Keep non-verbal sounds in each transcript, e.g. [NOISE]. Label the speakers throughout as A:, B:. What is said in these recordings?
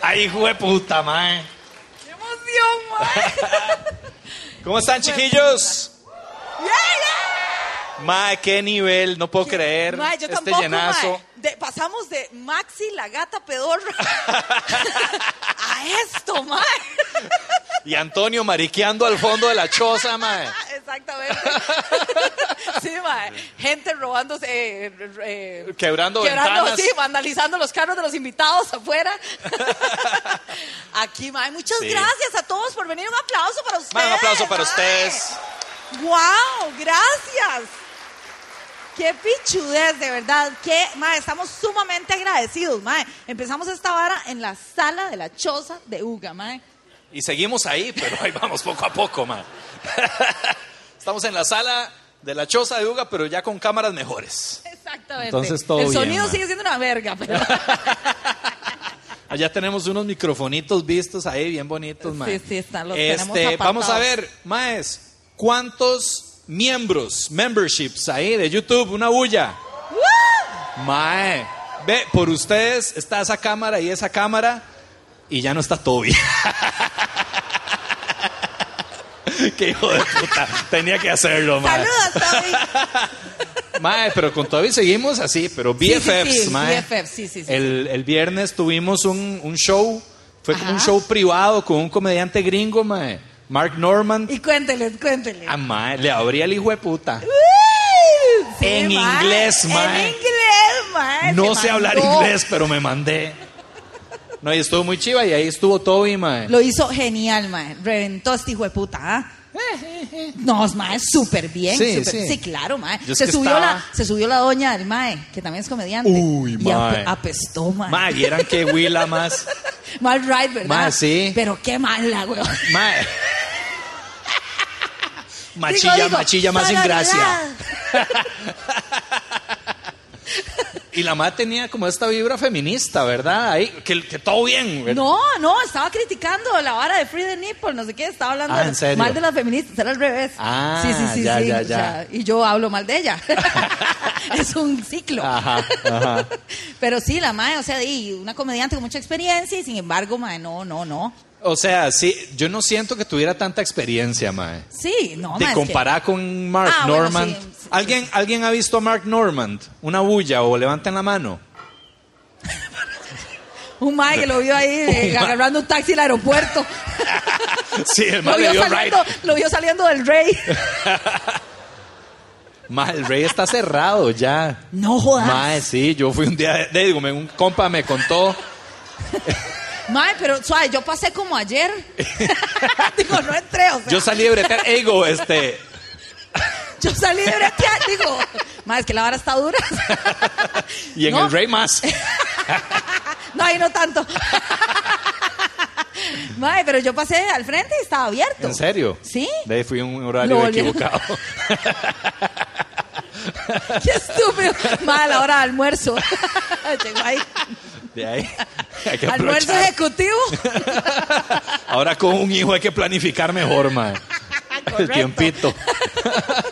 A: Ay, hijo de puta, mae.
B: ¡Qué emoción, mae! [LAUGHS]
A: ¿Cómo están, chiquillos? Mae, qué nivel, no puedo creer
B: Mae, yo
A: este
B: tampoco,
A: llenazo.
B: mae. De- pasamos de Maxi, la gata pedorra,
A: [LAUGHS]
B: a esto, mae. [LAUGHS]
A: Y Antonio mariqueando al fondo de la choza, mae. [LAUGHS]
B: Exactamente. Sí, mae. Gente robándose, eh, eh,
A: Quebrando ventanas.
B: sí, vandalizando los carros de los
A: [LAUGHS]
B: invitados afuera. Aquí, mae. Muchas
A: Sí.
B: gracias a todos por venir. Un aplauso para ustedes.
A: Mae, un aplauso para
B: mae.
A: ustedes.
B: ¡Wow! ¡Gracias! ¡Qué pichudez, de verdad! ¡Qué, mae, estamos sumamente agradecidos, mae! Empezamos esta vara en la sala de la choza de Uga, mae.
A: Y seguimos ahí, pero ahí vamos poco a poco, mae. [LAUGHS] Estamos en la sala de la choza de Uga, pero ya con cámaras mejores.
B: Exactamente.
C: Entonces, todo
B: El
C: bien,
B: sonido
C: mae.
B: sigue siendo una verga,
A: [LAUGHS]
B: pero...
A: Allá tenemos unos microfonitos vistos ahí, bien bonitos, mae.
B: sí, están, los
A: este,
B: tenemos apartados.
A: Vamos a ver, maes, ¿cuántos miembros, memberships ahí de YouTube? Una bulla. Mae, ve, por ustedes está esa cámara y esa cámara y ya no está Toby. [LAUGHS] Qué hijo de puta, tenía que hacerlo, mae.
B: ¡Saludos, Toby!
A: Mae, pero con Toby seguimos así, pero
B: Sí, sí,
A: BFFs,
B: sí,
A: mae.
B: BFFs, sí, sí, sí.
A: El, el viernes tuvimos un, un show, fue como un
B: Ajá.
A: show privado con un comediante gringo, mae, Mark Norman.
B: Y cuénteles, cuénteles.
A: Ah, mae, le abría el hijo de puta.
B: Sí,
A: en inglés, mae.
B: En inglés, mae.
A: No
B: Se
A: sé hablar
B: mandó.
A: inglés, pero me mandé. No, y estuvo muy chiva y ahí estuvo Toby, mae.
B: Lo hizo genial, mae. Reventó este hijo de puta, ¿ah? No, mae, súper bien.
A: Sí,
B: súper- Sí,
A: sí.
B: claro, mae.
A: Yo es
B: Se
A: que
B: subió,
A: estaba-
B: la, se subió la doña del mae, que también es comediante.
A: Uy,
B: Y ape-
A: mae.
B: apestó, mae.
A: Mae, vieran qué huila más.
B: Mal ride, ¿verdad?
A: Mae, sí.
B: Pero qué mala, güey.
A: Mae. Machilla,
B: Digo, digo,
A: machilla más sin
B: la
A: gracia.
B: verdad.
A: Y la mae tenía como esta vibra feminista, ¿verdad? Ahí, que, que todo bien, ¿verdad?
B: No, no, estaba criticando la vara de Free the Nipple, no sé qué, estaba hablando
A: Ah,
B: de-
A: ¿en serio?
B: mal de las feministas, era al revés.
A: Ah,
B: sí, sí, sí,
A: ya,
B: sí.
A: ya,
B: o
A: ya.
B: sea, y yo hablo mal de
A: [LAUGHS]
B: ella. [LAUGHS] es un ciclo.
A: Ajá, ajá.
B: [LAUGHS] Pero sí, la madre, o sea, y una comediante con mucha experiencia y sin embargo, madre, no, no, no.
A: O sea, sí, yo no siento que tuviera tanta experiencia, mae.
B: Sí, no,
A: de
B: mae, es que-
A: comparar con Mark
B: Ah, bueno,
A: Norman.
B: sí, sí,
A: ¿Alguien, ¿Alguien ha visto a Mark Norman? Una bulla o levanten la mano. [LAUGHS]
B: un madre que lo vio ahí eh,
A: [LAUGHS] Un mae.
B: agarrando un taxi al aeropuerto.
A: Sí, [LAUGHS] el
B: lo,
A: mae le
B: vio
A: dio
B: saliendo, lo vio saliendo
A: [LAUGHS]
B: del rey.
A: right. Mae, el rey está cerrado ya.
B: No jodas.
A: Mae, sí, yo fui un día de, de- digo, me- un compa me contó.
B: Mae, pero suave, yo pasé como ayer. [LAUGHS] digo, no entré, o sea,
A: Yo
B: yo,
A: salí de bretear, "Ey, go, este,
B: salí de bretear, digo, mae, es que la vara está dura. [LAUGHS]
A: y en
B: No.
A: el rey más.
B: no, ahí no tanto. [LAUGHS] mae, pero yo pasé al frente y estaba abierto.
A: ¿En serio?
B: Sí.
A: De ahí fui a un
B: Lo
A: horario
B: volví-
A: equivocado.
B: [LAUGHS] Qué estúpido. Mae, a la hora de almuerzo. [LAUGHS] Llegó ahí.
A: De ahí. [LAUGHS] Hay que [LAUGHS]
B: Almuerzo
A: aprovechar.
B: ejecutivo.
A: Ahora con un hijo hay que planificar mejor, mae. El
B: Ah, Correcto.
A: tiempito.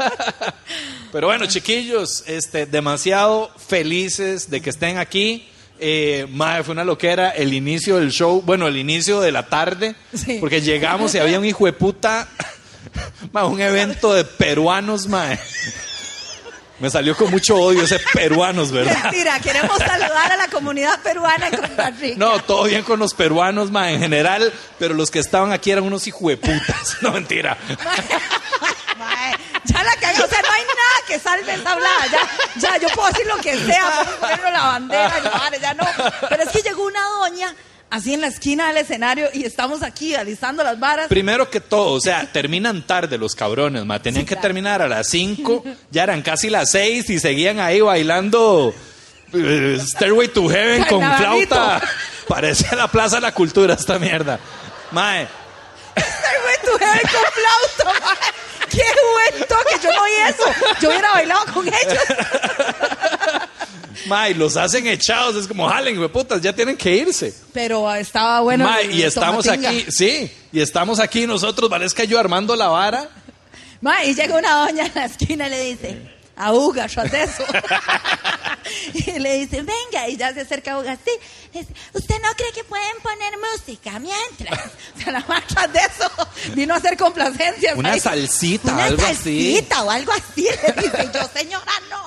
A: [LAUGHS] Pero bueno, chiquillos, este, demasiado felices de que estén aquí. Eh, mae, fue una loquera el inicio del show, bueno, el inicio de la tarde,
B: Sí.
A: porque llegamos y había un hijo de puta, [LAUGHS] mae, un evento de peruanos, mae. Me salió con mucho odio ese peruanos, ¿verdad?
B: Mentira, queremos saludar a la comunidad peruana en Costa Rica.
A: No, todo bien con los peruanos, ma, en general, pero los que estaban aquí eran unos hijueputas. [LAUGHS] No, mentira.
B: Mae, ya la cagué, o sea, no hay nada que salve esta hablada. Ya, ya, yo puedo decir lo que sea, puedo ponerlo la bandera, y la vara, ya no. Pero es que llegó una doña así en la esquina del escenario y estamos aquí alistando las varas.
A: Primero que todo, o sea, terminan tarde los cabrones, ma. Tenían
B: Sí,
A: que
B: claro.
A: terminar a las 5, ya eran casi las 6 y seguían ahí bailando eh, Stairway to Heaven con
B: Carnavalito.
A: flauta. Parecía la Plaza de la Cultura esta mierda. Mae,
B: Ay, Este güey, tu jefe con flauta, mae. Qué buen toque, yo no oí eso. Yo hubiera bailado con ellos.
A: mae, los hacen echados, es como jalen, hijueputas, ya tienen que irse.
B: Pero estaba bueno.
A: Mae,
B: el
A: y estamos
B: tomatinga.
A: aquí, sí, y estamos aquí nosotros, Valesca y yo armando la vara.
B: Ma, y llega una doña en la esquina y le dice, a Uga, yo haz
A: [LAUGHS]
B: eso. y le dice, venga, y ya se acerca a Uga, sí. Le dice, ¿Usted no cree que pueden poner música mientras? [LAUGHS] O sea, la marcha de eso vino a hacer complacencias.
A: Una
B: ahí.
A: salsita,
B: Una
A: algo así.
B: salsita o algo así. Le dice, y yo, señora, no.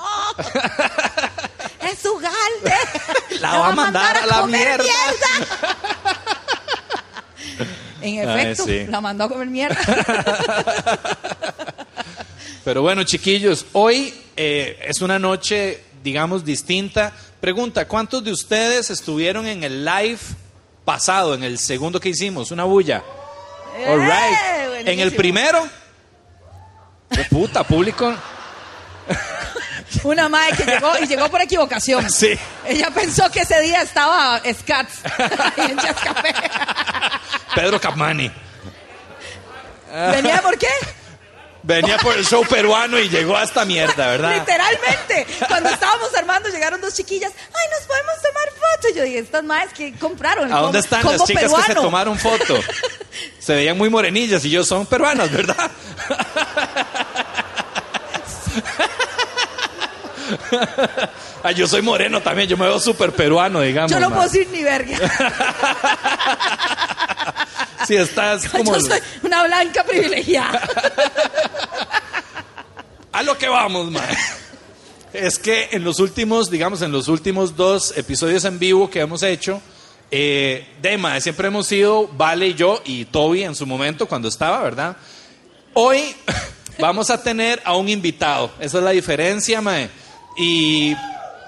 B: Es Ugalde.
A: [LAUGHS] La va a mandar a la
B: comer
A: mierda. [LAUGHS]
B: En
A: Ay,
B: efecto,
A: sí.
B: la mandó a comer mierda.
A: Pero bueno, chiquillos, hoy eh, es una noche, digamos, distinta. Pregunta, ¿cuántos de ustedes estuvieron en el live pasado, en el segundo que hicimos? Una bulla. All
B: ¡Eh!
A: right. En el
B: Buenísimo.
A: primero. ¡Qué puta, público.
B: Una madre que llegó y llegó por equivocación.
A: [LAUGHS] Sí.
B: Ella pensó que ese día estaba
A: [LAUGHS]
B: Scats [LAUGHS] y en Chascapé.
A: Pedro Capmani.
B: ¿Venía por qué?
A: Venía por el show peruano y llegó a esta mierda, ¿verdad?
B: Literalmente. Cuando estábamos armando, llegaron dos chiquillas. Ay, nos podemos tomar fotos. Yo dije, estas madres que compraron.
A: ¿A dónde
B: Combo-
A: están las
B: combo
A: chicas que se
B: peruano.
A: tomaron
B: [LAUGHS]
A: foto? Se veían muy morenillas y yo son peruanas, ¿verdad? [LAUGHS] Ah, yo soy moreno también, yo me veo súper peruano, digamos.
B: Yo no
A: ma.
B: puedo decir
A: [LAUGHS]
B: ni verga.
A: Sí, estás como...
B: [LAUGHS] Yo soy una blanca privilegiada.
A: A lo que vamos, man. Es que en los últimos, digamos, en los últimos dos episodios en vivo que hemos hecho, eh, de mae, siempre hemos sido Vale y yo y Toby en su momento cuando estaba, ¿verdad? Hoy [LAUGHS] vamos a tener a un invitado. Esa es la diferencia, mae. Y,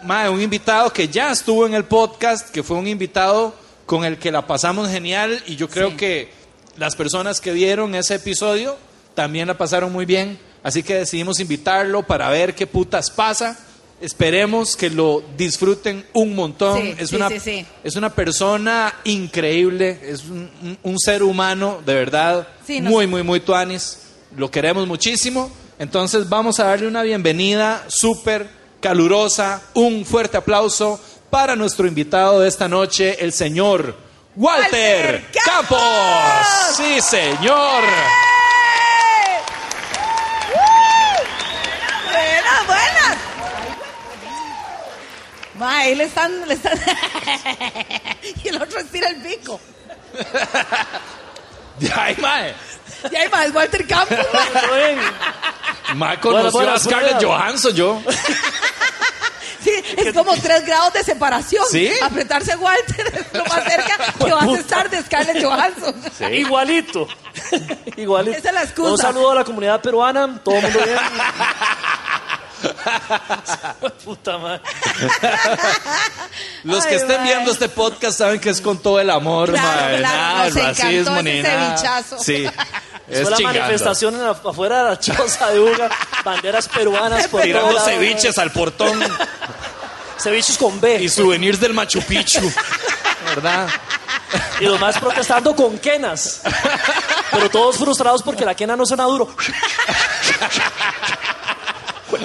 A: mae, un invitado que ya estuvo en el podcast, que fue un invitado con el que la pasamos genial y yo creo
B: Sí.
A: que las personas que vieron ese episodio también la pasaron muy bien. Así que decidimos invitarlo para ver qué putas pasa. Esperemos que lo disfruten un montón.
B: Sí,
A: es,
B: sí,
A: una,
B: sí, sí.
A: es una persona increíble, es un, un- un ser humano de verdad
B: Sí, nos-
A: muy, muy, muy tuanis. Lo queremos muchísimo. Entonces vamos a darle una bienvenida súper calurosa. Un fuerte aplauso para nuestro invitado de esta noche, el señor Walter,
B: Walter
A: Campos.
B: Campos.
A: Sí, señor. [LAUGHS]
B: Buenas, buenas. Ma, ahí le están, le están. [LAUGHS] y el otro estira el pico.
A: Ay, mae.
B: Y ahí va, es Walter Campos. ma.
A: Mae conoció
D: Bueno, bueno,
A: a Scarlett
D: bueno.
A: Johansson, yo.
B: Sí, es como tres grados de separación.
A: ¿Sí?
B: Apretarse a Walter [LAUGHS] es lo más
D: [LAUGHS]
B: cerca que vas a estar de Scarlett Johansson.
D: Igualito.
A: [LAUGHS]
D: Igualito.
B: Esa es la excusa.
D: Un saludo a la comunidad peruana. Todo el mundo
A: [LAUGHS]
D: bien. Puta madre.
A: Los
B: Ay,
A: que estén
B: mae.
A: viendo este podcast saben que es con todo el amor,
B: Claro,
A: mae.
B: claro,
A: Nada,
B: nos
A: el racismo
B: encantó
A: ni
B: ese
A: nada.
B: cevichazo. [LAUGHS]
A: Sí. Es
D: Fue la
A: chingando.
D: manifestación en la- afuera de la choza de Uga. Banderas peruanas por todo
A: Tirando
D: lado.
A: ceviches al portón
D: Ceviches con B.
A: y souvenirs del Machu Picchu. ¿Verdad?
D: Y los más protestando con quenas. Pero todos frustrados porque la quena no
A: [LAUGHS]
D: suena duro.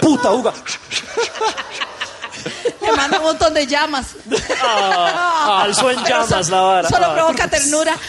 D: Puta Uga.
B: Le manda un montón de llamas.
A: Ah,
D: Ah, Alzó en
B: Pero
D: llamas
B: so-
D: la vara. Ah.
B: Solo provoca ternura.
D: [LAUGHS]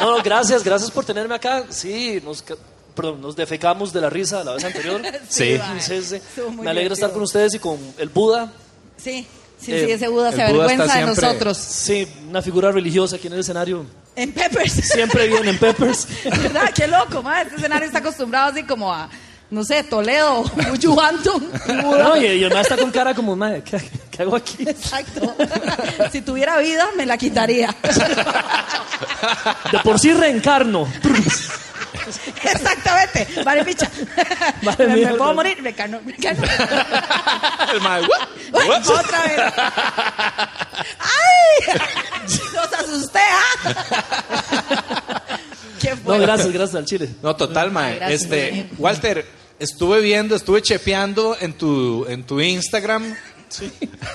D: No, no, gracias, gracias por tenerme acá. Sí, nos, ca- perdón, nos defecamos de la risa la vez
B: [LAUGHS]
D: anterior.
C: Sí.
B: mae.
D: Sí, sí.
B: Estuvo muy
D: Me alegra estar
B: divertido.
D: con ustedes y con el Buda.
B: Sí, sí,
D: Eh,
B: sí, ese Buda
A: el
B: se
A: Buda
B: avergüenza
A: está
B: de
A: siempre-
B: nosotros.
D: Sí, una figura religiosa aquí en el escenario.
B: En Peppers.
D: Siempre viene en Peppers.
B: [LAUGHS] ¿Verdad? Qué loco, ma. Este escenario está acostumbrado así como a, no sé, Toledo, [LAUGHS] Bujuantum,
D: No, y, y el mae está con cara como, madre, ¿qué, qué hago aquí?
B: Exacto. [LAUGHS] Si tuviera vida, me la quitaría. [LAUGHS]
D: De por sí reencarno.
B: Exactamente. Vale, picha.
D: Vale,
B: me,
D: mierda.
B: me puedo morir, me cano, me
D: [LAUGHS]
B: cano.
A: El mae, "What?
B: Uy,
A: What?"
B: Otra vez. ¡Ay! [LAUGHS] Los asusté,
D: [LAUGHS]
B: ¿ah? Qué
D: No,
B: fuerte.
D: gracias, gracias al Chile.
A: No, total, mae.
B: Gracias,
A: este,
B: mae.
A: Walter, estuve viendo, estuve chepeando en tu, en tu Instagram.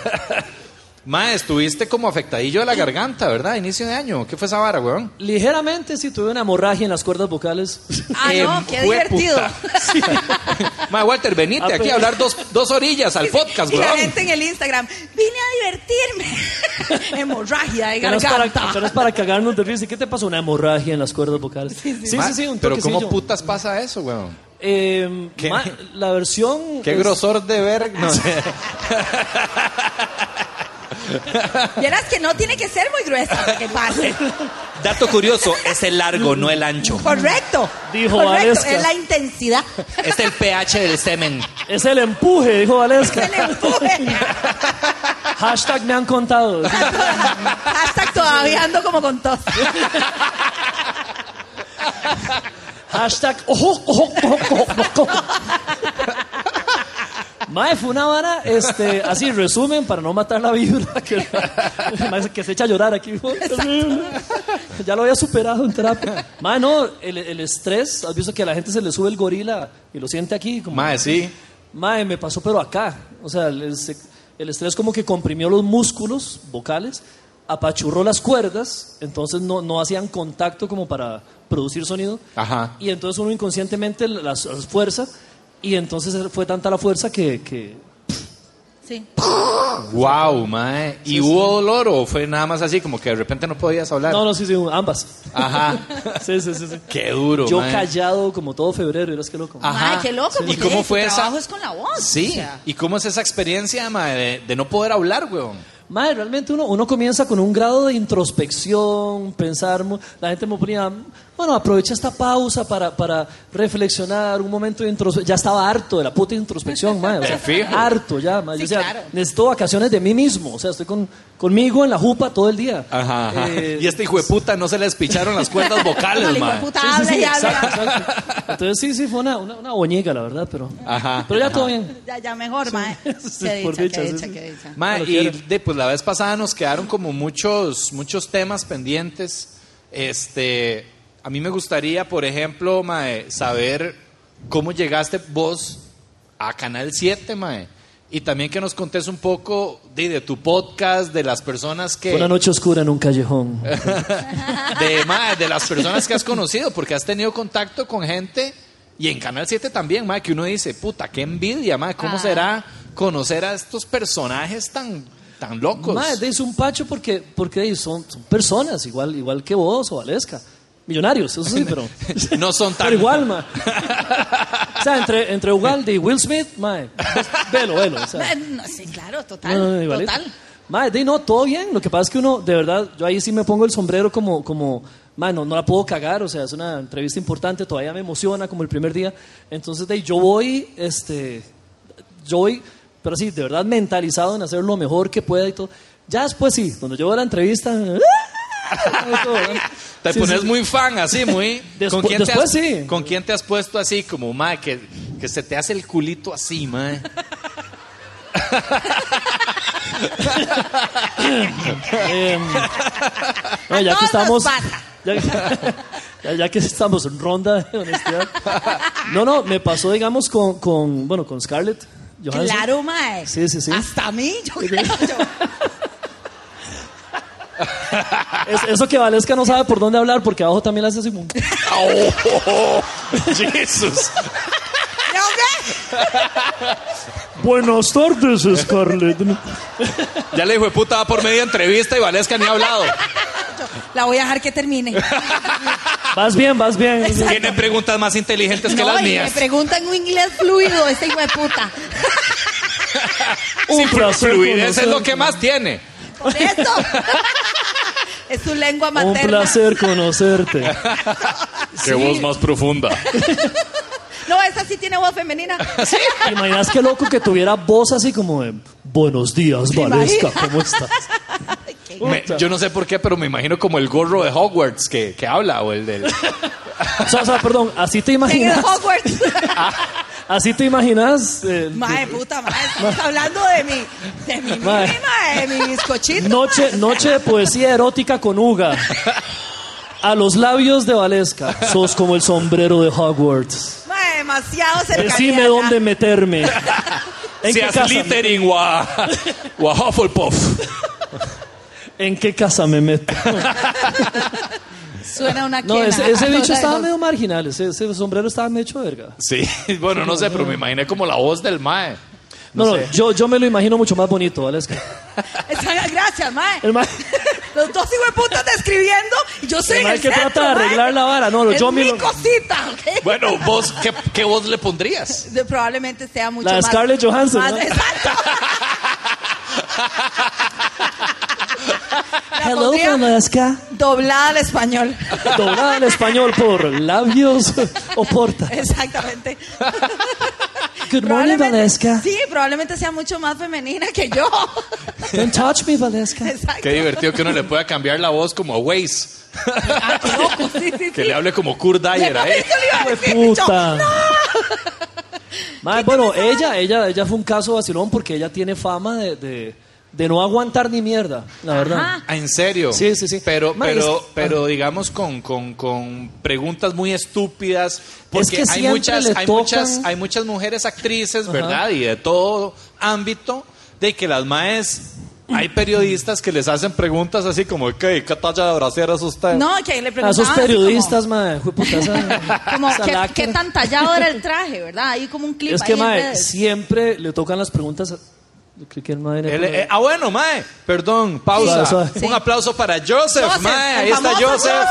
A: [LAUGHS] mae, estuviste como afectadillo de la garganta, ¿verdad? Inicio de año. ¿Qué fue esa vara, weón?
D: Ligeramente sí tuve una hemorragia en las cuerdas
B: [LAUGHS]
D: vocales.
B: Ah, no,
D: eh,
A: Em,
B: qué
A: jueputa.
B: divertido.
A: Mae, Walter, venite
D: Ah,
A: aquí
D: pero-
A: a hablar dos, dos orillas al podcast,
B: Y la
A: weón.
B: gente en el Instagram, vine a
D: [LAUGHS]
B: divertirme. Hemorragia de
D: Que no es para, que
B: [LAUGHS]
D: no
B: garganta.
D: es para cagarnos de risa. ¿Qué te pasó? Una hemorragia en las cuerdas vocales. Sí, sí, sí,
A: Mae,
D: un
A: Pero
D: toquecillo.
A: ¿cómo putas pasa eso, weón?
D: Eh,
A: ¿Qué?
D: ma- la versión.
A: Qué
D: es-
A: grosor de ver. no sé.
B: Vieras que no tiene que ser muy gruesa para que
D: [LAUGHS]
B: pase.
C: Dato curioso, es el largo, no el ancho.
B: Correcto.
D: Dijo
B: Correcto.
D: Valesca.
B: Es la intensidad.
C: Es el pH del semen.
D: Es el empuje, dijo Valesca.
B: Se
D: [LAUGHS]
B: le empuje.
D: Hashtag me han contado.
B: Hashtag todavía ando como con tos.
D: Hashtag ojo, ojo, ojo, ojo, ojo. Mae, fue una vara, este, así, resumen, para no matar la vibra, que, mae, que se echa a llorar aquí. hijo, terrible. Ya lo había superado en terapia. Mae, no, el, el estrés, has visto que a la gente se le sube el gorila y lo siente aquí. Como,
A: Mae, sí.
D: Mae, me pasó, pero acá. O sea, el, el- el estrés como que comprimió los músculos vocales, apachurró las cuerdas, entonces no, no hacían contacto como para producir sonido.
A: Ajá.
D: Y entonces uno inconscientemente las, las fuerza, y entonces fue tanta la fuerza que. que-
B: Sí.
A: Wow, mae. ¿Y hubo dolor o fue nada más así como que de repente no podías hablar?
D: No, no, sí, sí,
A: [LAUGHS]
D: ambas.
A: Ajá.
D: Sí, sí, sí. sí.
A: Qué duro,
D: Yo
A: mae.
D: callado como todo febrero, eras que loco.
A: Ajá.
B: Ay, qué loco.
A: ¿Y
B: porque
A: cómo
B: tu
A: fue esa?
B: trabajo es con la voz.
A: Sí.
B: o sea.
A: ¿Y cómo es esa experiencia, mae, de, de no poder hablar, weón?
D: Madre, realmente uno, uno comienza con un grado de introspección, pensar, mu- la gente me ponía, bueno, aprovecha esta pausa para, para reflexionar, un momento de introspección, ya estaba harto de la puta introspección,
A: [LAUGHS]
D: madre, o sea,
A: Te fijo.
D: harto ya, madre,
B: Sí,
D: yo decía,
B: claro.
D: necesito vacaciones de mí mismo, o sea, estoy con, conmigo en la jupa todo el día.
A: Ajá. ajá.
D: Eh,
A: [LAUGHS] y este hijo de puta no se le picharon las cuerdas
B: No, el
A: vocales,
B: hijo de
A: mae.
B: puta
D: sí, sí,
B: habla
D: sí,
B: y habla.
D: exacto, exacto. Entonces sí, sí, fue una, una, una boñiga, la verdad, pero,
A: Ajá.
D: pero ya todo bien.
B: Ya, ya mejor, mae.
D: [LAUGHS] Sí,
B: Qué
D: por
B: dicha,
D: dicha,
B: qué
D: sí,
B: dicha,
D: sí.
B: qué dicha.
A: Mae,
D: No lo
A: y
D: quiero.
A: de, pues la vez pasada nos quedaron como muchos, muchos temas pendientes. Este, a mí me gustaría, por ejemplo, mae, saber cómo llegaste vos a Canal 7, mae. Y también que nos contes un poco de, de tu podcast, de las personas que
D: Fue una noche oscura en un callejón.
A: de, mae, de las personas que has conocido, porque has tenido contacto con gente y en Canal 7 también, mae, que uno dice, puta, qué envidia, mae, ¿cómo
B: Ah.
A: será conocer a estos personajes tan, tan locos?
D: Madre, es un pacho porque, porque ahí son, son personas, igual, igual que vos o Valesca. Millonarios, eso sí, pero.
A: [LAUGHS] No son tan...
D: Pero igual, ma. O sea, entre, entre Ugalde y Will Smith, mae. Velo, velo. O sea,
B: Mae, no, sí, claro, total.
D: no, no, igualito.
B: total.
D: Mae, de no, todo bien. Lo que pasa es que uno, de verdad, yo ahí sí me pongo el sombrero como, como mae, no, no la puedo cagar. O sea, es una entrevista importante, todavía me emociona como el primer día. Entonces, de ahí, yo voy, este. Yo voy, pero sí, de verdad mentalizado en hacer lo mejor que pueda y todo. Ya después sí, cuando yo veo la entrevista. [LAUGHS]
A: Te
D: Sí,
A: pones
D: sí.
A: muy fan, así, muy...
D: [LAUGHS] Despu-
A: ¿con, quién
D: después
A: te has,
D: sí.
A: ¿Con quién te has puesto así, como, mae, que, que se te hace el culito así, [LAUGHS] mae?
D: Em, no,
B: A
D: ya que
B: todos nos
D: estamos.
B: pasa.
D: Ya, ya- ya que estamos en ronda de honestidad. No, no, me pasó, digamos, con, con bueno, con Scarlett. Johansson.
B: Claro, mae.
D: Sí, sí, sí.
B: Hasta a mí, yo creo. yo.
D: Es- eso que Valesca no sabe por dónde hablar porque abajo también la hace así. como-
A: Oh, ¡Jesús!
B: ¿Ya, hombre?
D: Buenas tardes, Scarlett.
A: Ya le dijo, puta, va por media entrevista y Valesca ni ha hablado.
B: La voy a dejar que termine.
D: Vas bien, vas bien.
A: Tiene preguntas más inteligentes que
E: No,
A: las
E: y me
A: mías.
E: preguntan un inglés fluido, ese hijo de puta.
A: Sí,
D: Un placer
A: fluidez es
D: conocer-
A: lo que más tiene.
B: Por
D: [LAUGHS]
B: eso. Es su lengua
D: Un
B: materna.
D: placer conocerte.
A: Qué voz más profunda.
B: No, esa sí tiene voz femenina. [LAUGHS]
D: ¿Te imaginas qué loco que tuviera voz así como de Buenos días, Valesca, ¿cómo estás?
A: Me- yo no sé por qué, pero me imagino como el gorro de Hogwarts que, que habla o el del...
D: O sea, o sea, perdón, así te
B: En el
D: imaginas. [LAUGHS]
B: Hogwarts.
D: Ah, Así te imaginas. eh,
B: Mae, puta, mae, estamos hablando de mi, de mi
D: Mae.
B: mini, mae, de mi bizcochito.
D: noche, noche de poesía erótica con Uga. A los labios de Valesca. Sos como el sombrero de Hogwarts.
B: Mae, demasiado cercano.
D: Decime dónde meterme. ¿En
A: Si
D: qué,
A: a
D: casa,
A: Slytherin o
D: [LAUGHS]
A: a, o a Hufflepuff.
D: ¿En qué casa me meto?
E: Suena una
D: No,
E: quena.
B: [LAUGHS]
D: ese, ese
E: No,
D: bicho
E: la-
D: estaba
E: los-
D: medio marginal. Ese, ese sombrero estaba medio hecho verga.
A: Sí, [LAUGHS] bueno, no sé, pero me imaginé como la voz del mae.
D: No, no, yo, yo me lo imagino mucho más bonito, Valesca.
B: Están- Gracias, mae.
D: El mae-
B: [LAUGHS] Los dos hijueputas describiendo y yo soy
D: El
B: en
D: mae
B: el
D: que
B: centro,
D: trata de
B: mae.
D: arreglar la vara, no,
B: es
D: yo me
B: mi
D: lo-
B: cosita, ¿ok?
A: Bueno, vos, ¿qué, qué voz le pondrías?
B: De- Probablemente sea mucho
D: La de
B: más...
D: Scarlett Johansson,
B: más-
D: ¿no? [LAUGHS]
B: Exacto. La
D: Hello,
B: pondría
D: Valesca.
B: doblada al español. [LAUGHS]
D: Doblada al español por labios o porta.
B: Exactamente.
D: Good morning,
B: Probablemente-
D: Valesca.
B: Sí, probablemente sea mucho más femenina que yo. [LAUGHS]
D: Don't touch me, Valesca.
B: Exacto.
A: Qué divertido que uno le pueda cambiar la voz como a Waze.
B: Ah, qué loco, [LAUGHS] sí, sí,
A: Que
B: sí.
A: le ¿eh? hable como Kurt Dyer a él.
B: Eso le iba a decir,
D: Puta. [LAUGHS] Mae, bueno, ella, ella, ella fue un caso vacilón porque ella tiene fama de, de, de no aguantar ni mierda, la verdad.
A: Ah, ¿En serio?
D: Sí, sí, sí.
A: Pero,
D: Mae,
A: pero,
D: es que-
A: pero digamos con, con, con preguntas muy estúpidas, porque
D: que
A: hay,
D: siempre
A: muchas,
D: le
A: hay, muchas,
D: tocan-
A: hay muchas mujeres actrices, ¿verdad? Y de todo ámbito, de que las maes, hay periodistas que les hacen preguntas así como, ¿qué, qué talla de brasier es usted?
B: No, que le
D: A
B: preguntaban
D: esos
B: así
D: periodistas, mae, jueputa, esa- [LAUGHS]
B: Como, como
D: esa
B: ¿qué,
D: lacra.
B: qué tan tallado era el traje, ¿verdad? Ahí como un clip
D: Es que,
B: ahí en
D: mae,
B: redes.
D: siempre le tocan las preguntas. a- Yo creo que el mae era
A: Él-
D: como-
A: eh, ah, bueno, Mae. Perdón, pausa.
D: Suave, suave.
A: Un aplauso para Joseph,
B: Joseph,
A: pues, Mae.
B: el
A: Ahí está
B: famoso
A: Joseph,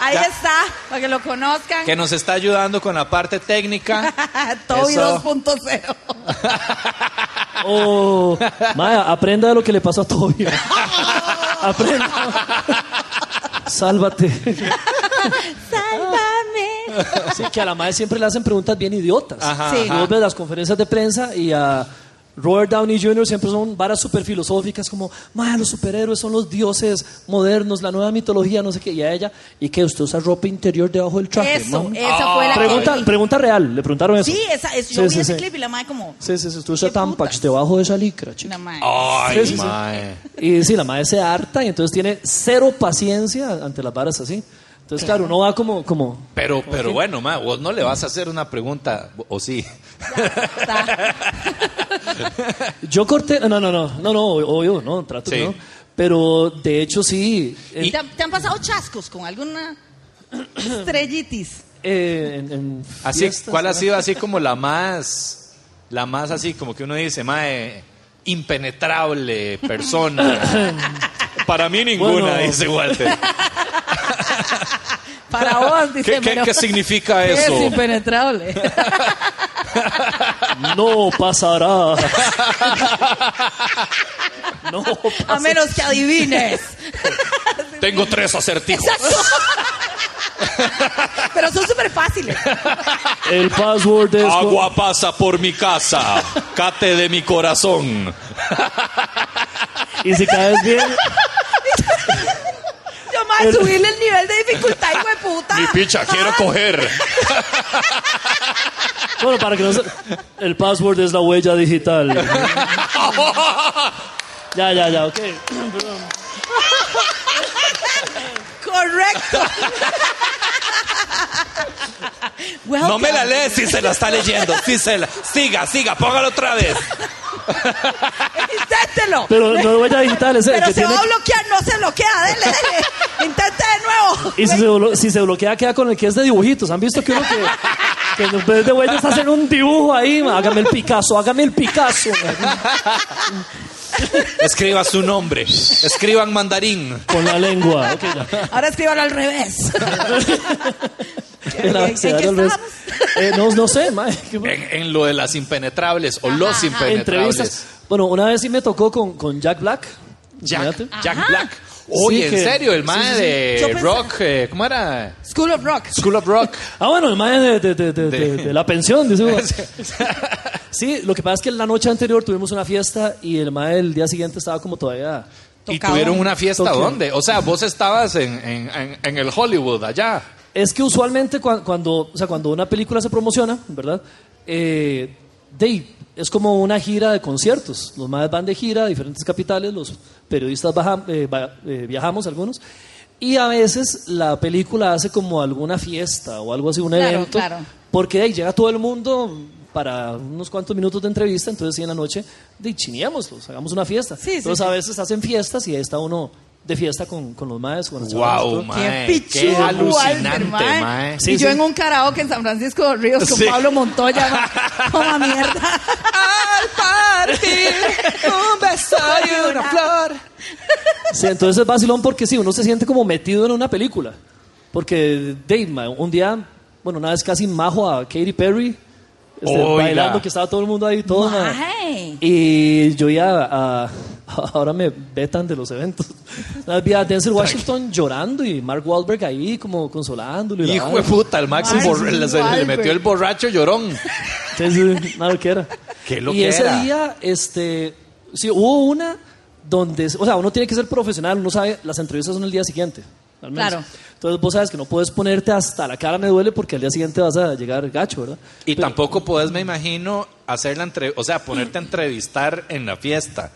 B: Ahí
A: Ya.
B: está, para que lo conozcan.
A: que nos está ayudando con la parte técnica.
B: [LAUGHS] Toby
A: Eso.
B: 2.0.
D: Oh, mae, aprenda de lo que le pasó
B: [LAUGHS]
D: a Toby. aprenda. Sálvate.
B: Sálvame.
D: [LAUGHS] Sí, que a la madre siempre le hacen preguntas bien idiotas.
A: Ajá,
B: Sí.
D: Tú ves las conferencias de prensa y a Robert Downey Jr. siempre son varas súper filosóficas como, madre, los superhéroes son los dioses modernos, la nueva mitología, no sé qué. Y a ella, ¿y que ¿Usted usa ropa interior debajo del traje?
B: Eso,
D: mam?
B: esa fue la
D: pregunta,
B: que vi.
D: pregunta real, le preguntaron eso.
B: Sí, esa, es, yo vi
D: Sí, sí,
B: ese
D: sí.
B: clip y la madre como...
D: Sí, sí, sí, tú usas
B: Qué
D: tampax
B: putas.
D: debajo de esa licra, chica.
B: La madre.
A: Ay,
D: Sí, sí, sí.
A: Mae.
D: Y sí, la madre se harta y entonces tiene cero paciencia ante las varas así. Entonces, claro, uno va como, como,
A: Pero, pero bueno, Mae, vos no le vas a hacer una pregunta, o sí. [LAUGHS]
D: Yo corté, no, no, no, no, no, obvio, no, trato
A: Sí.
D: que no. Pero de hecho sí, en,
B: ¿Te, han, te han pasado chascos con alguna estrellitis?
D: eh, en- en
A: Así,
D: fiestas,
A: ¿Cuál ha
D: ¿verdad?
A: sido así como la más, la más así como que uno dice, Mae, impenetrable persona? Para mí ninguna,
D: Bueno.
A: dice Walter.
B: Para vos,
A: ¿Qué,
B: dice.
A: qué-
B: pero
A: qué significa
B: es
A: eso?
B: impenetrable.
D: [LAUGHS]
A: [LAUGHS]
D: No pasará. [LAUGHS] no
B: A
D: pasará.
B: menos que adivines.
A: Tengo tres acertijos.
B: Pero son súper fáciles.
D: El password es
A: Agua pasa por mi casa, cate de mi corazón.
D: y si caes bien,
B: Yo más subirle el nivel de dificultad, hijo de puta.
A: Mi picha, quiero coger.
D: bueno, para que no se... el password es la huella digital. Ya, ya, ya, ok.
B: Correcto. [LAUGHS] Welcome.
A: No me la lees si se la está leyendo. Si se la... Siga, siga, póngalo otra vez.
B: Inténtelo.
D: Pero no es huella digital, es el
B: Pero
D: que
B: se
D: tiene
B: va a bloquear, no se bloquea.
A: [LAUGHS]
B: Dele, dele. Intente de nuevo.
D: Y si se, blo- si se bloquea, queda con el que es de dibujitos. ¿Han visto que uno que, que en vez de huellas hacen un dibujo ahí? ma? Hágame el Picasso, hágame el Picasso. ma.
A: Escriba su nombre. Escriban mandarín.
D: Con la lengua. Ok, ya.
B: [LAUGHS] Ahora escríbalo al revés.
D: La-
B: ¿En
D: se
B: qué
D: da los res- Eh, no, no sé, mae. ¿Qué fue?
A: En, en lo de las impenetrables o los impenetrables.
D: Entrevistas. Bueno, una vez sí me tocó con, con Jack Black.
A: Jack,
D: Imagínate.
A: Jack
B: Ajá.
A: Black. Oye,
D: Sí,
A: en
D: que-
A: serio, el
D: sí,
A: mae
D: sí, sí.
A: de
B: Yo pensé-
A: Rock, eh, ¿cómo era?
B: School of Rock.
A: School of Rock.
D: Ah, bueno, el mae de, de- de- de-
A: De-
D: de la pensión, dice
A: [LAUGHS]
D: uno. Sí, lo que pasa es que la noche anterior tuvimos una fiesta y el mae el día siguiente estaba como todavía...
A: y
B: Tocaba.
A: tuvieron una fiesta
D: Tocaba.
A: dónde? O sea, vos estabas en, en- en- en el Hollywood allá.
D: Es que usualmente cua- cuando, o sea, cuando una película se promociona, ¿verdad? Eh, de- es como una gira de conciertos. Los más van de gira a diferentes capitales, los periodistas baja- eh, va- eh, viajamos algunos. Y a veces la película hace como alguna fiesta o algo así, un
B: Claro,
D: evento.
B: claro.
D: Porque de ahí llega todo el mundo para unos cuantos minutos de entrevista, entonces sí en la noche, de ahí, chineémoslos, hagamos una fiesta.
B: Sí, sí,
D: entonces a
B: sí.
D: veces hacen fiestas y ahí está uno de fiesta con, con los maestros. Con los chavalos,
A: Wow,
D: todo.
A: mae.
B: Qué
A: qué
B: pichudo,
A: alucinante,
B: Walter, mae.
A: mae.
D: Sí,
B: y yo
D: sí.
B: en un karaoke en San Francisco de Ríos con
A: Sí.
B: Pablo
A: [LAUGHS]
B: Montoya. mae. Como a mierda. Al partir, un beso y una flor.
D: Sí, entonces es vacilón porque sí, uno se siente como metido en una película. Porque Dave, ma, un día, bueno, una vez casi majo a Katy Perry este,
A: Oiga.
D: bailando, que estaba todo el mundo ahí, todo. ma.
B: Mae.
D: Y yo ya, ah, [LAUGHS] ahora me vetan de los eventos. Una vez vi a Denzel Washington llorando y Mark Wahlberg ahí como consolándolo. Y la
A: Hijo de
D: vara.
A: puta, el máximo
B: Mark
A: borr- le, se- le
B: Wahlberg.
A: metió el borracho llorón.
D: Sí, sí, nada que era.
A: Qué lo
D: y
A: que
D: ese
A: era.
D: día, este, sí, hubo una donde, o sea, uno tiene que ser profesional, uno sabe, las entrevistas son el día siguiente. al menos.
B: Claro.
D: Entonces vos sabes que no puedes ponerte hasta la cara me duele porque al día siguiente vas a llegar gacho, ¿verdad?
A: Y
D: Pero-
A: tampoco podés, me imagino, hacer la entre- o sea, ponerte a entrevistar en la fiesta.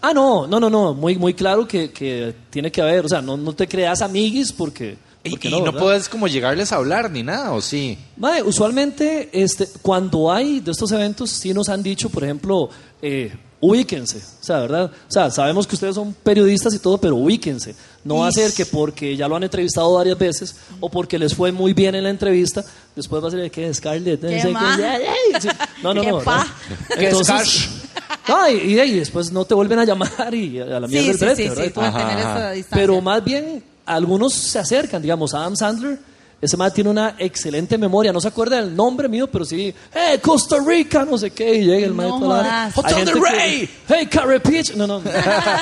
D: Ah, no, no, no, no, muy, muy claro que, que tiene que haber, o sea, no, no te creas amiguis porque...
A: Y,
D: porque
A: y no
D: ¿verdad?
A: podés como llegarles a hablar ni nada, ¿o sí?
D: Mae, usualmente este, cuando hay de estos eventos sí nos han dicho, por ejemplo, eh, ubíquense, o sea, ¿verdad? O sea, sabemos que ustedes son periodistas y todo, pero ubíquense. No va a ser que porque ya lo han entrevistado varias veces o porque les fue muy bien en la entrevista, después va a ser de que Scarlett, no sé qué,
B: ma.
D: ay, ay, sí. no, no,
B: [LAUGHS] Qué
D: no.
B: pa.
D: ¿no?
A: Que
D: Entonces-
A: Scarsh.
D: No, y, y de ahí después no te vuelven a llamar y a la mierda
B: Sí,
D: del
B: sí,
D: brete,
B: sí,
D: ¿verdad?
B: sí, pueden
A: Ajá,
B: tener
A: ajá.
B: esa distancia.
D: Pero más bien, algunos se acercan, digamos, Adam Sandler. Ese man tiene una excelente memoria, no se acuerda del nombre mío, pero sí, ¡Hey, Costa Rica! No sé qué, y llega el man
B: No
D: y toda la vara.
B: jodas.
D: Hay
A: ¡Hotel
D: gente
A: del
D: que-
A: Rey!
D: ¡Hey, Carrie Peach! No, no, no.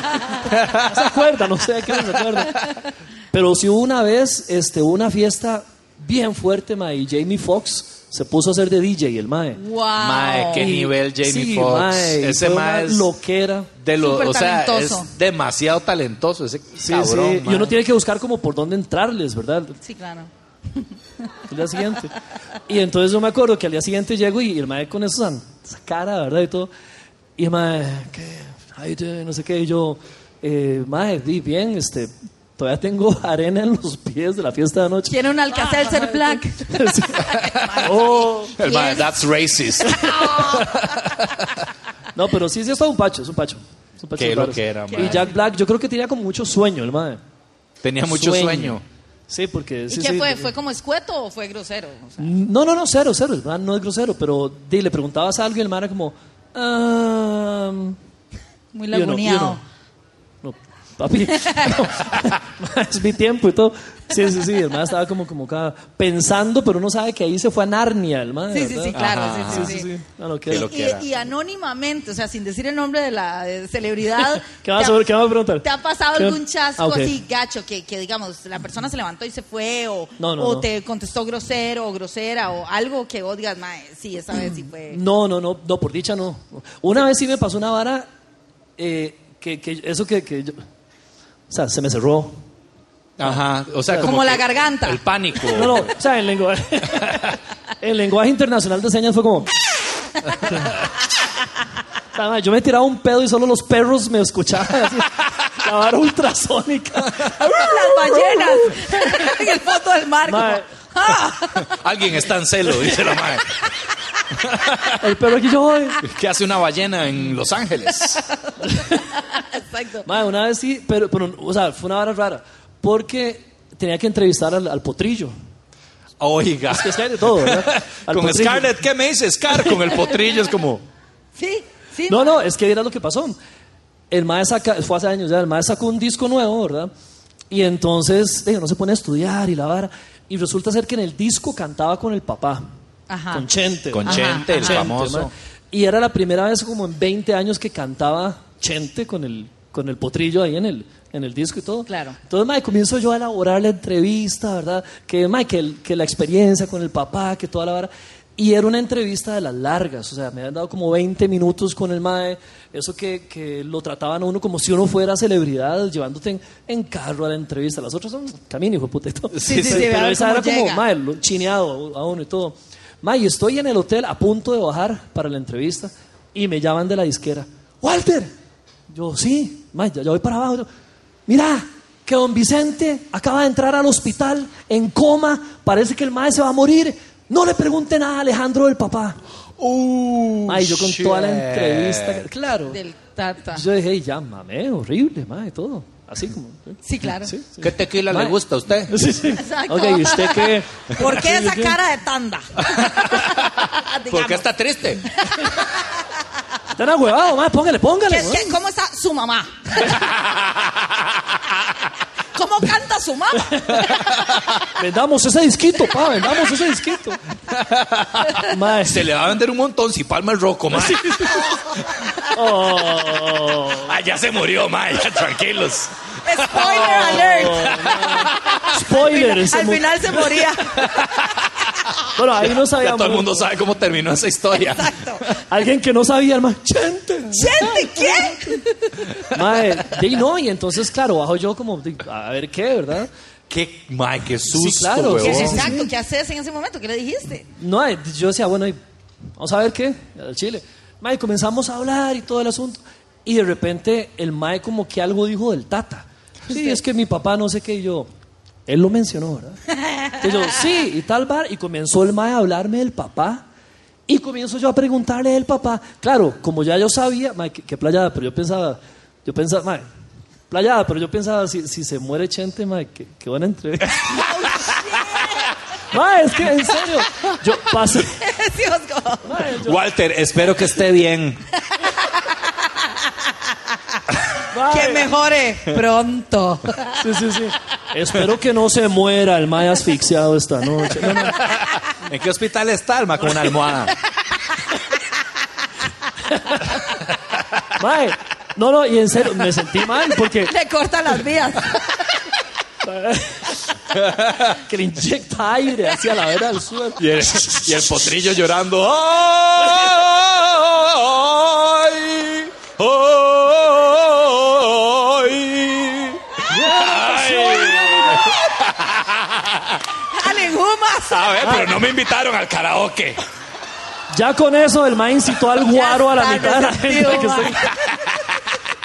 D: No se acuerda, no sé de qué no se acuerda. Pero sí hubo una vez este, hubo una fiesta bien fuerte, mae, y Jamie Foxx se puso a ser de DJ, el mae.
B: Wow.
A: Mae, qué
D: Y-
A: nivel Jamie
D: sí,
A: Foxx.
D: mae,
A: Ese
D: fue
A: mae
D: una
A: es
D: loquera.
A: de lo,
B: Súper
A: o sea,
B: talentoso.
A: es demasiado talentoso ese
D: Sí,
A: cabrón.
D: sí. Y
A: mae.
D: uno tiene que buscar como por dónde entrarles, ¿verdad?
B: Sí, claro.
D: El día siguiente. Y entonces yo me acuerdo que al día siguiente llego y el mae con esa, esa cara, ¿verdad? Y todo. Y el mae, ¿qué? How you doing? No sé qué. Y yo, eh, mae, di bien, este, todavía tengo [LAUGHS] arena en los pies de la fiesta de anoche. [LAUGHS]
B: Tiene un Alcacelser Black.
D: Sí.
B: [LAUGHS]
D: Oh.
A: El mae,
B: Yes.
A: that's racist.
D: No, pero sí, sí, es todo un pacho, es un pacho. Es un pacho
A: Qué
D: de raros.
A: loquera, mae.
D: Y Jack Black, yo creo que tenía como mucho sueño el mae.
A: Tenía mucho sueño.
D: Sí, porque...
B: ¿Y
D: sí,
B: qué
D: sí,
B: fue? ¿Fue como escueto o fue grosero? O sea,
D: No, no, no, cero, cero. El man no es grosero, pero di, le preguntabas algo y el man era como. "Ah, mm".
B: muy
D: Y uno, y uno,
B: laguneado.
D: No, papi. [LAUGHS] no, es mi tiempo y todo. Sí, sí, sí. El man estaba como, como acá, pensando, pero uno sabe que ahí se fue a Narnia, el man.
B: Sí, sí, sí,
D: ¿verdad? Ah,
B: claro.
A: Ajá.
B: Sí, sí, sí.
D: No, no,
A: Qué
D: que,
A: loco.
B: Y, y anónimamente, o sea, sin decir el nombre de la eh, celebridad.
D: [LAUGHS] ¿Qué vas
B: te
D: a-
B: ha-
D: qué vas a preguntar?
B: ¿Te ha pasado
D: ¿Qué?
B: algún chasco
D: Ah, ok.
B: así gacho que, que, digamos, la persona se levantó y se fue o,
D: No, no,
B: o
D: no.
B: te contestó grosero o grosera o algo que vos digas, mae, sí, esa vez sí fue.
D: no, no, no, no, por dicha no. Una vez sí me pasó una vara. eh, que, que eso que, que yo. O sea, se me cerró.
A: Ajá. O sea, como,
B: Como la
A: que
B: garganta.
A: El pánico.
D: No, no, o sea, el lenguaje, el lenguaje internacional de señas fue como... O sea, madre, Yo me tiraba un pedo y solo los perros me escuchaban. Así, la vara
B: [LAUGHS]
D: ultrasónica.
B: Las ballenas [LAUGHS] en el foto del mar. como,
D: Mae.
B: "Ah".
A: Alguien está en celo, dice la mae.
D: El perro aquí yo... "Ay".
A: ¿Qué hace una ballena en Los Ángeles?
B: [LAUGHS] Exacto.
D: Madre, una vez sí, pero, pero, o sea, fue una vara rara. Porque tenía que entrevistar al, al potrillo.
A: [LAUGHS] Oiga.
D: Es que hay de
A: [LAUGHS]
D: todo, ¿verdad? Al
A: Con
D: potrillo.
A: Scarlett, ¿qué me dice Scar? Con el potrillo es como...
B: Sí, sí.
D: No, no, es que era lo que pasó. el mae saca, fue hace años ya, el mae sacó un disco nuevo, ¿verdad? Y entonces, eh, no se pone a estudiar y la vara. Y resulta ser que en el disco cantaba con el papá,
B: Ajá.
D: con Chente.
C: Con
B: Ajá,
C: Chente, el
D: Chente,
C: famoso.
D: mae. Y era la primera vez como en 20 años que cantaba Chente con el, con el potrillo ahí en el, en el disco y todo.
B: Claro.
D: Entonces, mae, comienzo yo a elaborar la entrevista, ¿verdad? Que, mae, que, el- que la experiencia con el papá, que toda la vara. Y era una entrevista de las largas, o sea, me habían dado como 20 minutos con el mae, eso que, que lo trataban a uno como si uno fuera celebridad, llevándote en, en carro a la entrevista. Las otras son camino, hijo de puta, y todo.
B: Sí, sí, sí,
D: Pero
B: vean
D: esa
B: cómo
D: era como,
B: llega.
D: mae, lo- chineado a uno y todo. Ma, y estoy en el hotel a punto de bajar para la entrevista y me llaman de la disquera. ¡Walter! Yo, sí, ma, ya, ya voy para abajo. Yo, Mira, que don Vicente acaba de entrar al hospital en coma. Parece que el mae se va a morir. No le pregunte nada a Alejandro del papá. Ay, yo con toda la entrevista. Claro.
B: Del tata.
D: Yo dije, "Ey, ya mamé, horrible, ma, y todo. Así como.
B: [LAUGHS] Sí, claro.
D: Sí, sí.
C: ¿Qué tequila
D: Mae.
C: le gusta a
D: [LAUGHS]
C: usted?
D: Sí, sí.
B: Exacto.
D: Ok, ¿y usted qué?
B: ¿Por qué
D: Sí,
B: esa
D: sí.
B: cara de
D: [LAUGHS]
B: tanda?
C: ¿Por
B: Digamos.
C: qué está triste?
D: Está una huevado, ma, póngale, póngale.
B: ¿Qué-
D: ma.
B: qué- ¿Cómo está su
D: [LAUGHS]
B: mamá? ¿Cómo canta su mamá?
D: Vendamos ese disquito, pa, vendamos
B: [LAUGHS]
D: ese disquito. Mae,
C: Se le va a vender un montón si palma el roco, [LAUGHS] mae.
D: oh,
C: Ah, ya se murió, mae. Ya, tranquilos.
B: Spoiler alert.
D: Oh. spoiler. se
B: Al
D: mu-
B: final se
D: [LAUGHS]
B: moría.
D: Bueno, ahí no
C: Ya
D: sabíamos.
C: todo el mundo sabe cómo terminó esa historia.
B: Exacto.
D: Alguien que no sabía, el mae, "Chente".
B: Gente, ¿qué?
D: Mae, y no, y entonces, claro, bajo yo como, di- a ver qué, ¿verdad?
C: Qué, mae, qué susto,
D: claro, sí,
C: huevón.
D: sí, sí.
B: Exacto, ¿qué haces en ese momento? ¿Qué le dijiste? [LAUGHS]
D: No, eh, yo decía, bueno, y vamos a ver qué, al Chile. Mae, comenzamos a hablar y todo el asunto. Y de repente el Mae como que algo dijo del tata. Sí, es que mi papá no sé qué, y yo, él lo mencionó, ¿verdad? Y yo, sí, y tal bar. Y comenzó el Mae a hablarme del papá. Y comienzo yo a preguntarle del papá. Claro, como ya yo sabía, Mae, qué, qué playada, pero yo pensaba, yo pensaba, Mae, playada, pero yo pensaba, si, si se muere Chente, Mae, qué, qué buena entrevista. [LAUGHS] Mae, es que en serio, yo pasé...
B: Sí, Oscar.
D: Mae, yo-
C: Walter, espero que esté bien.
D: Mae.
B: Que mejore pronto. [LAUGHS]
D: Sí, sí, sí. Espero que no se muera el Maya asfixiado esta noche. No, no.
C: ¿En qué hospital está Alma con una almohada?
D: Mae, no, no, y en serio, me sentí mal porque
B: Le corta las
D: [LAUGHS]
B: vías.
D: que le inyecta aire hacia la vera del suelo.
C: Y el, y el potrillo llorando. [LAUGHS] ¡Ay! ¡Ay! ¡Ay!
B: ¡Ale, Gumas!
C: A ver, pero no me invitaron al karaoke.
D: Ya con eso, el Mae incitó al guaro a la
B: Ya está,
D: mitad de la gente.
B: resentido,
D: que
B: mae.
D: se-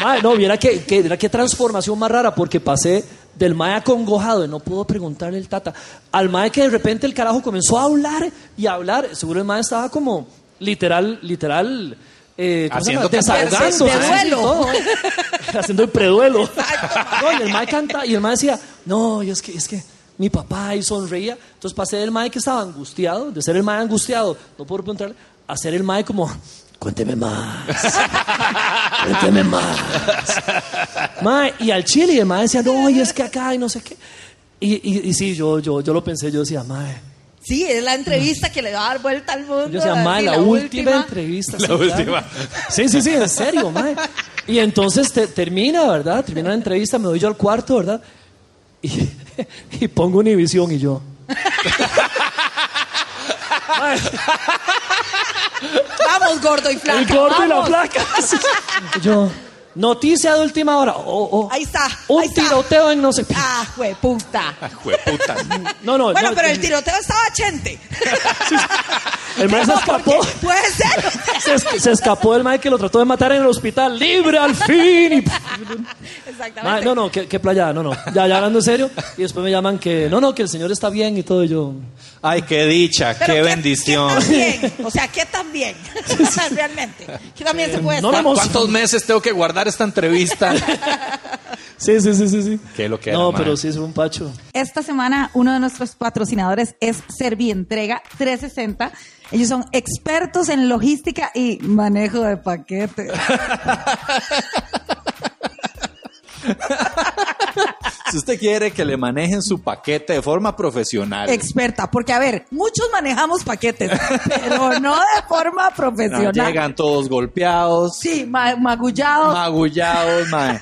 D: Mae, no, viera que, que, viera qué transformación más rara porque pasé del Mae acongojado y no pudo preguntarle el tata al Mae que de repente el carajo comenzó a hablar y a hablar. Seguro el Mae estaba como literal, literal. Eh, ¿cómo se llama?
C: Haciendo catarsis.
D: Desahogando,
B: De
D: mae,
B: duelo.
D: y todo, [LAUGHS] mae. haciendo el preduelo. No, y el mae canta y el mae decía, no, y es que, es que mi papá y sonreía. Entonces pasé del mae que estaba angustiado, de ser el mae angustiado, no puedo preguntarle, a ser el mae como, cuénteme más, cuénteme más. Mae, y al chile, y el mae decía, no, y es que acá y no sé qué. Y, y, y sí, yo, yo, yo lo pensé, yo decía, mae.
B: Sí, es la entrevista que le va a dar vuelta al mundo.
D: Yo decía, mae,
B: así,
D: la, última, entrevista. sí,
C: La
D: claro".
C: última.
D: Sí, sí, sí, en serio, mae. Y entonces te- termina, ¿verdad? Termina la entrevista, me voy yo al cuarto, ¿verdad? Y, [LAUGHS] y pongo Univisión
B: [LAUGHS]
D: y yo. Mae,
B: Vamos, gordo y flaco.
D: el gordo y la
B: vamos.
D: placa. Sí, sí. Yo, noticia de última hora. Oh, oh.
B: Ahí está,
D: Un
B: ahí está.
D: tiroteo en no sé.
B: Ah, jueputa.
C: Jueputa.
D: No, no,
B: Bueno,
D: no,
B: pero el
D: eh,
B: tiroteo estaba chente.
D: El mae
B: [LAUGHS]
D: se
B: No,
D: escapó.
B: porque Puede
D: [LAUGHS]
B: ser.
D: Se, es- se escapó del mae que lo trató de matar en el hospital. ¡Libre al fin! Y-
B: Exactamente.
D: Mae, Ah, no, no, qué, qué playada, no, no. Ya, ya hablando en serio. Y después me llaman que, no, no, que el señor está bien y todo. Y yo,
C: Ay, qué dicha,
B: Pero
C: qué
B: ¿qué-
C: bendición.
B: qué tan bien? O sea, ¿qué tan bien? [LAUGHS] Realmente. ¿Qué tan bien se puede
D: Eh, no
B: estar?
D: lo hemos-
C: ¿Cuántos meses tengo que guardar esta entrevista?
B: [LAUGHS]
D: Sí, sí, sí, sí, sí.
C: Qué lo que era,
D: No,
C: mae.
D: pero sí es un pacho.
F: Esta semana uno de nuestros patrocinadores es Servientrega 360. Ellos son
D: [LAUGHS]
F: expertos en logística y manejo de paquetes.
A: Si usted quiere que le manejen su paquete de forma profesional.
B: Experta, porque a ver, muchos manejamos paquetes, pero no de forma
A: No,
B: profesional.
A: llegan todos golpeados,
B: Sí, ma- magullados.
A: magullados, mae.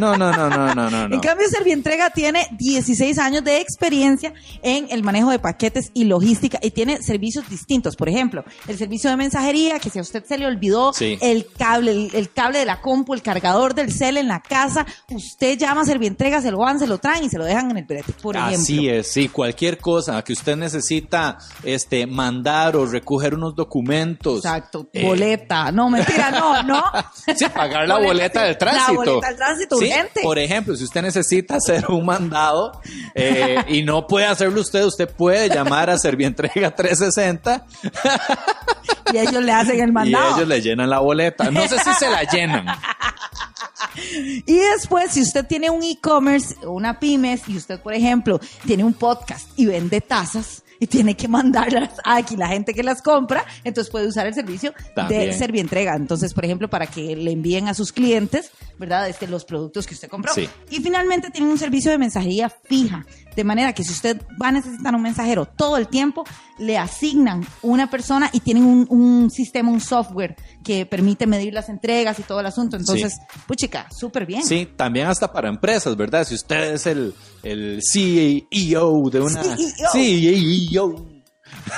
A: No, no, no, no, no, no.
B: En
A: no.
B: cambio, Servientrega tiene 16 años de experiencia en el manejo de paquetes y logística y tiene servicios distintos. Por ejemplo, el servicio de mensajería, que si a usted se le olvidó
A: Sí.
B: el cable, el, el cable de la compu, el cargador del cel en la casa, usted llama a Servientrega, se lo van, se lo traen y se lo dejan en el brete, por ejemplo.
A: Así es, sí, cualquier cosa que usted necesita este, mandar o recoger unos documentos.
B: Exacto,
A: Eh,
B: boleta. No, mentira, no, no.
A: [LAUGHS] Sí, pagar la boleta del tránsito.
B: La boleta del tránsito
A: Sí,
B: urgente.
A: Por ejemplo, si usted necesita hacer un mandado eh, y no puede hacerlo usted, usted puede llamar a Servientrega [LAUGHS] 360
B: Y ellos le hacen el mandado.
A: y ellos le llenan la boleta. No sé si se la llenan.
B: Y después, si usted tiene un e-commerce, una pymes, y usted, por ejemplo, tiene un podcast y vende tazas y tiene que [LAUGHS] mandarlas aquí la gente que las compra, entonces puede usar el servicio de
A: También.
B: Servientrega. Entonces, por ejemplo, para que le envíen a sus clientes, ¿verdad? Este, los productos que usted compró.
A: Sí.
B: Y finalmente tiene un servicio de mensajería fija, de manera que si usted va a necesitar un mensajero todo el tiempo, le asignan una persona y tienen un, un sistema, un software que permite medir las entregas y todo el asunto. Entonces, puchica, súper bien.
A: Sí, también hasta para empresas, ¿verdad? Si usted es el, el CEO de una
B: CEO.
A: CEO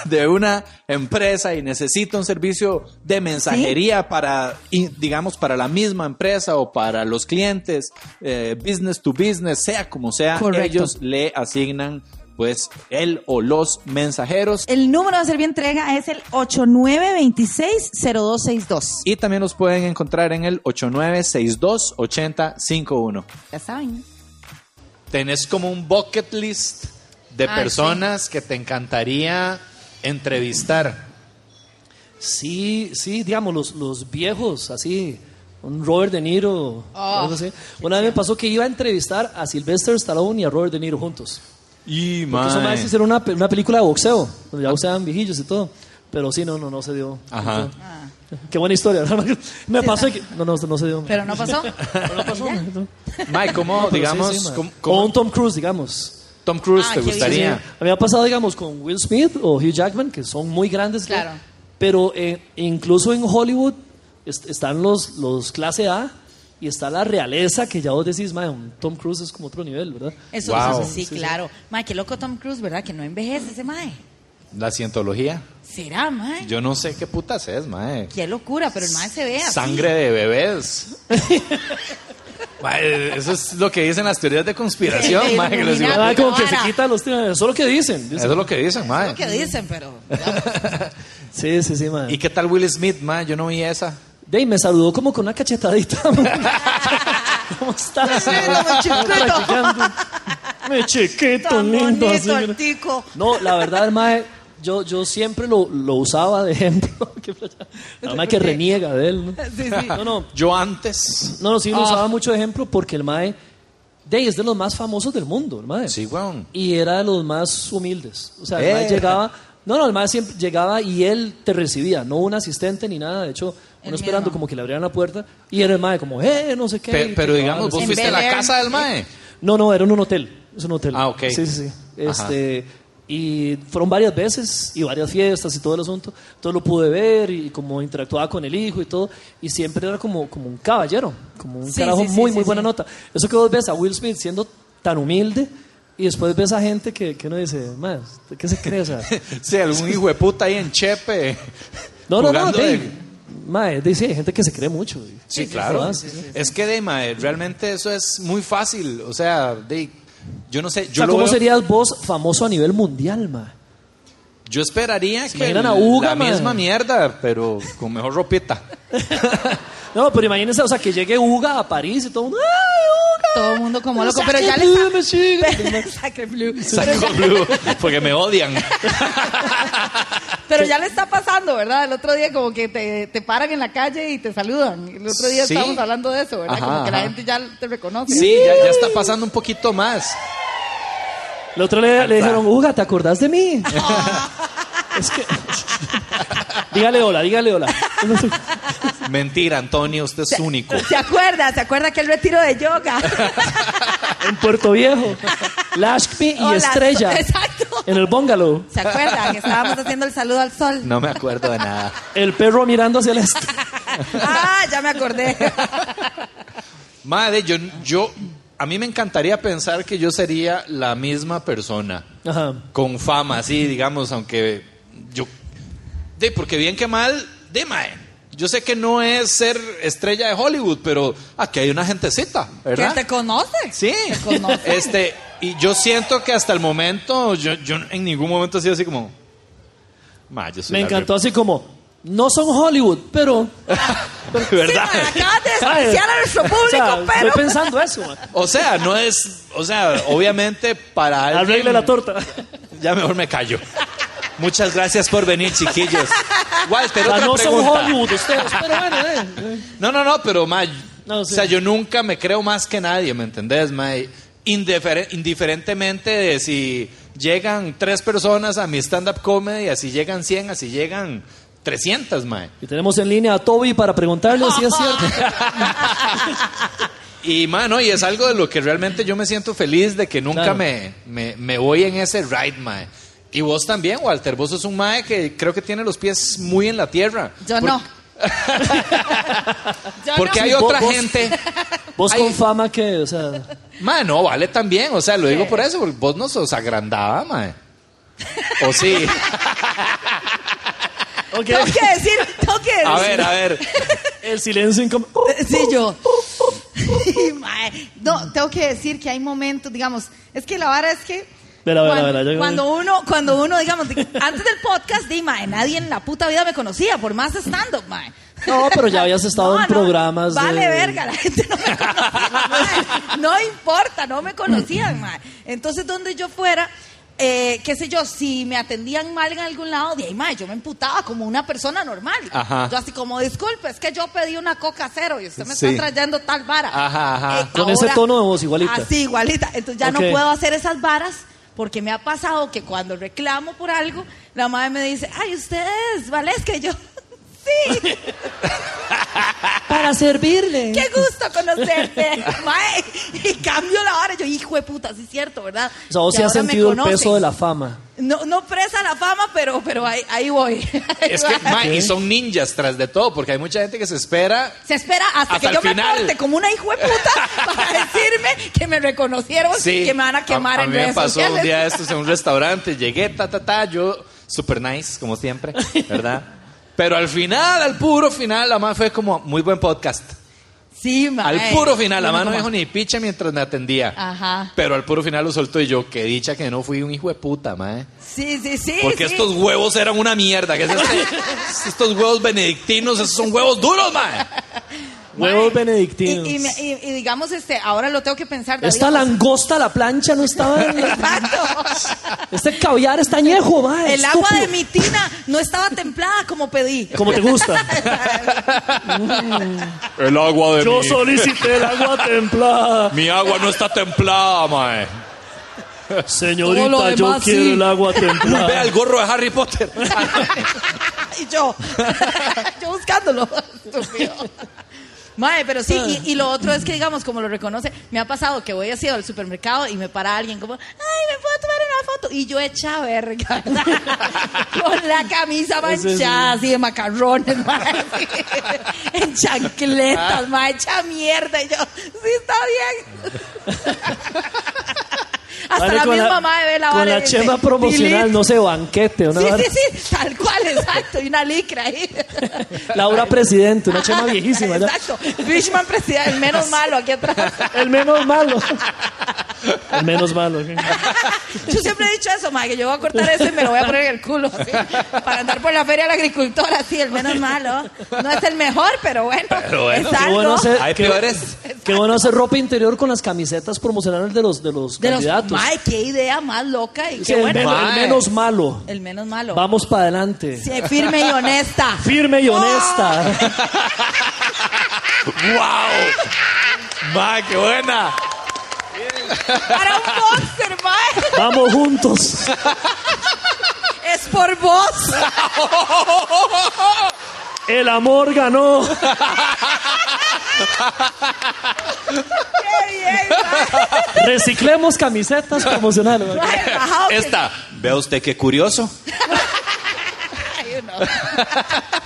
A: de una empresa y necesita un servicio de mensajería para, y, digamos, para la misma empresa o para los clientes, eh, business to business, sea como sea,
B: Correcto.
A: ellos le asignan pues el o los mensajeros.
B: El número de Servientrega es el 8926-0262.
A: Y también los pueden encontrar en el 8962-8051.
B: Ya saben.
A: tenés como un bucket list de
G: Ah,
H: Ay,
A: personas que te encantaría entrevistar.
D: Sí, sí, digamos, los, los viejos, así, un Robert De Niro.
B: Ah.
D: algo así. Una vez me pasó que iba a entrevistar a Sylvester Stallone y a Robert De Niro juntos.
A: Y
D: Porque eso más hicieron una, pe- una película de boxeo, donde ya boxeaban viejillos y todo. Pero sí, no, no, no se dio.
A: Ajá.
D: Qué buena historia. ¿verdad? [LAUGHS] Me pasó que... No, no, no se dio.
G: Pero no pasó.
D: Pero no pasó. no.
A: Mae, ¿cómo,
D: [LAUGHS] No, pero sí,
A: digamos,
D: sí, mae.
A: cómo-
D: O
A: cómo
D: un Tom Cruise, digamos.
A: Tom Cruise
G: Ah,
A: te
G: qué
A: gustaría?
D: Sí, sí. A mí me ha pasado, digamos, con Will Smith o Hugh Jackman, que son muy grandes. ¿no?
G: Claro.
D: Pero eh, incluso en Hollywood est- están los, los clase A y está la realeza, que ya vos decís, "Mae, un Tom Cruise es como otro nivel, ¿verdad?
G: Eso,
A: Wow.
G: eso sí, claro. Mae, qué loco Tom Cruise, ¿verdad? Que no envejece ese mae.
A: La cientología.
G: ¿Será, mae?
A: Yo no sé qué putas es, mae.
G: Qué locura, pero el mae se ve Eh, así.
A: Sangre
G: [LAUGHS]
A: de bebés. Mae, eso es lo que dicen las teorías de conspiración,
G: Sí,
A: mae, que los-
G: Illuminati.
A: Eso
D: Ah,
G: no,
D: como que se
G: ahora.
D: quitan los tíos. Eso es lo que dicen.
A: es
D: dicen.
A: lo que dicen, mae.
G: Lo que dicen, pero...
D: Sí, sí, sí, mae.
A: ¿Y qué tal Will Smith, mae? Yo no vi esa.
D: De ahí me saludó como con una cachetadita. [LAUGHS] mae. ¿Cómo estás? Practicando. Me chiquito,
G: Tan
D: lindo. así,
G: bonito el
D: mira.
G: tico.
D: No, la verdad, mae, yo, yo siempre lo, lo usaba de ejemplo. [LAUGHS] Qué playa. La mae que reniega de él, ¿no?
G: Sí, sí.
D: No, no,
A: Yo antes.
D: no, no, sí lo
G: Ah.
D: usaba mucho de ejemplo porque el mae de ahí es de los más famosos del mundo, el mae.
A: Sí, weón.
D: Y era de los más humildes. O sea, el mae
A: Eh.
D: llegaba... No, no, el mae siempre llegaba y él te recibía, no un asistente ni nada. De hecho, uno esperando como que le abrieran la puerta y era el mae como, eh, no sé qué. y
A: Pe-
D: te
A: pero
D: llevaba
A: digamos,
D: los-
A: vos
G: En
A: fuiste a la
G: Bel Air.
A: casa del mae.
D: no, no, era en un hotel. Es un hotel.
A: Ah, ok.
D: Sí, sí, sí.
A: Ajá.
D: Este, y fueron varias veces y varias fiestas y todo el asunto. Entonces lo pude ver y como interactuaba con el hijo y todo. Y siempre era como, como un caballero, como un
G: Sí,
D: carajo
G: sí, sí,
D: muy,
G: sí,
D: muy buena
G: sí.
D: nota. Eso que vos ves a Will Smith siendo tan humilde y después ves a gente que, que uno dice, más, ¿qué se cree?
A: [LAUGHS]
D: O sea,
A: Sí, algún hijo de puta ahí en Chepe.
D: no, no, no,
A: jugando de-
D: Dave. Mae, Dave, sí, hay gente que se cree mucho. y-
A: Sí, claro.
D: ¿verdad? Sí, sí.
A: Es que, de, mae, realmente eso es muy fácil. O sea, de, yo no sé.
D: O
A: Yo,
D: sea,
A: lo
D: ¿cómo
A: veo-
D: serías vos famoso a nivel mundial, mae?
A: yo esperaría que
D: imaginan a
A: el-
D: Uga,
A: la
D: mae?
A: misma mierda, pero con mejor
D: [LAUGHS]
A: ropita.
D: No, pero imagínense, o sea, que llegue Uga a París y todo el mundo, ¡ay, Uga!
G: Todo el mundo como loco, pero ya le está...
D: le
G: Sacre blue.
A: Saco blue, porque me odian.
G: Pero ya le está pasando, ¿verdad? El otro día como que te, te paran en la calle y te saludan. El otro día
A: Sí.
G: estábamos hablando de eso, ¿verdad?
A: Ajá,
G: como que la
A: ajá.
G: gente ya te reconoce.
A: Sí, ya, ya está pasando un poquito más.
D: El otro le, le dijeron, Uga, ¿te acordás de mí?
G: Ah.
D: es que... dígale hola, dígale hola.
A: Mentira, Antonio, usted es único.
B: ¿Se acuerda? ¿Se acuerda aquel retiro de
G: [LAUGHS]
B: yoga?
D: En Puerto Viejo. Lashmi y
B: Hola,
D: Estrella.
B: exacto.
D: En el bungalow.
B: ¿Se acuerda que estábamos haciendo el saludo al sol?
A: No me acuerdo de nada.
D: El perro mirando hacia
G: [LAUGHS]
D: el este.
B: Ah, ya me acordé.
A: Madre, yo, yo, a mí me encantaría pensar que yo sería la misma persona.
D: Ajá.
A: Con fama, sí, digamos, aunque yo... De, porque bien que mal, de mae. Yo sé que no es ser estrella de Hollywood, pero aquí hay una gentecita,
B: ¿Que
A: ¿verdad?
B: te conoce?
A: Sí.
B: Te conoce.
A: Este, y yo siento que hasta el momento, yo, yo en ningún momento he sido así como... "Ma, yo soy
D: Me
A: la
D: encantó así como. No son Hollywood, pero.
A: re-". [LAUGHS] [LAUGHS] ¿Verdad?
B: Sí, ma, acabas de despreciar a nuestro público,
D: O sea,
B: pero.
D: Estoy pensando eso. man.
A: O sea, no es... O sea, obviamente para alguien...
D: Arregle la torta.
A: Ya mejor me callo. Muchas gracias por venir, chiquillos. Walter,
D: O sea,
A: otra
D: no son
A: pregunta.
D: Hollywood ustedes, pero bueno, eh.
A: No, no, no, pero ma,
D: No, sí.
A: o sea, yo nunca me creo más que nadie, ¿me entendés, ma? Indifer- indiferentemente de si llegan tres personas a mi stand-up comedy, así llegan 100, así llegan 300, ma.
D: Y tenemos en línea a Toby para preguntarle si es cierto.
A: Y, ma, no, y es algo de lo que realmente yo me siento feliz de que nunca
D: Claro.
A: me, me, me voy en ese ride, ma. Y vos también, Walter, vos sos un mae que creo que tiene los pies muy en la tierra.
B: Yo
A: Por-
B: no.
A: [LAUGHS]
B: Yo
A: Porque
B: no.
A: hay
D: Vos-
A: otra
D: vos- [LAUGHS]
A: gente.
D: Vos
A: Ay.
D: con fama que,
B: [LAUGHS]
D: o sea.
A: Ma, no, vale también. O sea, lo digo por eso, porque vos no sos agrandada, ma. O
B: [LAUGHS]
A: sí.
D: Ok.
B: Tengo que decir, tengo que decir.
A: A ver, a ver.
D: [LAUGHS] El
B: [LAUGHS]
D: silencio incómodo. [LAUGHS]
B: Sí, yo. Mae, No, tengo que decir que hay momentos, digamos, es que la vara es que
D: Vela, vela,
B: cuando,
D: vela, yo-
B: cuando uno, cuando uno, digamos, di- antes del podcast, di, mae, nadie en la puta vida me conocía, por más stand up, mae.
D: No, pero ya habías
B: [LAUGHS]
D: estado
B: No, no,
D: en programas. de-
B: Vale, verga, la gente no me conocía. mae. No importa, no me conocían, mae. Entonces, donde yo fuera, eh, qué sé yo, si me atendían mal en algún lado, de ahí, mae, yo me emputaba como una persona normal.
A: Ajá.
B: Yo así como, disculpe, es que yo pedí una coca cero y usted me
A: Sí.
B: está trayendo tal vara. Eh,
A: Ajá, ajá.
D: Con ese tono de voz, igualita.
B: Así, igualita. Entonces, ya
D: Ok.
B: no puedo hacer esas varas. Porque me ha pasado que cuando reclamo por algo, la madre me dice, ay, ustedes, ¿vale? Es que yo, [LAUGHS] sí,
D: Para servirle.
B: ¡Qué gusto conocerte! [LAUGHS] mae. Y cambio la hora. Yo, hijo de puta, sí es cierto, ¿verdad?
D: O sea, vos
B: Y
D: sí has
B: ahora me
D: sentido el
B: conocen.
D: peso de la fama.
B: No, no presa la fama, pero, pero ahí, ahí voy.
A: Es
B: [LAUGHS]
A: que, ma, y son ninjas tras de todo, porque hay mucha gente que se espera.
B: Se espera hasta,
A: Hasta
B: que
A: el
B: yo
A: final.
B: me porte como una hijo de puta [LAUGHS] para decirme que me reconocieron
A: [LAUGHS] Sí.
B: y que me van a quemar
A: a, a
B: en
A: mí me
B: redes
A: pasó
B: sociales.
A: un día de estos en un restaurante. Llegué, ta, ta, ta. Yo, super nice, como siempre, ¿verdad? Pero al final, al puro final, la madre fue como muy buen podcast.
B: Sí, mae.
A: Al puro final, la
B: Bueno,
A: mano no
B: como-
A: dijo ni picha mientras me atendía.
B: Ajá.
A: Pero al puro final lo soltó y yo, qué dicha que no fui un hijo de puta, mae.
B: Sí, sí, sí.
A: Porque
B: sí.
A: estos huevos eran una mierda. ¿Qué es este? estos huevos benedictinos, esos son huevos duros, mae.
D: Huevos
B: Y,
D: benedictinos.
B: y me- y- y digamos, este, ahora lo tengo que pensar. David,
D: Esta langosta a la plancha no estaba
B: [LAUGHS]
D: en la- [LAUGHS]
B: Exacto.
D: Este caviar está añejo, va.
B: Ah, El agua de
D: estúpido.
B: mi tina no estaba templada como pedí.
D: Como
B: [LAUGHS]
D: te gusta.
A: El agua de
D: Yo solicité el agua templada.
A: Mi agua no está templada, mae.
D: Señorita,
B: Todo lo
D: yo
B: demás,
D: quiero
B: sí.
D: el agua
A: Vea
D: templada.
A: el gorro de Harry
B: [LAUGHS]
A: Potter.
B: Y yo, [LAUGHS] yo buscándolo. Estúpido. Mae, pero
D: Ah.
B: sí, y, y lo otro es que, digamos, como lo reconoce, me ha pasado que voy así al supermercado y me para alguien como, ay, ¿me puedo tomar una foto? Y yo hecha verga, [LAUGHS] con la camisa
D: Eso es-
B: manchada, así de macarrones, [LAUGHS] mae, así, en chancletas, mae, hecha mierda. Y yo, sí, está bien. [LAUGHS] Hasta
D: Vale,
B: la
D: con
B: misma mae ve la
D: Con
B: vara y
D: la
B: dice,
D: chema promocional,
B: "Delete".
D: no sé, banquete. Una
B: Sí,
D: vara-
B: sí, sí, tal cual, exacto, y una licra ahí. [LAUGHS]
D: Laura Presidente, una chema viejísima. ya.
B: Exacto. Fishman presidente, el
D: [LAUGHS]
B: menos malo aquí atrás.
D: El menos malo. El menos malo.
B: [LAUGHS] Yo siempre he dicho eso, ma, que yo voy a cortar eso y me lo voy a poner en el culo, así, para andar por la feria del agricultor, así, el menos malo. No es el mejor, pero bueno,
A: Pero bueno.
B: es
D: Qué
B: algo.
D: bueno hacer,
A: Hay
D: qué-
A: peores.
D: Qué bueno hacer ropa interior con las camisetas promocionales de los, de los
B: de los,
D: candidatos.
B: ma, qué idea más loca y
D: Sí,
B: qué
D: el,
B: bueno.
D: men- el
A: Mae.
D: menos malo.
B: El menos malo.
D: Vamos para adelante.
B: Sí, Ah. firme y honesta.
D: Firme y honesta.
A: ¡Wow! ¡Mae, qué buena!
B: Para un boxer, ma.
D: Vamos juntos. [LAUGHS]
B: Es por vos.
D: El amor ganó.
B: ¡Qué bien, mae!
D: Reciclemos camisetas promocionales. mae.
B: Mae, bajado que-
A: Esta. Vea usted qué curioso.
B: Ay, no.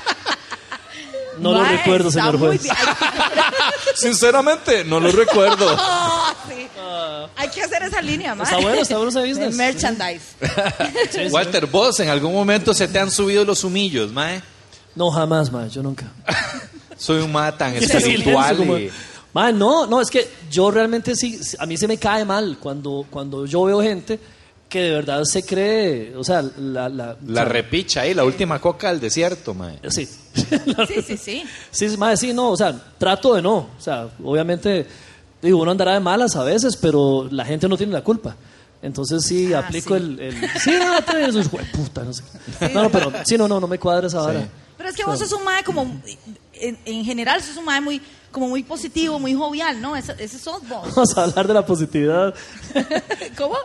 D: No lo
B: Mae,
D: recuerdo,
B: está
D: señor
B: muy
D: juez.
B: bien.
A: [LAUGHS]
D: [LAUGHS]
A: Sinceramente, no lo
B: [LAUGHS]
A: recuerdo.
B: Ah, sí. Hay que hacer esa línea, mae.
D: Está bueno, está bueno ese
B: De
D: business.
B: Merchandise.
A: Walter, vos en algún momento se te han subido los humillos, mae.
D: No, jamás, mae, yo nunca.
A: Soy un mae tan
D: Qué
A: espiritual.
D: silencio, como-
A: y-
D: Mae, no, no, es que yo realmente sí, sí, a mí se me cae mal cuando, cuando yo veo gente que de verdad se cree, o sea, la... La,
A: La repicha ahí, la última coca del desierto, eh. mae.
D: Sí. [LAUGHS]
B: Sí, sí, sí.
D: Sí, sí, mae, sí, no, o sea, trato de no. O sea, obviamente, digo, uno andará de malas a veces, pero la gente no tiene la culpa. Entonces sí,
B: Ah,
D: aplico
B: sí.
D: el, el... Sí, no, te ves, puta, no sé. qué. No, no, pero sí, no, no, no me cuadres ahora.
B: Pero es que vos sos un mae como... En, en general sos un mae muy, como muy positivo, muy jovial, ¿no? Ese, ese sos
D: [LAUGHS]
B: vos.
D: [LAUGHS] Vamos a hablar de la positividad.
B: ¿Cómo?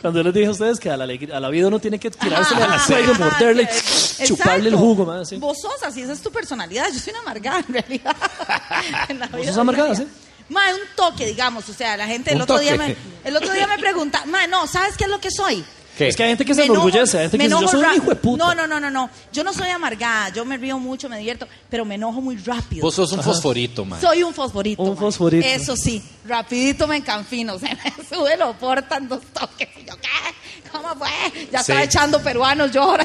D: Cuando yo les dije a ustedes que a la, alegría- a la vida uno tiene que tirársela al
B: Ajá,
D: cuello,
B: ajá,
D: morderle,
B: que-
D: chuparle el
B: Ah, Exacto.
D: jugo, madre. sí.
B: Vos sos así, esa es tu personalidad. Yo soy una amargada, en
D: [LAUGHS]
B: realidad. En la vida
D: sos amargada,
B: diaria. Mae, un toque, digamos. O sea, la gente el
A: Un
B: otro, día
A: toque.
B: me, el otro día me pregunta, mae, no, ¿sabes qué es lo que soy?
A: ¿Qué?
D: Es que hay gente que se
B: Me enojo-
D: enorgullece, hay gente
B: me
D: que dice, yo
B: enojo
D: soy un
B: ra-
D: hijo de puta.
B: No, no, no, no, no. Yo no soy amargada, yo me río mucho, me divierto, pero me enojo muy rápido.
A: Vos sos un fosforito, eh. mae.
B: Soy un fosforito.
D: Un
B: mae.
D: fosforito.
B: Eso sí, rapidito me encanfino, [LAUGHS] se me sube lo portan dos toques. Y yo, ¿qué? ¿Cómo fue? Ya
A: Sí.
B: estaba echando peruanos, yo ahora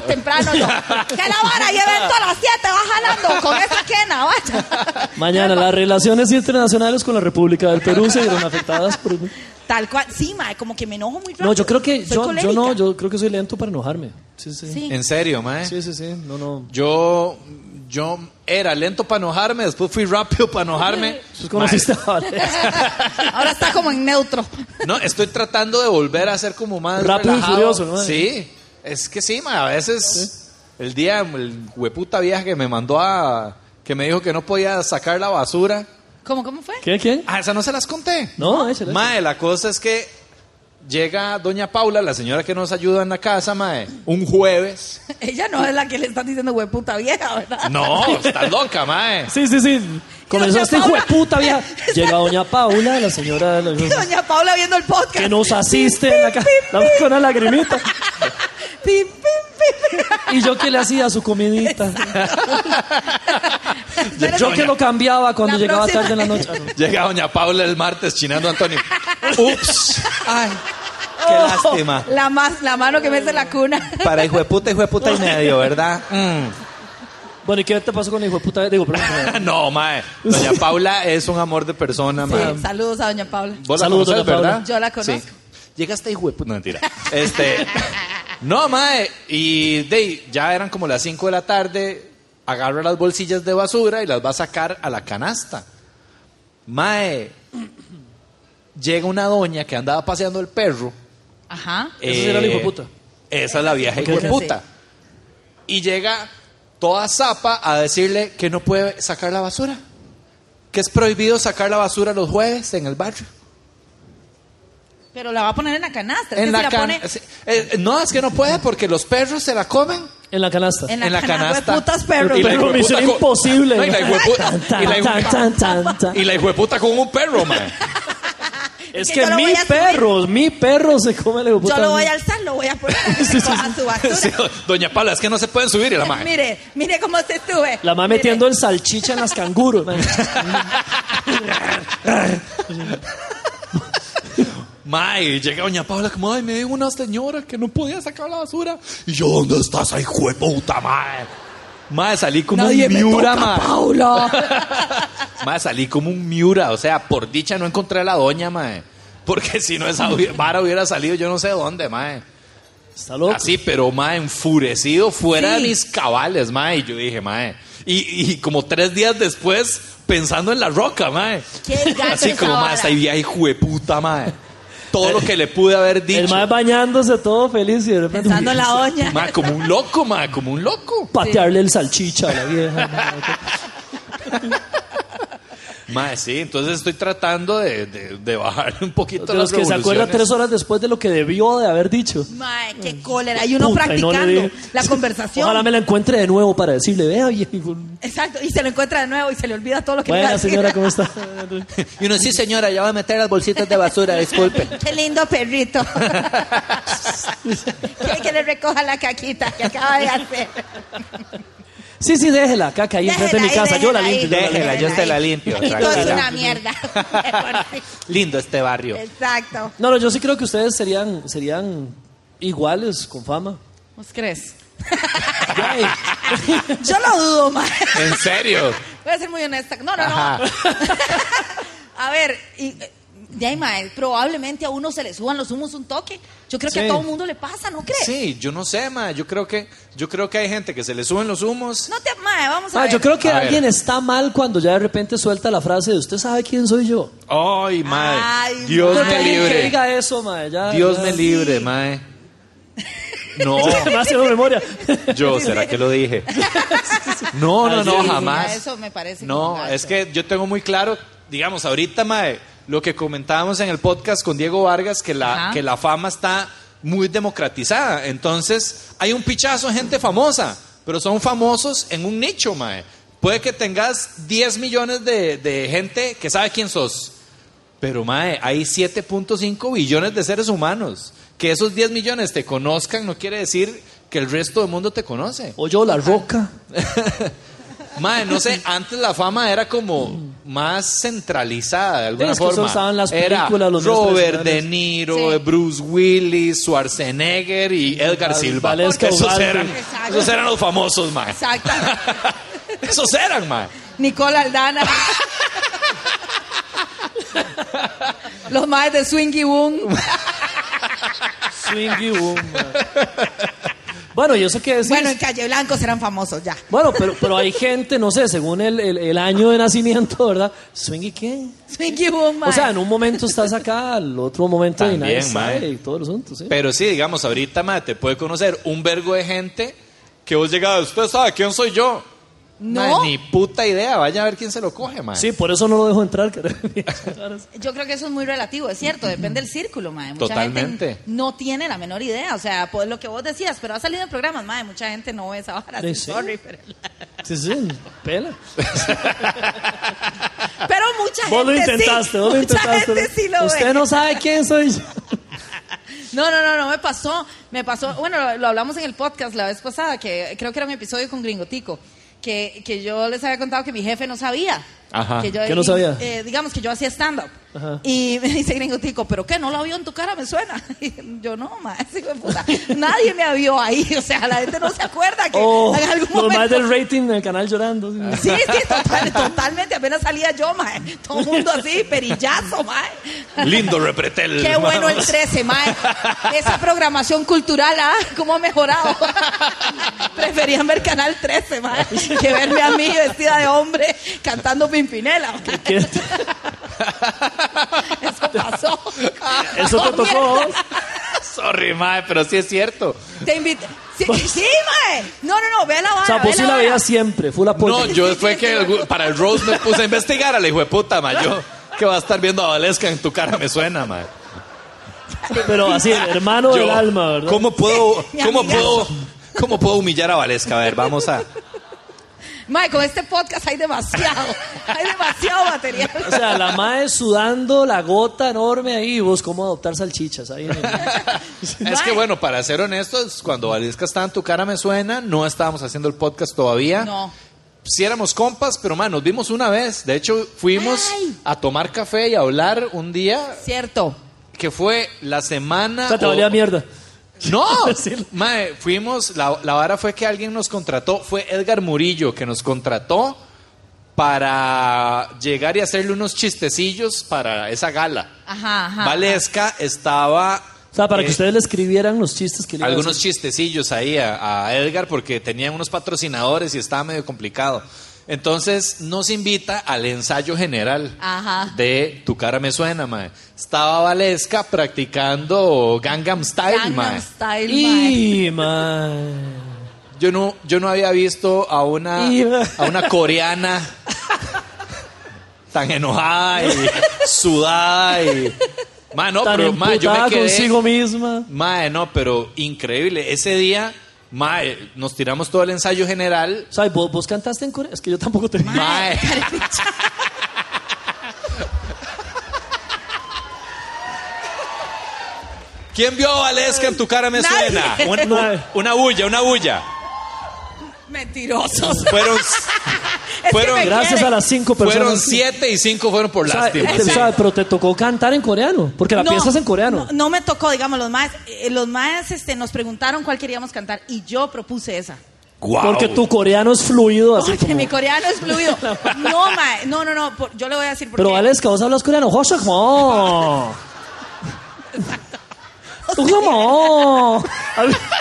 A: [LAUGHS]
B: temprano. Yo, ¿Qué la vara? Y evento a las 7, va jalando con esa
A: [LAUGHS]
B: quena, vaya.
D: Mañana las relaciones internacionales con la República del Perú se vieron afectadas por...
B: Tal cual, sí, mae, como que me enojo muy rápido.
D: No, yo creo
B: Soy
D: que yo, yo no,
B: colérica.
D: yo creo que soy lento para enojarme. Sí, sí.
B: Sí.
A: En serio, mae.
D: Sí, sí, sí. No, no.
A: Yo, yo era lento para enojarme, después fui rápido para enojarme.
D: Pues conociste
B: [LAUGHS]
D: a Valeria.
B: Ahora está como en neutro.
A: No, estoy tratando de volver a ser como más
D: Rápido y
A: relajado.
D: furioso, ¿no?
A: Sí, es que sí, ma, a veces el día, el hueputa vieja que me mandó a... que me dijo que no podía sacar la basura.
B: ¿Cómo, cómo fue?
D: ¿Quién, quién?
A: Ah, esa no se las conté.
D: No, échale.
A: Mae, la cosa es que llega doña Paula, la señora que nos ayuda en la casa, mae, un jueves.
B: [LAUGHS] Ella no es la que le están diciendo hueputa vieja, ¿verdad?
A: No,
D: [LAUGHS]
A: está loca, mae.
D: Sí, sí, sí. Comenzaste,
B: Doña
D: hijo de
B: Paula. [LAUGHS]
D: puta vieja. Llega doña Paula, la señora de la-
B: Doña Paula viendo el podcast.
D: que nos asiste en la casa con una lagrimita.
B: Pim,
D: [LAUGHS]
B: pim, pim.
D: Y yo que le hacía
B: [LAUGHS]
D: su comidita.
B: Pero
D: Yo que lo cambiaba cuando
B: La
D: llegaba
B: próxima-
D: tarde en la
B: [LAUGHS]
D: noche. Ah, no.
A: Llega doña Paula el martes chinando a Antonio. Ups. Ay, qué
D: Oh.
B: Oh.
A: lástima.
B: La, más, la mano que me hace la cuna. [LAUGHS]
A: Para hijo de puta, hijo de puta y medio, ¿verdad? Mm.
D: Bueno, ¿y qué te pasó con el hijo de puta? Digo, perdón.
A: [LAUGHS]
B: [LAUGHS]
A: no, mae. Doña Paula es un amor de persona, mae.
B: Sí, saludos a Doña Paula.
A: Vos la
D: Saludos,
A: conoces,
D: doña Paula.
A: ¿verdad?
B: Yo la conozco.
A: Llega hasta hijo de puta. No, mentira. Este. No, mae. Y de, ahí, ya eran como las 5 de la tarde. Agarra las bolsillas de basura y las va a sacar a la canasta. Mae. Llega una doña que andaba paseando el perro.
B: Ajá.
D: Esa sí era la hijueputa.
A: Eh, Esa es la vieja
B: Ok, ok.
A: hijueputa. Y llega toda zapa a decirle que no puede sacar la basura. Que es prohibido sacar la basura los jueves en el barrio.
B: Pero la va a poner en la canasta. es que
A: En la
B: si
A: can-
B: pone
A: sí, eh, no, es que no puede porque los perros se la comen.
D: En la canasta.
B: en la,
A: en la
B: canasta.
A: canasta.
B: Hueputas perros.
A: Y la
D: Pero
A: hijueputa
D: misión
A: co-
D: imposible.
A: No, y la hijueputa-
D: Tan, tan,
A: y la hijueputa-
D: tan, tan, tan.
A: Y la hijueputa con un perro, man.
D: Es
B: que
D: que
B: yo lo
D: mi
B: voy a subir.
D: perro, mi perro se come el hijo de puta.
B: Yo lo voy a alzar, lo
D: [LAUGHS]
B: voy a poner
D: Sí, sí,
B: a su
A: [LAUGHS]
B: basura.
A: Sí, Doña Paula, es que no se pueden subir y la madre.
B: Mire, mire cómo se sube.
D: La mamá
B: Mire.
D: metiendo el salchicha en las canguros.
B: [LAUGHS]
D: man.
A: Ma, y llega doña Paula como, ay, me dijo una señora que no podía sacar la basura. Y yo, ¿dónde estás, ahí, puta, mae? Mae, salí como
B: Nadie
A: un
B: me
A: miura,
B: toca,
A: mae.
B: Paula.
A: Mae, salí como un miura. O sea, por dicha no encontré a la doña, mae. Porque si no, esa hubi- vara hubiera salido yo no sé dónde, mae.
D: Está loco.
A: Así, pero, mae, enfurecido, fuera
B: Sí.
A: de mis cabales, mae. Y yo dije, mae. Y, y como tres días después, pensando en la roca, mae.
B: Qué
A: [LAUGHS]
B: gato
A: Así
B: esa
A: como, mae,
B: vara.
A: esta vieja hijueputa, mae. Todo lo que le pude haber dicho.
D: El más bañándose todo feliz y de repente
B: Pensando en la
D: [LAUGHS]
B: doña.
A: Ma, como un loco, ma, como un loco.
D: patearle el salchicha a la vieja. man.
A: Mae, sí, entonces estoy tratando de, de, de bajar un poquito
D: De
A: las
D: los que se acuerda
A: revoluciones.
D: tres horas después de lo que debió de haber dicho.
B: Mae, qué cólera. Y uno
D: Puta, y no
B: practicando
D: le dije.
B: la conversación.
D: Ojalá me la encuentre de nuevo para decirle, vea, viejo.
B: Exacto, y se lo encuentra de nuevo y se le olvida todo lo que iba a
D: Buena
B: decir.
D: señora, ¿cómo está?
I: Y uno, sí, señora, ya va a meter las bolsitas de basura, disculpe.
B: [LAUGHS] Qué lindo
D: [LAUGHS]
B: perrito. Quiere que le recoja la caquita que acaba de hacer.
D: Sí, sí, déjela, caca, ahí enfrente de mi
B: Déjela ahí,
D: casa. Yo la
B: déjela
D: limpio.
B: ahí,
D: yo
I: Déjela,
D: la limpio.
I: yo te la limpio,
B: Y todo es
I: tranquila.
B: una mierda. [LAUGHS]
I: Lindo este barrio.
B: Exacto.
D: No, no, yo sí creo que ustedes serían, serían iguales con fama. eh.
B: ¿Vos crees?
D: Ay,
B: [LAUGHS] Yo lo dudo, más.
A: ¿En serio?
B: Voy a ser muy honesta. No, no, no. [LAUGHS] a ver, y, eh, de ahí, mae, probablemente a uno se le suban los humos un toque. Yo creo que a
D: Sí.
B: todo el mundo le pasa, ¿no crees?
A: Sí, yo no sé, mae. Yo creo que yo creo que hay gente que se le suben los humos.
B: No te, mae, vamos a
D: ah,
B: ver.
D: yo creo que
A: A ver.
D: alguien está mal cuando ya de repente suelta la frase de usted sabe quién soy yo.
A: Ay, mae.
B: Ay,
A: Dios
D: Creo que
A: me
D: alguien que
A: libre.
D: diga eso, mae, ya,
A: Dios
D: ya.
A: me
D: [LAUGHS]
A: libre, mae. No,
D: Me hace una memoria. [LAUGHS]
A: yo, ¿será que lo dije? No, no,
B: Sí,
A: no,
B: sí,
A: jamás.
B: a Eso me parece. como
A: No,
B: gacho.
A: es que yo tengo muy claro, digamos, ahorita, Mae, lo que comentábamos en el podcast con Diego Vargas, que la,
B: Ajá.
A: que la fama está muy democratizada. Entonces, hay un pichazo de gente famosa, pero son famosos en un nicho, Mae. Puede que tengas 10 millones de, de gente que sabe quién sos. Pero, Mae, hay 7.5 billones de seres humanos. Que esos 10 millones te conozcan no quiere decir que el resto del mundo te conoce.
D: O yo, la roca.
A: Mae, no sé, antes la fama era como más centralizada de alguna
D: Es que solo
A: forma.
D: estaban las
A: era
D: películas, los medios
A: Robert De
D: tradicionales.
A: Niro,
B: Sí.
A: Bruce Willis, Schwarzenegger y Edgar
D: Val-
A: Silva.
D: Valesca
A: esos,
D: Ubaldo.
A: eran,
B: Exacto.
A: esos eran los famosos, mae.
B: Exacto.
A: esos eran, mae.
B: Nicole Aldana. Los maes de Swingy Boom.
D: [LAUGHS] Swingy boom. mae. Bueno, y eso que decís.
B: Bueno, en Calle Blanco serán famosos ya.
D: Bueno, pero, pero hay gente, no sé, según el, el- el año de nacimiento, ¿verdad? ¿Swingy qué?
B: Swingy Boom, mae.
D: O sea, en un momento estás acá, al otro momento y nadie
A: También, mae.
D: sabe y todo el asunto, sí.
A: Pero sí, digamos, ahorita, mae, te puede conocer un vergo de gente que vos llegas, usted sabe quién soy yo.
B: No.
A: Mae, ni puta idea, vaya a ver quién se lo coge, mae.
D: Sí, por eso no lo dejo entrar. [LAUGHS] carajo.
B: Yo creo que eso es muy relativo, es cierto, depende del círculo, mae. Mucha
A: Totalmente.
B: gente no tiene la menor idea, o sea, pues lo que vos decías, pero ha salido en programas, mae, mucha gente no ve esa vara.
D: Sí,
B: sí,
D: sí.
B: sorry, pero,
D: Sí, sí, pela.
B: pero mucha
D: Vos lo
B: gente
D: intentaste,
B: sí.
D: vos lo
B: mucha
D: intentaste.
B: gente sí lo
D: Usted
B: ve.
D: no sabe quién soy yo.
B: No, no, no, no me pasó. Me pasó, bueno, lo, lo hablamos en el podcast la vez pasada, que creo que era un episodio con Gringotico, que, que yo les había contado que mi jefe no sabía.
A: Ajá.
B: yo-
D: ¿Qué no sabía?
B: eh, digamos que yo hacía stand-up.
D: Ajá.
B: Y me dice Gringotico, ¿pero qué? ¿No lo vio en tu cara? Me suena. [LAUGHS] Y yo, no, ma, ese hijo de puta. Nadie me vio ahí. [LAUGHS] O sea, la gente no se acuerda que
D: Oh,
B: [LAUGHS] en algún
D: los más
B: momento...
D: del rating en el canal llorando. sí.
B: Sí, sí, total- totalmente. Apenas salía yo, ma. Todo el mundo así, perillazo, ma.
A: Lindo repretel.
D: [LAUGHS]
B: Qué
A: mae.
B: bueno
A: [LAUGHS]
B: el 13, mae. Esa programación cultural, ¿ah? ¿Cómo ha mejorado?
D: [LAUGHS]
B: Preferían ver Canal 13, mae, que verme a mí vestida de hombre cantando Pimpinela. mae.
D: ¿Qué?
B: Eso pasó.
D: [LAUGHS] Eso te tocó. a vos.
A: Sorry, mae, pero sí es cierto.
B: Te invité. Sí, sí, mae. No, no, no, ve Ah, la vara.
D: O sea,
B: ve
D: vos sí la
B: vara.
D: veías siempre, full apoyo.
A: No, yo fue que algu- para el Rose me puse a investigar a la hijo de puta, ma. Yo que va a estar viendo a Valesca en tu cara me suena, ma.
D: Pero así, el hermano
A: Yo,
D: del alma, ¿verdad?
A: ¿Cómo
D: [LAUGHS]
A: puedo,
B: Mi
A: cómo
B: amigazo.
A: puedo, cómo puedo humillar a Valesca? A ver, vamos a.
B: Mae, con este podcast hay
D: [LAUGHS]
B: demasiado. Hay demasiado material.
D: O sea, la madre sudando la gota enorme ahí, vos cómo adoptar salchichas ahí.
A: Es que bueno, para ser honestos, cuando Valesca estaba en tu cara me suena, no estábamos haciendo el podcast todavía.
B: No.
A: Si éramos compas, pero man, nos vimos una vez. De hecho, fuimos
B: Ay.
A: a tomar café y a hablar un día
B: Cierto.
A: que fue la semana.
D: O sea, te
A: o-
D: valía mierda.
A: Oh. [LAUGHS] No,
D: [LAUGHS] Sí.
A: mae, fuimos, la, la vara fue que alguien nos contrató, fue Edgar Murillo que nos contrató para llegar y hacerle unos chistecillos para esa gala.
B: Ajá, ajá.
A: Valesca estaba...
D: O sea, para
A: eh,
D: que ustedes le escribieran los chistes que le iban a
A: algunos
D: hacer.
A: chistecillos ahí a, a Edgar porque tenían unos patrocinadores y estaba medio complicado. Entonces nos invita al ensayo general
B: Ajá.
A: de Tu cara me suena, mae. Estaba Valesca practicando Gangnam Style, mae.
B: Gangnam Style, mae.
D: Y, mae.
A: Yo no, yo no había visto a una,
D: Iba.
A: a una coreana tan enojada y sudada y... Ma, no,
D: tan
A: pero ma, yo me
D: emputada
A: quedé...
D: consigo misma.
A: Mae, no, pero increíble. Ese día, mae, nos tiramos todo el ensayo general. eh,
D: O sea, ¿vos, vos cantaste en Corea? Es que yo tampoco te... [LAUGHS]
A: Mae. ¿Quién vio a Valesca en tu cara me
B: Nadie.
A: suena? Un- un- Una,
D: Nadie.
A: bulla, una bulla.
B: Mentirosos.
D: [LAUGHS]
A: Fueron, fueron,
B: me
D: Gracias a las cinco personas.
A: fueron siete y cinco fueron por
D: O sea,
A: lástima.
D: te- o
A: sí.
D: sea, pero te tocó cantar en coreano, porque la pieza es en coreano.
B: No, no me tocó, digamos, los más, los más este, nos preguntaron cuál queríamos cantar y yo propuse esa.
A: Guau.
D: Porque tu coreano es fluido, así
B: Porque
D: como...
B: mi coreano es
D: [LAUGHS]
B: fluido. No, ma, no, no, no, por- yo le voy a decir por
D: Pero
B: qué.
D: Valesca, vos hablas coreano. Hoshak, mo.
A: [LAUGHS]
D: ¿Cómo?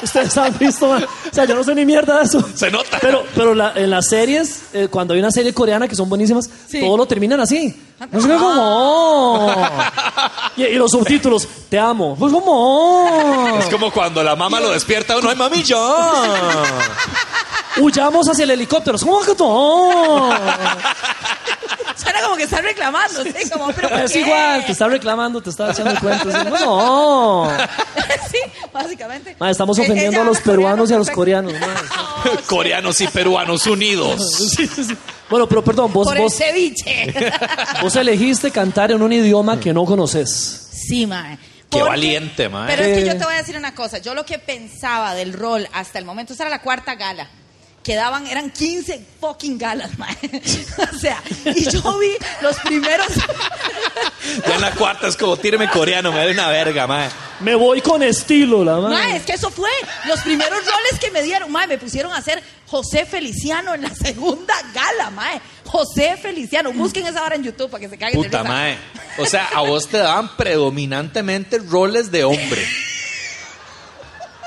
D: Ustedes han visto, man. o sea, yo no sé ni mierda de eso.
A: Se nota.
D: Pero, pero la- en las series, eh, cuando hay una serie coreana que son buenísimas, todo lo terminan así.
A: Ah,
D: No sé qué, ¿cómo? Y, y los subtítulos, te amo. Pues, ¿Cómo?
A: Es como cuando la mamá lo despierta a uno, ¡ay, mami, yo!
D: [LAUGHS] Huyamos hacia el helicóptero. ¿Cómo que todo?
B: Suena como que está reclamando, ¿sí? Como, pero ¿por
D: Es
B: qué? [LAUGHS]
D: igual, te está reclamando, te está echando cuentos. No.
B: sí, básicamente.
D: Ma, estamos
B: Eh,
D: ofendiendo
B: ella
D: a los
B: habla coreano
D: peruanos y a los
B: perfecto.
D: coreanos. ma.
A: [LAUGHS]
B: [LAUGHS]
A: Coreanos y peruanos unidos.
D: Bueno, pero perdón, vos,
B: Por el
D: vos,
B: ceviche.
D: [LAUGHS] vos elegiste cantar en un idioma que no conoces.
B: Sí, mae.
A: Qué
B: Porque-
A: valiente, mae.
B: Pero es que
D: Eh.
B: yo te voy a decir una cosa. Yo lo que pensaba del rol hasta el momento, esa era la cuarta gala. Quedaban, eran 15 fucking galas, mae. [LAUGHS] O sea, y yo vi los primeros.
A: Ya en la cuarta es como, tíreme coreano, me da una verga, mae.
D: Me voy con estilo, la
B: Mae,
D: madre.
B: es que eso fue. Los primeros roles que me dieron, mae, me pusieron a hacer José Feliciano en la segunda gala, mae. José Feliciano. Busquen esa hora en YouTube para que se caguen de
A: Puta
B: risa.
A: mae. O sea, a vos te daban predominantemente roles de hombre.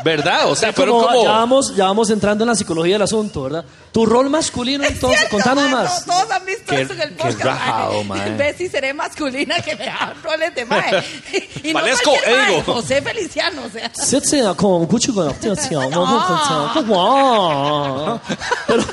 A: ¿Verdad? O sea, pero
D: Como-
A: como.
D: ya, vamos, ya vamos entrando en la psicología del asunto, ¿verdad? Tu rol masculino, entonces,
B: Cierto,
D: contanos
B: mae,
D: más.
B: no, todos han visto
A: Qué-
B: eso en el
A: qué
B: podcast.
A: rajado, mae.
B: Ve si seré masculina que me dan roles de
A: [LAUGHS]
B: mae. Y no
A: Valesco,
B: cualquier mae,
A: Ego.
B: José Feliciano, o sea.
D: Sitze con Gucci con obtención, no con
B: No.
D: con- Wow. Pero,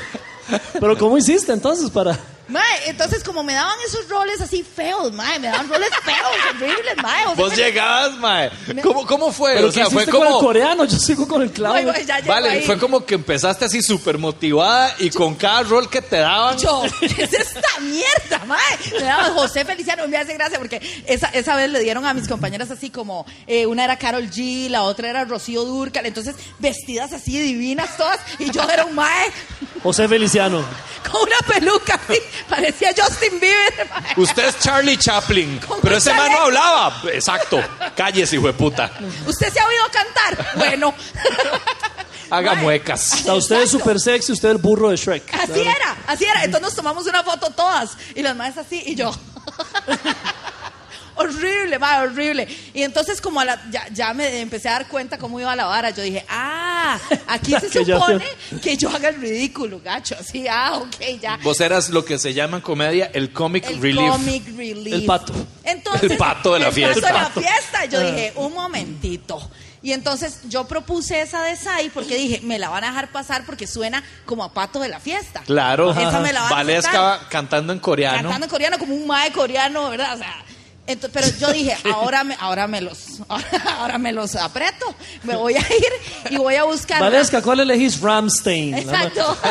D: pero ¿cómo hiciste entonces para...?
B: Mae, entonces como me daban esos roles así feos, mae, me daban roles [LAUGHS] feos, horribles, mae. José
A: Vos
B: Feliciano.
A: llegabas, mae. ¿Cómo, cómo fue?
D: Pero
A: o sea,
D: ¿qué
A: fue
D: hiciste con el
A: como.
D: coreano? Yo sigo con el clavo.
B: Voy, voy, ya llego
A: Vale,
B: ahí.
A: fue como que empezaste así súper motivada y con cada rol que te daban.
B: Yo, ¿qué es esta mierda, mae? Me daba José Feliciano, me hace gracia porque esa, esa vez le dieron a mis compañeras así como, eh, una era Carol G, la otra era Rocío Durcal, entonces vestidas así divinas todas, y yo era un mae
D: José Feliciano.
B: con una peluca [LAUGHS] así, parecía Justin Bieber. mae.
A: Usted es Charlie Chaplin.
B: ¿Cómo
A: Pero ese mae no
B: sale?
A: hablaba. Exacto. Cállese, hijo de puta.
B: ¿Usted se ha oído cantar? Bueno.
A: Haga
B: Mae,
A: muecas.
D: O sea, usted es súper sexy, usted es el burro de Shrek.
B: Así era, así era. Entonces nos tomamos una foto todas y las madres así y yo. [LAUGHS] horrible, va, horrible. Y entonces como a la- ya, ya me empecé a dar cuenta cómo iba la vara, yo dije, ah, aquí se
D: Que ya
B: supone que yo haga el ridículo, gacho. Así, ah, ok, ya.
A: Vos eras lo que se llama en comedia el comic
B: El
A: relief.
B: comic relief.
D: El pato.
B: Entonces,
A: El pato de la
B: El
A: fiesta. Ah.
B: pato de la fiesta. Yo dije, un momentito. Y entonces yo propuse esa de Sai porque dije, me la van a dejar pasar porque suena como a pato de la fiesta.
A: Claro.
B: Esa me la van a aceptar.
A: Valesca cantando en coreano.
B: Cantando en coreano como un mae coreano, ¿verdad? O sea, ento- pero
A: [LAUGHS]
B: yo dije, ahora me, ahora me los, [LAUGHS] ahora, ahora me los aprieto, me voy a ir y voy a buscar.
D: Valesca, ¿cuál elegís? Ramstein. la madre.
B: Exacto. [LAUGHS]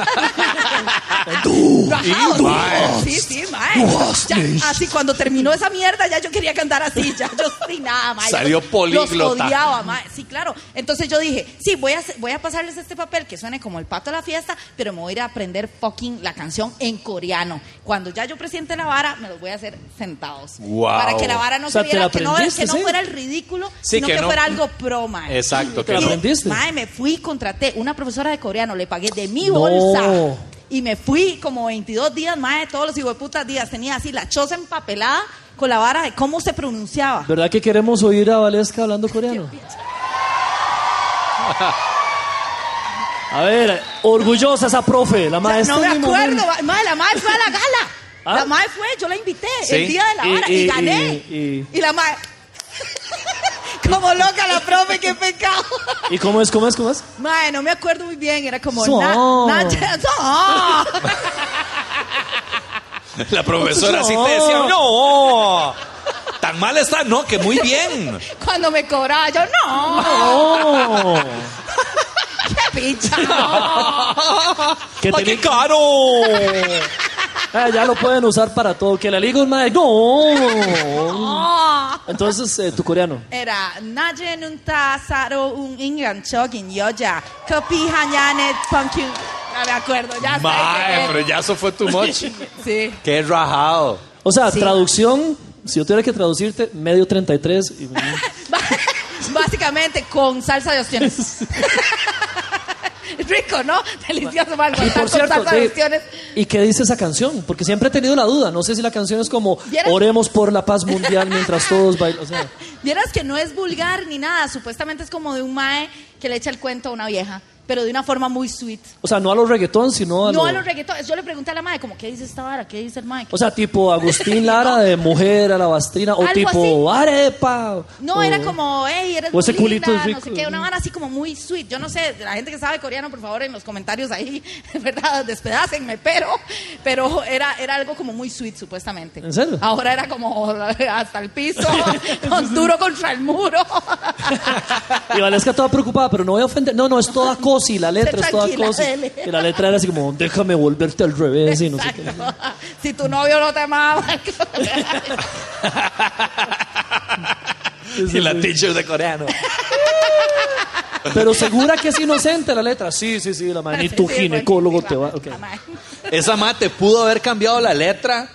B: Rajados. Sí, sí, mae. Ya, Así cuando terminó esa mierda, ya yo quería cantar así, ya yo sí, nada, mae.
A: Salió
B: Yo Los
A: políglota.
B: odiaba, mae. Sí, claro. Entonces yo dije, sí, voy a, hacer- voy a pasarles este papel que suene como el pato a la fiesta, pero me voy a ir a aprender fucking la canción en coreano. Cuando ya yo presiente la vara, me los voy a hacer sentados.
A: Wow.
B: Para que la vara no
D: O sea,
B: se
D: te
B: viera,
D: la
B: que no, que
D: aprendiste,
B: no
D: sí.
B: fuera el ridículo,
A: Sí,
B: sino
A: que
B: que,
A: no-
B: fuera algo pro, mae.
A: Exacto.
D: Te
A: que
D: la
A: no.
D: aprendí. aprendiste?
B: Mae, me fui, contraté una profesora de coreano, le pagué de mi
D: No.
B: bolsa. Y me fui como 22 días, mae, todos los hijueputas días. Tenía así la choza empapelada con la vara de cómo se pronunciaba.
D: ¿Verdad que queremos oír a Valesca hablando coreano? [LAUGHS] A ver, orgullosa esa profe, la
B: O sea,
D: maestra.
B: no me
D: en mi
B: acuerdo,
D: momento.
B: ma- mae, la mae fue a
D: [LAUGHS]
B: la gala.
D: ¿Ah?
B: La mae fue, yo la invité
A: Sí.
B: el día de la
D: Y-
B: vara y,
D: y-
B: gané.
D: y-
B: Y,
D: y-
B: la mae... [LAUGHS] como loca la profe, qué pecado.
D: ¿Y cómo es, cómo es, cómo es? [LAUGHS]
B: Mae, no me [LAUGHS] acuerdo muy bien, era como...
D: So.
B: na- na- so.
A: [LAUGHS] La profesora sí te decía, no, tan mal está, no, que muy bien.
E: Cuando me cobraba, yo no.
D: ¡Oh!
E: ¡Qué picha! no.
D: Que
A: ¡Ay,
D: tenía-
A: qué caro!
D: Ah, ya lo pueden usar para todo. Que la liga es madre. ¡No!
E: Ah.
D: Entonces, eh, tu coreano.
B: Era Nadie nunca saró un enganchogin yoya. Kopi hanyanet pumpkin.
E: No me acuerdo, ya sé.
A: [LAUGHS] Mae, pero
E: que-
A: ya eso fue too much.
E: Sí. [LAUGHS]
A: ¡Qué rajado!
D: O sea, traducción, si yo tuviera que traducirte, medio 33. y-
E: Básicamente con salsa de ostiones. [LAUGHS] Rico, ¿no? Delicioso, mal.
D: Y por
E: con
D: cierto,
E: salsa de
D: de-
E: ostiones.
D: ¿y qué dice esa canción? Porque siempre he tenido la duda. No sé si la canción es como
E: ¿Vieras?
D: Oremos por la paz mundial mientras todos bailan. O sea,
E: Vieras que no es vulgar ni nada. Supuestamente es como de un mae que le echa el cuento a una vieja, pero de una forma muy sweet.
D: o sea, no a los reggaetón, sino a,
E: No
D: lo-
E: a los reggaetones. Yo le pregunté a la madre, como, ¿qué dice esta vara? ¿Qué dice el mae?
D: O sea,
E: [LAUGHS]
D: tipo Agustín Lara de Mujer a la Bastrina. O
E: Algo
D: tipo Arepa.
E: No,
D: o-
E: era como, hey, eres
D: Oh. O ese
E: muy
D: culito
E: linda",
D: es
E: no sé
D: rico.
E: qué, una vara así como muy sweet. Yo no sé, la gente que sabe coreano, por favor, en los comentarios ahí, [LAUGHS] ¿verdad? Despedácenme, pero, pero era, era algo como muy sweet, supuestamente.
D: ¿En serio?
E: Ahora era como hasta el
D: [LAUGHS]
E: piso, [LAUGHS] con duro contra el muro.
D: Y Valesca toda preocupada, pero no voy a ofender. No, no, es toda
E: [LAUGHS]
D: cosi, la letra es toda
E: Tranquila,
D: cosi.
E: dele.
D: Y la letra era así como, déjame volverte al revés y no sé qué.
E: Exacto. Si tu novio no te amaba.
A: [LAUGHS] Y la teacher de coreano.
D: Pero segura que es inocente la letra. Sí, sí, sí, la madre. Ah, Ni tu
E: [LAUGHS] Sí, sí,
D: ginecólogo te va.
E: buenísima,
D: ok.
E: la mae.
A: Esa mae te pudo haber cambiado la letra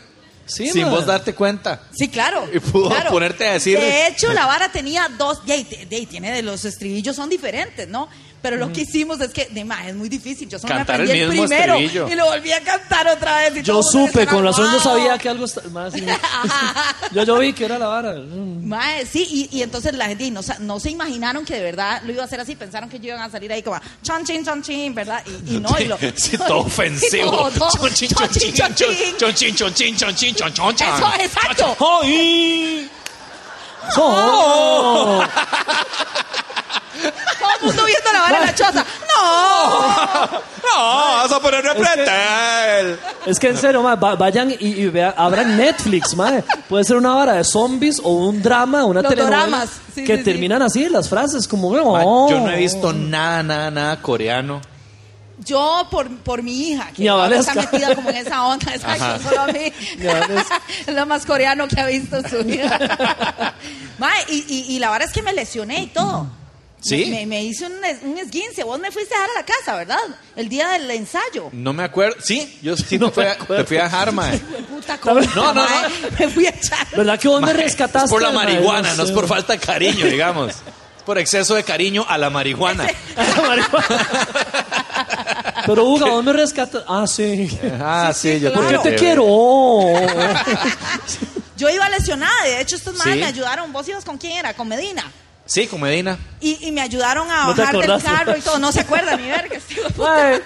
D: Sí,
A: sin
D: mae.
A: vos darte cuenta.
B: Sí, claro.
A: Y pudo
B: claro.
A: ponerte a decir-
B: De hecho, la vara tenía dos. De, ahí- de, ahí tiene de los estribillos, son diferentes, ¿no? Pero lo que hicimos es que, de ma, es muy difícil. Yo solo
A: Cantar
B: me aprendí
A: el
B: el,
A: mismo
B: primero
A: estribillo.
B: y lo volví a cantar otra vez. y todo
D: Yo
B: el mundo
D: supe,
B: decía,
D: con razón yo
B: "Wow".
D: sabía que algo está-
B: [LAUGHS]
D: mae, sí. yo, yo vi que era la vara.
B: Mae, sí, y, y entonces la gente y no, sa- no se imaginaron que de verdad lo iba a hacer así, pensaron que yo iban a salir ahí como chan chin chan chin, ¿verdad? Y, y no, y lo,
A: [LAUGHS] Sí, todo ofensivo.
E: Sí, todo, todo.
A: Chonchin, chonchin,
E: Chonchin,
A: chonchin, chonchin, chonchin, chonchin, chon, chon, chan.
E: Eso, exacto.
A: ¡Ay!
D: Oh.
B: todo el mundo viendo la vara en la choza.
A: ¡No! ¡Vas a poner pretel!
D: Es que en serio, mae, va- vayan y, y vea- abran Netflix, mae. Puede ser una vara de zombies o un drama, una
B: Los
D: telenovela.
B: doramas, sí,
D: que
B: sí, sí.
D: terminan así las frases, como.
A: Mae,
D: oh.
A: Yo no he visto nada, nada, nada coreano.
B: Yo por, por mi hija, que
D: Ni a
B: ahora
D: Valesca.
B: está metida como en esa
A: [LAUGHS]
B: onda, exacto, solo a mí.
D: Ni a Valesca.
B: [LAUGHS] Es lo más coreano que ha visto en
A: [LAUGHS]
B: su vida. Mae, y, y, y la verdad es que me lesioné y todo.
A: ¿Sí?
B: Me, me hice un, es- un esguince. Vos me fuiste a dejar a la casa, ¿verdad? El día del ensayo.
A: No me acuerdo. Sí, yo sí
D: [LAUGHS] No
A: te, fui
D: me
A: a,
D: acuerdo.
A: te fui a dejar, mae.
B: Hijo de Puta
A: No,
B: cosa,
A: no, no.
B: mae. Me fui a echar.
D: ¿Verdad que vos me rescataste?
A: Es por la
D: mae?
A: marihuana, no es
D: sé. [LAUGHS]
A: por falta de cariño, digamos. Es por exceso de cariño a la marihuana. [LAUGHS]
D: La marihuana. Pero Uga, vos me rescatas. Ah, sí.
A: Ah, sí, yo
D: Porque
A: creo
D: te
A: que-
D: quiero.
B: Yo iba lesionada. De hecho, estos madres
A: Sí.
B: me ayudaron. ¿Vos ibas con quién era? Con Medina.
A: Sí, con Medina.
B: Y, y me ayudaron a
D: No te
B: bajar del
D: acordás.
B: carro y todo. No se acuerda ni este ver que estoy
A: [LAUGHS]
D: Mae,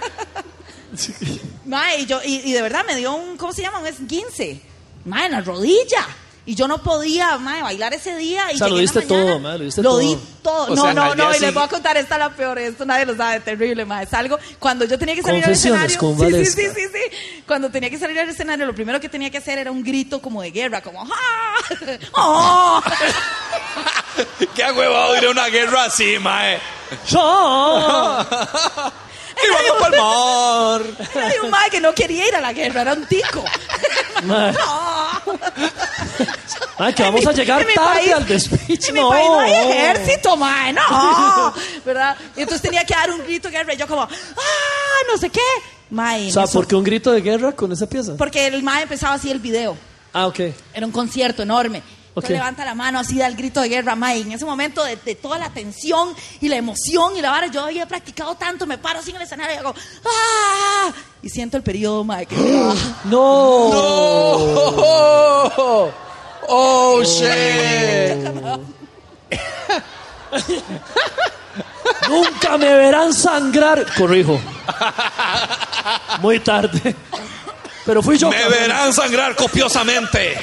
B: Mae, y, yo, y, y de verdad me dio un, ¿cómo se llama? Un esguince. Mae, en la rodilla. Y yo no podía, mae, bailar ese día. Y
D: O sea, lo
B: llegué en la
D: diste
B: mañana,
D: todo, mae, lo diste todo.
B: di todo.
A: O
B: no,
A: sea,
B: no,
A: al día
B: no, y les
A: siguiente-
B: voy a contar, esta la peor, esto nadie lo sabe, terrible, mae. Salgo, cuando yo tenía que salir al
D: Confesiones
B: escenario.
D: con
B: sí, sí,
D: Valesca.
B: sí, sí, sí. Cuando tenía que salir al escenario, lo primero que tenía que hacer era un grito como de guerra, como ¡Ah! [LAUGHS]
D: [LAUGHS]
B: ¡Oh!
A: [LAUGHS] ¿Qué huevado ir a una guerra así,
D: [LAUGHS]
A: mae?
D: yo.
A: [LAUGHS] ¡Y vamos por mar!
B: Era de un mae que no quería ir a la guerra, era un tico. [LAUGHS]
D: Mae,
B: ¡Ah!
D: mae, que vamos
B: [LAUGHS] En
D: a
B: mi-
D: llegar
B: en mi
D: tarde
B: país-
D: al despecho.
B: En mi país no hay ejército, mae,
D: [LAUGHS]
B: no. ¿Verdad? Y entonces tenía que dar un grito de guerra y yo como, ah, no sé qué. Mae,
D: O
B: en
D: sea,
B: eso-
D: ¿por qué un grito de guerra con esa pieza?
B: porque el mae empezaba así el video.
D: Ah, ok.
B: Era un concierto enorme. Entonces
D: Ok.
B: levanta la mano así, da el grito de guerra, mae. Y en ese momento de, de toda la tensión y la emoción y la vara, yo había practicado tanto, me paro así en el escenario y hago, ah, y siento el periodo, mae.
D: [GASPS]
B: que- ah.
D: No.
A: ¡Oh! [LAUGHS] ¡Oh, shit!
D: Nunca me verán sangrar. Corrijo. Muy tarde. Pero fui yo.
A: ¡Me
D: cabrón.
A: verán sangrar copiosamente!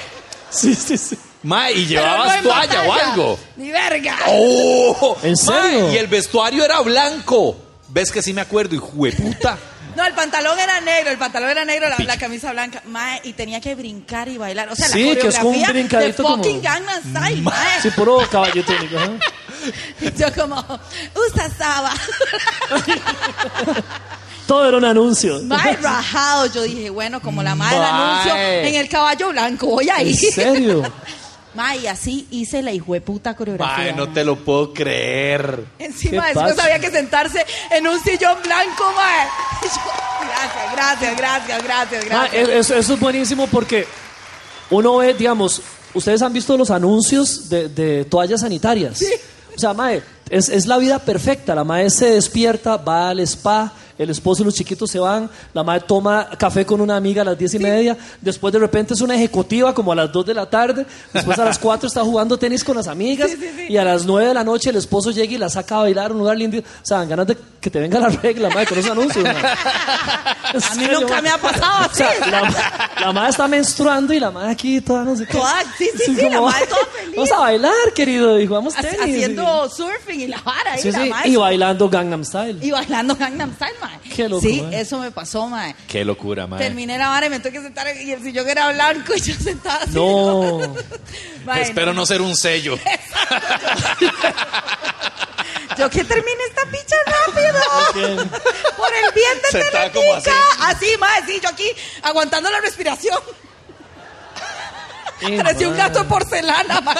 D: Sí, sí, sí.
A: Mae, ¿y
E: Pero no
A: llevabas
E: en
A: toalla o
E: batalla,
A: algo?
E: Ni verga.
A: ¡Oh!
D: ¿En
A: Mae,
B: [LAUGHS]
D: serio?
A: y el vestuario era blanco. ¿Ves que sí me acuerdo, hijo de puta?
B: No, el pantalón era negro, el pantalón era negro, la, la camisa blanca. Mae, y tenía que brincar y bailar. O sea,
D: Sí,
B: la
D: que es como un
B: coreografía de
D: brincadito como-
B: fucking Gangnam Style, mae.
D: Sí, puro caballo técnico. ¿eh? ajá.
B: [LAUGHS] Y Yo como, usa
D: [LAUGHS]
B: saba.
D: Todo era un anuncio.
B: Mae, rajado. Yo dije, bueno, como la madre del
D: Mae.
B: anuncio en el caballo blanco, voy ahí.
D: ¿En serio?
B: [LAUGHS] Mae, y así hice la hijueputa coreografía.
A: Mae, no
B: mae.
A: te lo puedo creer.
B: Encima
D: ¿Qué
B: después
D: pasa?
B: había que sentarse en un sillón blanco, mae. [LAUGHS] Y yo, gracias, gracias, gracias, gracias,
D: Ma,
B: gracias.
D: e- eso, eso es buenísimo porque uno ve, digamos, ustedes han visto los anuncios de, de toallas sanitarias. O sea, mae, es, es la vida perfecta. La mae se despierta, va al spa, el esposo y los chiquitos se van, la mae toma café con una amiga a las diez y media, después de repente es una ejecutiva como a las dos de la tarde,
B: [LAUGHS]
D: después a las cuatro está jugando tenis con las amigas y a las nueve de la noche el esposo llega y la saca a bailar a un lugar lindo. O sea, dan ganas de que te venga la regla, mae, con los anuncios. mae. En
B: A mí
D: serio,
B: nunca
D: mae.
B: me ha pasado
D: O
B: así.
D: sea, la, la madre está menstruando y la madre aquí toda no sé qué.
B: Toda- sí, sí, sí, la madre toda feliz.
D: [LAUGHS] Vamos a bailar, querido, dijo, vamos
B: Ha-
D: tenis.
B: haciendo surfing y la vara ahí,
D: Sí,
B: la
D: sí,
B: mae.
D: y bailando Gangnam Style.
B: Y bailando Gangnam Style, mae.
D: Qué loco,
B: sí,
D: mae.
B: eso me pasó, mae.
C: Qué locura, mae.
B: Terminé la vara y me tuve que sentar en- y el sillón era [LAUGHS] blanco y yo sentada así.
D: No.
B: [LAUGHS] Mae,
A: Espero no ser un
B: [LAUGHS]
A: sello.
B: Yo que termine esta picha rápido. Por el bien de
A: Sentada como
B: Teletica. Así, mae, sí, yo aquí aguantando la respiración. [LAUGHS]
D: Y,
B: Parecía un
D: mae,
B: gato de porcelana, mae.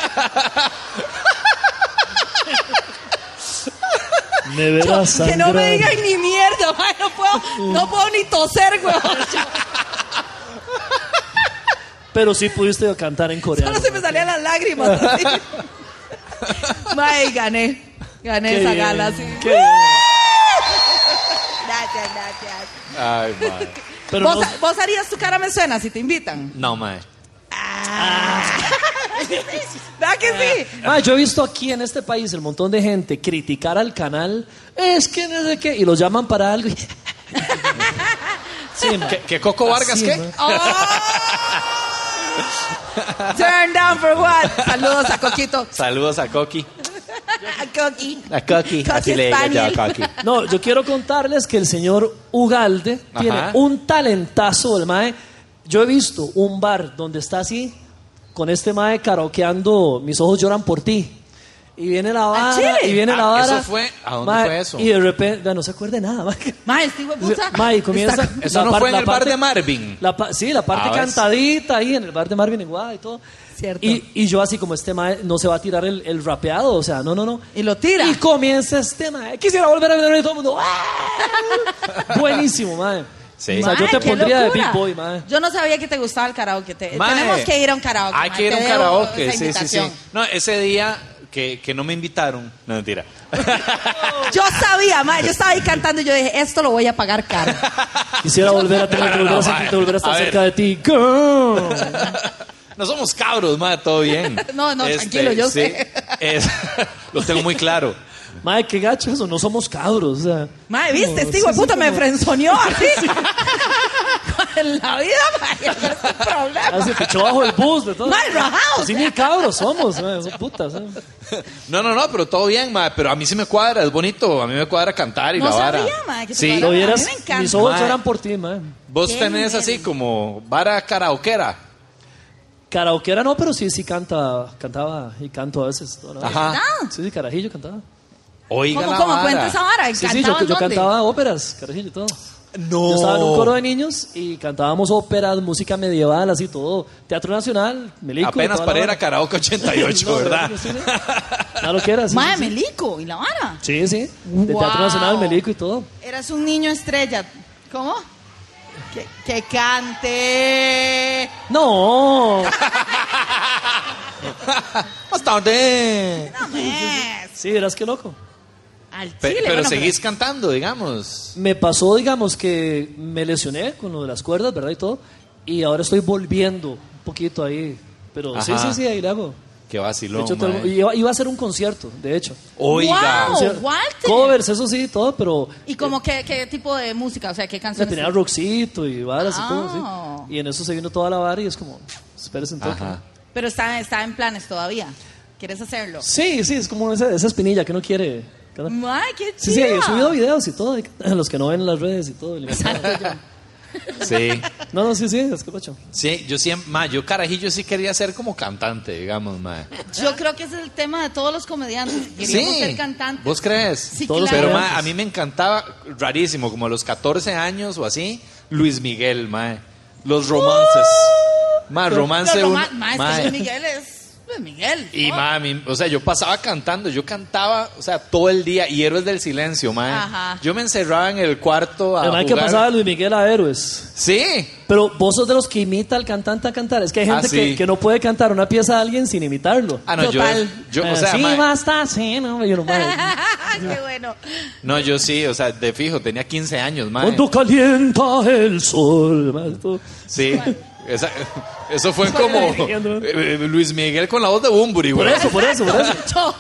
D: nevera
B: Que no me
D: sangrante.
B: digan ni mierda, mae, no puedo, no puedo ni toser,
D: [LAUGHS]
B: weón.
D: Pero sí pudiste cantar en coreano.
B: Solo se me salían las lágrimas.
D: [LAUGHS]
B: Así. Mae, gané. Gané
D: Qué
B: esa
D: bien,
B: gala, sí.
D: qué bien.
B: Gracias, gracias.
C: Ay, mae.
D: Pero
B: ¿Vos,
D: no-
B: vos harías tu cara me suena si te invitan?
C: No, mae.
B: ¿Verdad que sí?
D: Ah, yo he visto aquí en este país el montón de gente criticar al canal. Es que no sé qué. Y los llaman para algo. y- sí, mae.
A: ¿Que, que Coco Vargas
D: Así,
A: qué?
D: mae. Ah.
B: Oh. Turn down for what? Saludos a Coquito.
C: Saludos a Coqui.
B: A Coqui.
C: A Coqui.
B: Coqui
C: Así le digo yo a
B: Spaniel.
C: Coqui.
D: No, yo quiero contarles que el señor Ugalde
C: Ajá.
D: tiene un talentazo el mae. Yo he visto un bar donde está así con este mae karaokeando Mis ojos lloran por ti. Y viene la vara,
B: Chile?
D: y viene la
A: Ah,
D: vara.
A: ¿eso fue? ¿A dónde fue eso?
D: Y de repente, ya no se acuerde nada, mae.
B: Mae, este hijo de puta.
D: Mae, y comienza.
B: Está-
A: ¿Eso
D: la
A: no
D: par-
A: fue en
D: la
A: el bar
D: parte-
A: de Marvin?
D: la pa- sí, la parte
A: Ah, ¿ves?
D: cantadita ahí en el bar de Marvin en Guada y todo.
B: Cierto.
D: Y, y yo así como este mae no se va a tirar el, el rapeado, o sea, no, no, no.
B: Y lo tira.
D: Y comienza este mae. Quisiera volver a ver y todo el mundo.
B: [LAUGHS]
D: ¡ah! Buenísimo, mae.
C: Sí.
D: O sea, yo
B: Mae,
D: te
B: qué
D: pondría de
B: locura.
D: Big Boy, mae.
B: Yo no sabía que te gustaba el karaoke. Te-
A: Mae,
B: Eh, tenemos que ir a un karaoke.
A: eh, Hay
B: mae.
A: que ir a
B: Te
A: un
B: debo
A: karaoke,
B: esa
A: sí, sí, sí.
B: invitación.
A: No, ese día que, que no me invitaron. No, mentira.
B: Yo sabía, mae, yo estaba ahí cantando y yo dije, esto lo voy a pagar caro.
D: Quisiera volver a tener
A: [LAUGHS]
D: que
A: No, no,
D: volver a,
A: no,
D: sentirte,
A: mae.
D: volver a estar
A: A ver.
D: cerca de ti. Girl.
A: No somos cabros, ma, todo bien.
B: [LAUGHS]
A: Este,
B: No, no, tranquilo, yo sé. [LAUGHS]
A: es- [LAUGHS] lo tengo muy claro.
D: Mae, qué gacho eso. No somos cabros. O sea,
B: Mae, viste,
D: No,
B: este hijo de
D: sí, sí,
B: puta me
D: como- [LAUGHS]
B: frenzoneó así. [LAUGHS] en la vida, mae, no es un
D: ah, se
B: problema.
D: pichó bajo el bus de todo.
B: Mae, rajado.
D: Así ni cabros somos, mae. Son putas. eh.
A: No, no, no, pero todo bien, ma, pero a mí sí me cuadra, es bonito, a mí me cuadra cantar y
B: No
A: la vara.
B: sabía, ma, que te
A: sí,
B: cuadra.
D: Lo
B: A mí me
D: vieras,
B: encanta.
D: mis ojos
A: Mae.
D: lloran por ti, mae.
A: vos
B: Qué
A: tenés
B: nivel.
A: así como vara karaoquera.
D: Karaokeera no, pero sí, sí canta, cantaba y canto a veces. toda la
A: Ajá.
D: vida. Sí, sí, carajillo cantaba.
A: Oiga
B: ¿Cómo,
A: la
B: cómo
A: vara.
B: cuenta esa vara?
D: Sí, sí, yo,
B: ¿Cantaban
D: yo
B: dónde?
D: cantaba óperas, carajillo y todo.
A: No.
D: Yo estaba en un coro de niños y cantábamos óperas, música medieval, así todo. Teatro Nacional, Melico.
A: Apenas
D: toda la
A: para ir a
D: vara.
A: karaoke 88,
D: [LAUGHS] No,
A: ¿verdad?
D: sí, sí.
A: [LAUGHS]
D: Nada lo que era, sí,
B: Mae,
D: sí,
B: Melico, ¿y la vara?
D: sí. Sí, sí. De Teatro
B: Wow.
D: Nacional, Melico y todo.
B: Eras un niño estrella. ¿Cómo? Que, que cante.
D: No.
A: Más tarde.
B: No, mes.
D: Sí, verás qué loco.
B: Al
A: Pe-
B: chile.
A: pero
B: bueno,
A: seguís cantando, digamos.
D: Me pasó, digamos, que me lesioné con lo de las cuerdas, ¿verdad? Y todo. Y ahora estoy volviendo un poquito ahí. Pero sí,
A: Ajá.
D: sí, sí, ahí le hago.
A: Qué
D: De
A: vacilón,
D: hecho, todo el
A: mae.
D: mu- iba, iba a ser un concierto, de hecho.
A: Oiga.
B: Wow. Oh, Walter.
D: Covers, eso sí, todo, pero
E: ¿Y como qué, qué tipo de música? O sea, ¿qué
D: la
E: canciones?
D: tenía Roxito y varas y
E: Ah.
D: todo, sí. Y en eso se vino toda la vara y es como, espérese un toque.
A: Ajá.
E: Pero está, está en planes todavía. ¿Quieres hacerlo?
D: Sí, sí, es como esa, esa espinilla que uno quiere canal.
B: Mae, qué chido.
D: Sí, sí, he
B: [LAUGHS]
D: subido videos y [LAUGHS] todo, de- los que no ven las redes y todo.
A: Sí.
D: No, no, sí, sí, es que pacho.
A: Sí, yo siempre, ma, yo carajillo sí quería ser como cantante, digamos, ma.
B: Yo creo que ese es el tema de todos los comediantes. Queríamos
A: Sí.
B: ser cantantes.
A: ¿Vos crees?
B: Sí,
D: Todos los
B: claro.
A: Pero,
D: Pero
A: ma,
D: antes.
A: a mí me encantaba, rarísimo, como a los 14 años o así, Luis Miguel, ma. Los romances. Ma,
B: ¡Oh! Pero
A: romance
B: lo
A: uno-
B: más- mae, es que
A: ma, eh,
B: Luis Miguel es Luis Miguel.
A: Y,
B: Oh. [LAUGHS]
A: ma, a mí- o sea, yo pasaba cantando, yo cantaba, o sea, todo el día, y Héroes del Silencio, ma. eh.
B: Ajá.
A: Yo me encerraba en el cuarto a
D: El man que
A: jugar.
D: pasaba de Luis Miguel a Héroes.
A: Sí,
D: Pero vos sos de los que imita al cantante a cantar. Es que hay
A: Ah,
D: gente
A: sí.
D: que, que no puede cantar una pieza a alguien sin imitarlo.
A: Ah, no, yo-
D: Total.
A: yo, o
D: Eh,
A: sea,
D: sí,
A: mae.
D: basta, sí, no, yo
A: [LAUGHS]
D: no, mae.
B: qué bueno.
A: no, yo sí, o sea, de fijo, tenía 15 años, ma. eh.
D: Cuando calienta el sol. mae, todo.
A: Sí. Esa- eso fue como eh, eh, Luis Miguel con la voz de Bumburi,
D: Por
A: güey.
D: eso, por
A: [LAUGHS]
D: eso, por eso.
B: [LAUGHS] Yo,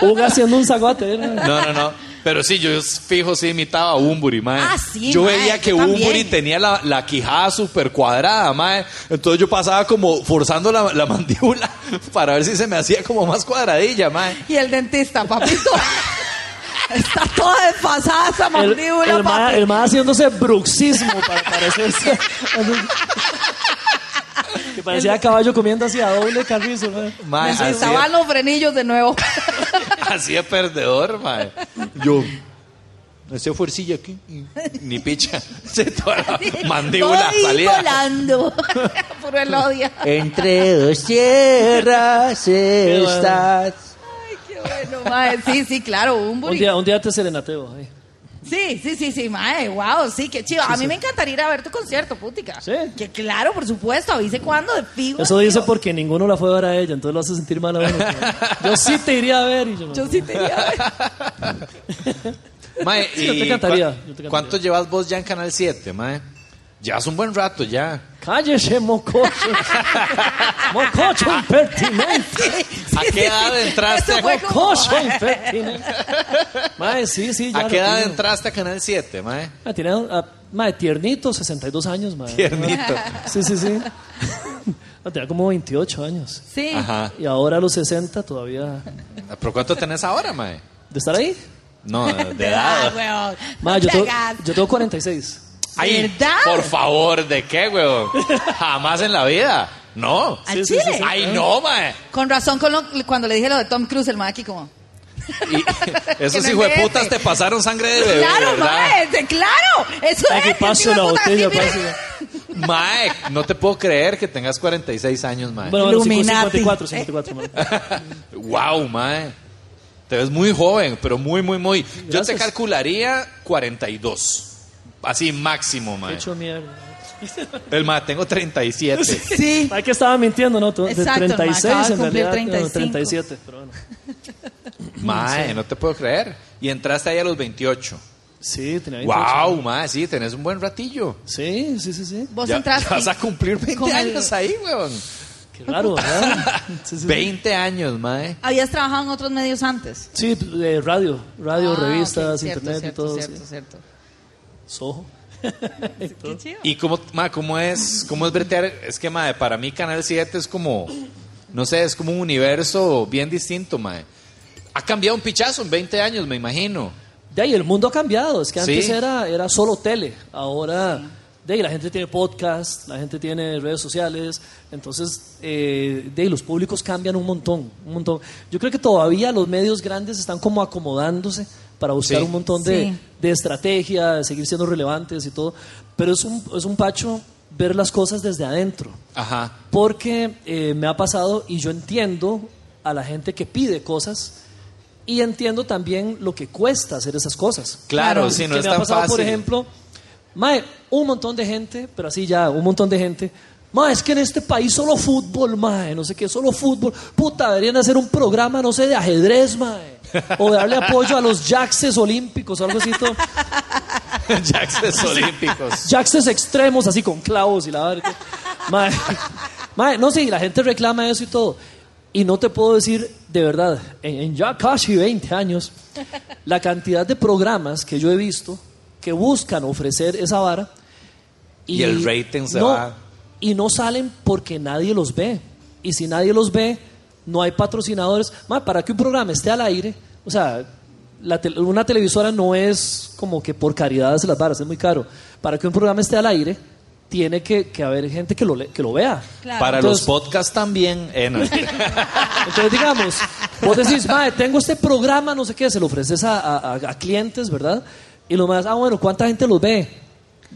D: Hugo haciendo un zaguate. ¿no?
A: No, no, no. Pero sí, yo fijo, sí imitaba a Bumburi, mae.
B: Ah, sí,
A: Yo
B: mae,
A: veía
B: yo
A: que
B: también.
A: Bumburi tenía la, la quijada súper cuadrada, mae. Entonces yo pasaba como forzando la, la mandíbula [LAUGHS] para ver si se me hacía como más cuadradilla, mae.
J: Y el dentista,
B: [LAUGHS]
J: papito. Está toda desfasada esa
D: El,
J: mandíbula,
D: el,
J: papi.
D: ma, el ma haciéndose bruxismo para parecerse. que parecía caballo comiendo así a doble carrizo. ma.
A: Mae, así,
J: Necesitaba los frenillos de nuevo.
A: [LAUGHS] así es perdedor, mae. Yo. Hacía fuercilla aquí. y Ni picha. [LAUGHS] Se toda la [LAUGHS] mandíbula
B: Voy
A: salía.
B: volando.
A: [LAUGHS]
B: [LAUGHS] Puro elodia.
K: Entre dos tierras estás.
B: Qué bueno, mae. Sí, sí, claro, un
D: Un
B: buri.
D: día, un día te serenateo. ay.
B: Sí, sí, sí, sí, mae. Wow, sí, qué chido. A mí me encantaría ir a ver tu concierto, putica.
D: Sí.
B: Que claro, por supuesto. Avise cuándo, de fijo.
D: Eso
B: de
D: dice
B: fijo.
D: porque ninguno la fue a ver a ella, entonces lo hace sentir mal a uno. Yo sí te iría a ver. Y yo, no.
B: Yo sí te iría a ver.
D: [LAUGHS]
A: Mae,
D: Sí, yo te
A: y
D: cantaría,
A: cua-
D: yo te cantaría.
A: ¿Cuánto llevas vos ya en Canal 7, mae? Llevas un buen rato ya.
D: Cállese, mococho. mococho impertinente.
A: ¿A qué edad entraste?
B: Eso
A: a-
B: fue como-
D: Mococho impertinente. Mae, sí, sí. Ya
A: ¿A qué edad
D: retiro.
A: entraste a Canal 7, mae?
D: Ah, tiene ah, mae, tiernito, 62 años, mae.
A: Tiernito.
D: Sí, sí, [LAUGHS] sí. Ah, tenía como 28 años.
B: Sí.
A: Ajá.
D: Y ahora a los 60 todavía...
A: ¿Pero cuánto tenés ahora, mae?
D: ¿De estar ahí?
A: No, de
B: Ah,
A: edad.
B: weón.
D: Mae,
B: No
D: yo,
B: te
D: tengo-
B: hagas.
D: yo tengo 46.
A: Ay,
B: ¿Verdad?
A: Por favor, ¿de qué, weón? Jamás en la vida. No.
B: ¿Al Sí, sí, chile? sí, sí.
A: Ay, no, mae.
B: Con razón, con lo- cuando le dije lo de Tom Cruise, el mae aquí como...
A: Y
B: Que
A: esos
B: no
A: hijos de putas
B: envejece.
A: te pasaron sangre de bebé,
B: Claro,
A: ¿verdad?
B: mae, de- claro. Eso
D: Aquí
B: es.
D: paso
B: el hijo
D: la
B: de puta,
D: botella,
B: así, mira.
D: paso la-
A: Mae, no te puedo creer que tengas 46 años,
D: [LAUGHS]
A: mae.
D: Bueno, bueno, cincu-
J: Illuminati.
D: 54,
B: [LAUGHS]
D: 54, mae.
A: Wow, mae. Te ves muy joven, pero muy, muy, muy. Yo te
D: Gracias.
A: calcularía 42. Así máximo, mae.
D: Hecho mierda.
A: El mae, tengo 37.
J: Sí.
D: Mae, que estaba mintiendo, ¿no? De
B: Exacto, mae,
D: 36
B: acaba de
D: en
B: cumplir
D: realidad.
B: 35.
D: no, 37, pero bueno.
A: mae, no te puedo creer. Y entraste ahí a los 28.
D: Sí, tenía 28.
A: Wow, mae, sí, tenés un buen ratillo.
D: Sí, sí, sí, sí.
B: Vos
A: Ya-
B: entraste.
A: ya [LAUGHS] vas a cumplir 20
B: con el-
A: años ahí, weón.
D: Qué raro, ¿verdad? Sí, sí, sí.
A: 20 años, mae.
B: Habías trabajado en otros medios antes.
D: Sí, de radio, radio,
B: Ah,
D: revistas,
B: ok, cierto,
D: internet
B: cierto,
D: y todo.
B: Cierto,
D: sí.
B: cierto.
D: Soho. [LAUGHS] Todo.
A: ¿Y cómo, ma, cómo es, cómo es bretear? Es que, mae, para mí Canal 7 es como, no sé, es como un universo bien distinto, mae. Ha cambiado un pichazo en 20 años, me imagino.
D: De ahí, el mundo ha cambiado. Es que
A: Sí.
D: antes era, era solo tele. Ahora, de ahí, la gente tiene podcast, la gente tiene redes sociales. Entonces, eh, de ahí, los públicos cambian un montón, un montón. Yo creo que todavía los medios grandes están como acomodándose para buscar
A: Sí.
D: un montón de,
J: Sí.
D: de estrategia, de seguir siendo relevantes y todo. Pero es un, es un pacho ver las cosas desde adentro.
A: Ajá. [LAUGHS]
D: Porque eh, me ha pasado y yo entiendo a la gente que pide cosas y entiendo también lo que cuesta hacer esas cosas.
A: Claro, sí, no
D: que
A: es
D: me
A: tan
D: ha pasado, por
A: fácil.
D: ejemplo, mae, un montón de gente, pero así ya, un montón de gente. Mae, es que en este país solo fútbol, mae, no sé qué, solo fútbol. Puta, deberían hacer un programa, no sé, de ajedrez, mae. O darle apoyo a los Jaxes olímpicos o algo así. todo.
A: Jackses
D: [LAUGHS]
A: olímpicos.
D: Jaxes extremos así con clavos y la verdad. Mae, mae, no, sí, la gente reclama eso y todo. Y no te puedo decir, de verdad, en, en ya casi 20 años, la cantidad de programas que yo he visto que buscan ofrecer esa vara.
A: Y el rating se
D: no,
A: va.
D: Y no salen porque nadie los ve. Y si nadie los ve, no hay patrocinadores. Mae, para que un programa esté al aire, o sea, la tel- una televisora no es como que por caridad hace las varas, es muy caro. Para que un programa esté al aire, tiene que, que haber gente que lo, le- que lo vea.
L: Claro.
A: Para
D: Entonces-
A: los podcasts también. eh,
D: [LAUGHS]
A: no.
D: Entonces, digamos, vos decís, mae, tengo este programa, no sé qué, se lo ofreces a, a- a- a clientes, ¿verdad? Y lo más, ah, bueno, ¿cuánta gente los ve?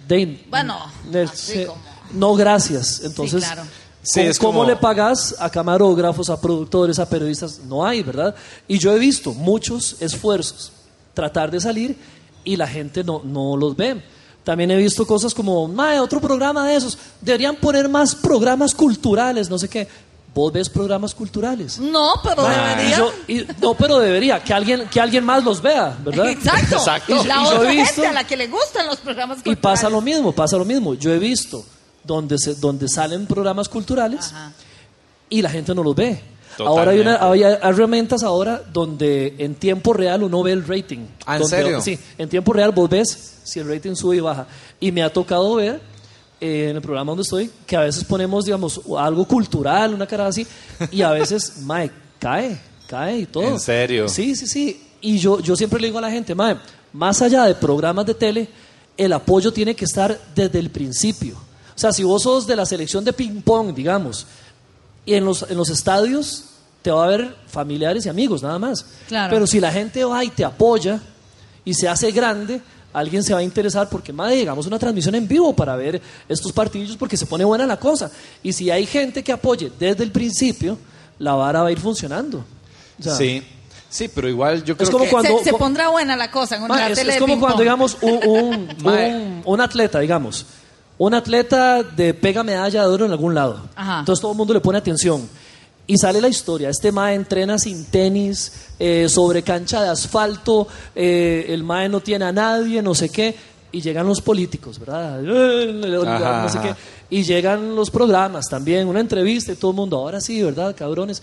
D: De-
B: Bueno,
D: de-
B: así
D: Mm, se-
B: como-
D: No, gracias. Entonces,
B: claro.
A: Sí,
D: ¿cómo,
A: es como-
D: cómo le pagas a camarógrafos, a productores, a periodistas? No hay, ¿verdad? Y yo he visto muchos esfuerzos tratar de salir y la gente no, no los ve. También he visto cosas como, mae, otro programa de esos. Deberían poner más programas culturales, no sé qué. Vos ves programas culturales.
B: No, pero
D: Mae,
B: debería.
D: y yo- y- no, pero debería. Que alguien, que alguien más los vea, ¿verdad?
B: [LAUGHS] Exacto.
A: Exacto.
B: La
D: Y yo he
B: otra
D: visto-
B: gente a la que le gustan los programas
D: Y
B: culturales.
D: pasa lo mismo, pasa lo mismo. Yo he visto donde, se, donde salen programas culturales y la gente no los ve. Ahora hay, una, hay herramientas ahora donde en tiempo real uno ve el rating.
A: Ah, ¿en
D: Donde-
A: serio?
D: Sí, en tiempo real vos ves si el rating sube y baja. Y me ha tocado ver eh, en el programa donde estoy que a veces ponemos, digamos, algo cultural, una cara así, y a veces, [LAUGHS] mae, cae, cae y todo.
A: ¿En serio?
D: Sí, sí, sí. Y yo, yo siempre le digo a la gente, mae, más allá de programas de tele, el apoyo tiene que estar desde el principio. O sea, si vos sos de la selección de ping-pong, digamos, y en los, en los estadios te va a ver familiares y amigos, nada más.
L: Claro.
D: Pero si la gente va y te apoya y se hace grande, alguien se va a interesar porque, madre, digamos una transmisión en vivo para ver estos partidillos porque se pone buena la cosa. Y si hay gente que apoye desde el principio, la vara va a ir funcionando. O sea,
A: Sí, sí, pero igual yo creo
D: como
A: que...
D: cuando-
B: se, se pondrá buena la cosa en una
D: Ma, es,
B: tele
D: es
B: de
D: como
B: ping-pong.
D: cuando, digamos, un,
B: [LAUGHS]
D: un-
A: Mae.
D: un- un atleta, digamos, un atleta de pega medalla de oro en algún lado.
B: Ajá.
D: Entonces todo el mundo le pone atención. Y sale la historia. Este mae entrena sin tenis, eh, sobre cancha de asfalto, eh, el mae no tiene a nadie, no sé qué. Y llegan los políticos, ¿verdad? [LAUGHS] Eh, no
A: Ajá,
D: sé
A: ajá.
D: qué. Y llegan los programas también, una entrevista y todo el mundo, ahora sí, ¿verdad? Cabrones.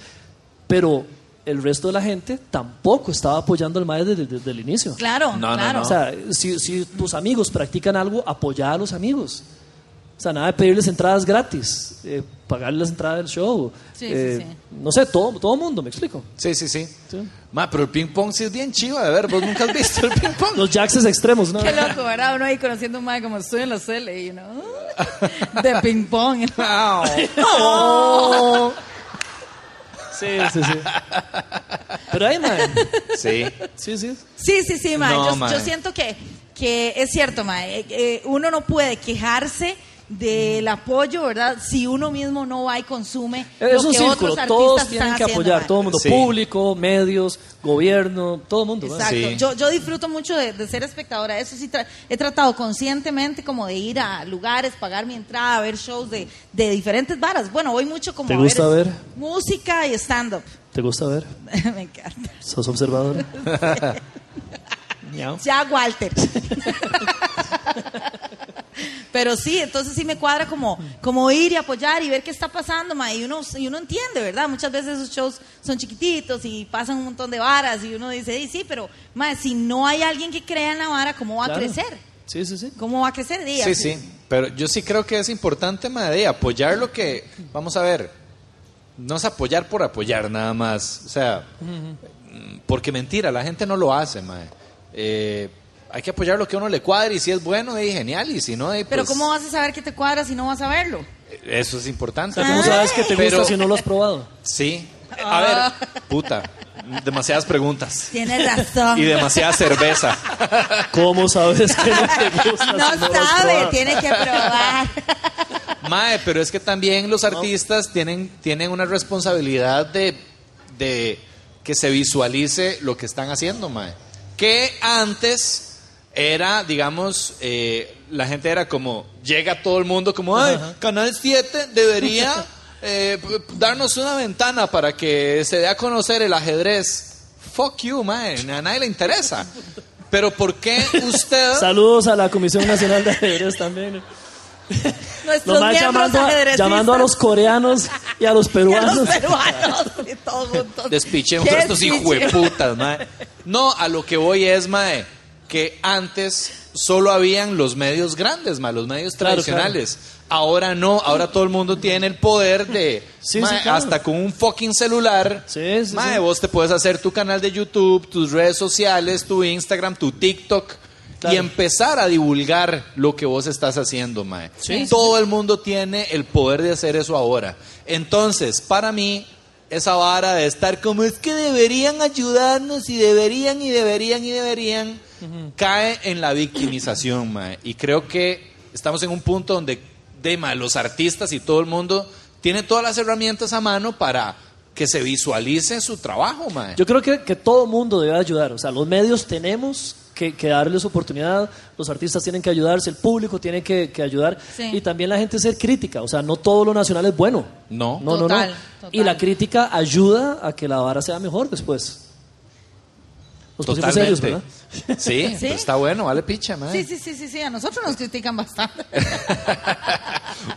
D: Pero el resto de la gente tampoco estaba apoyando al mae desde- desde el inicio.
B: Claro,
A: No, no,
B: claro.
D: O sea, si, si tus amigos practican algo, apoya a los amigos. O sea, nada de pedirles entradas gratis, eh, pagarles las entradas del show.
B: Sí, sí,
D: eh,
B: sí.
D: No sé, todo, todo mundo, me explico.
A: Sí, sí, sí.
D: Sí.
A: Ma, pero el ping-pong sí es bien chiva, de ver, vos nunca has visto el
D: [LAUGHS]
A: ping-pong.
D: Los jaxes extremos, ¿no?
B: Qué loco, ¿verdad? Uno ahí conociendo a un mae como estoy en la tele, y ¿no? De ping-pong. [LAUGHS]
D: [LAUGHS] Sí, sí, sí. Pero ahí, man.
A: Sí.
D: Sí, sí.
B: Sí, sí, sí, mae.
A: No,
B: yo,
A: mae.
B: yo siento que, que es cierto, mae. Eh, eh, uno no puede quejarse del apoyo, ¿verdad? Si uno mismo no va y consume
D: Es
B: lo
D: un
B: que
D: círculo.
B: otros artistas
D: Todos
B: están
D: tienen que
B: haciendo,
D: apoyar.
B: mae.
D: todo el mundo.
A: Sí.
D: Público, medios, gobierno, todo el mundo. ¿verdad?
B: Exacto.
A: Sí.
B: Yo, yo disfruto mucho de, de ser espectadora. Eso sí, tra- he tratado conscientemente como de ir a lugares, pagar mi entrada, ver shows de, de diferentes varas. Bueno, voy mucho como
D: ¿Te
B: a
D: gusta ver?
B: música y stand-up. [LAUGHS]
D: ¿Te gusta ver?
B: Me encanta.
D: ¿Sos observador?
B: [LAUGHS]
D: Miau.
B: Ya, Walter. [LAUGHS] Pero sí, entonces sí me cuadra como, como ir y apoyar y ver qué está pasando, ma, y uno, y uno entiende, ¿verdad? Muchas veces esos shows son chiquititos y pasan un montón de varas y uno dice, "Ey, sí, pero ma, si no hay alguien que crea en la vara, ¿cómo va
D: Claro.
B: a crecer?
D: Sí, sí, sí.
B: ¿Cómo va a crecer? Di,
A: Sí,
B: así.
A: sí. Pero yo sí creo que es importante, ma, de apoyar lo que. Vamos a ver. No es apoyar por apoyar nada más. O sea, mm, porque mentira, la gente no lo hace, ma. Eh, hay que apoyar lo que a uno le cuadre y si es bueno, es genial. Y si no, eh,
B: Pero
A: pues,
B: ¿cómo vas a saber que te cuadra si no vas a verlo?
A: Eso es importante.
D: O sea, ¿Cómo Ah. sabes que te gusta
A: Pero-
D: si no Ah. lo has probado?
A: Sí. A ver, puta. Demasiadas preguntas. [LAUGHS]
B: Tienes
D: Ah.
B: razón.
A: Y
B: [LAUGHS]
A: demasiada cerveza.
D: [LAUGHS] ¿Cómo sabes que no te gusta?
B: No
D: si lo has
B: sabe,
D: probado?
B: tiene que probar.
A: [LAUGHS]
B: [LAUGHS]
A: Mae, pero es que también los artistas tienen, tienen una responsabilidad de, de que se visualice lo que están haciendo, Mae. Que antes era, digamos, eh, la gente era como, llega todo el mundo como, ay, Canal 7 debería eh, p- p- darnos una ventana para que se dé a conocer el ajedrez. Fuck you, Mae, a nadie le interesa. Pero ¿por qué usted...
D: [LAUGHS] Saludos a la Comisión Nacional de Ajedrez también.
B: Nuestros
D: Los más
B: miembros
D: llamando, a-
B: ajedrecistas
D: llamando a los coreanos
B: y [LAUGHS]
D: y a los
B: a los
D: peruanos.
B: peruanos y todos juntos.
A: Despichemos
B: Qué
A: a estos
B: despiche.
A: hijueputas, mae. No, a lo que voy es, mae, que antes solo habían los medios grandes, mae, los medios
D: Claro,
A: tradicionales. Ahora no, ahora todo el mundo tiene el poder de
D: Sí,
A: mae,
D: sí, claro.
A: hasta con un fucking celular.
D: Sí, sí,
A: mae,
D: sí.
A: vos te puedes hacer tu canal de YouTube, tus redes sociales, tu Instagram, tu TikTok
D: Claro.
A: y empezar a divulgar lo que vos estás haciendo, mae. Todo el mundo tiene el poder de hacer eso ahora. Entonces, para mí esa vara de estar como es que deberían ayudarnos y deberían y deberían y deberían cae en la victimización, mae. Y creo que estamos en un punto donde de mae, los artistas y todo el mundo tiene todas las herramientas a mano para que se visualice su trabajo, mae.
D: Yo creo que, que todo mundo debe ayudar. O sea, los medios tenemos que, que darles oportunidad, los artistas tienen que ayudarse, el público tiene que, que ayudar
E: Sí.
D: y también la gente ser crítica. O sea, no todo lo nacional es bueno.
A: No.
D: No,
E: Total,
D: no, no.
E: total.
D: Y la crítica ayuda a que la vara sea mejor después. Nos pusimos pues serios,
A: Totalmente.
D: ¿verdad?
A: Sí,
E: ¿Sí?
A: pero está bueno, vale picha, mae.
E: Sí, sí, sí, sí, sí, a nosotros nos critican bastante.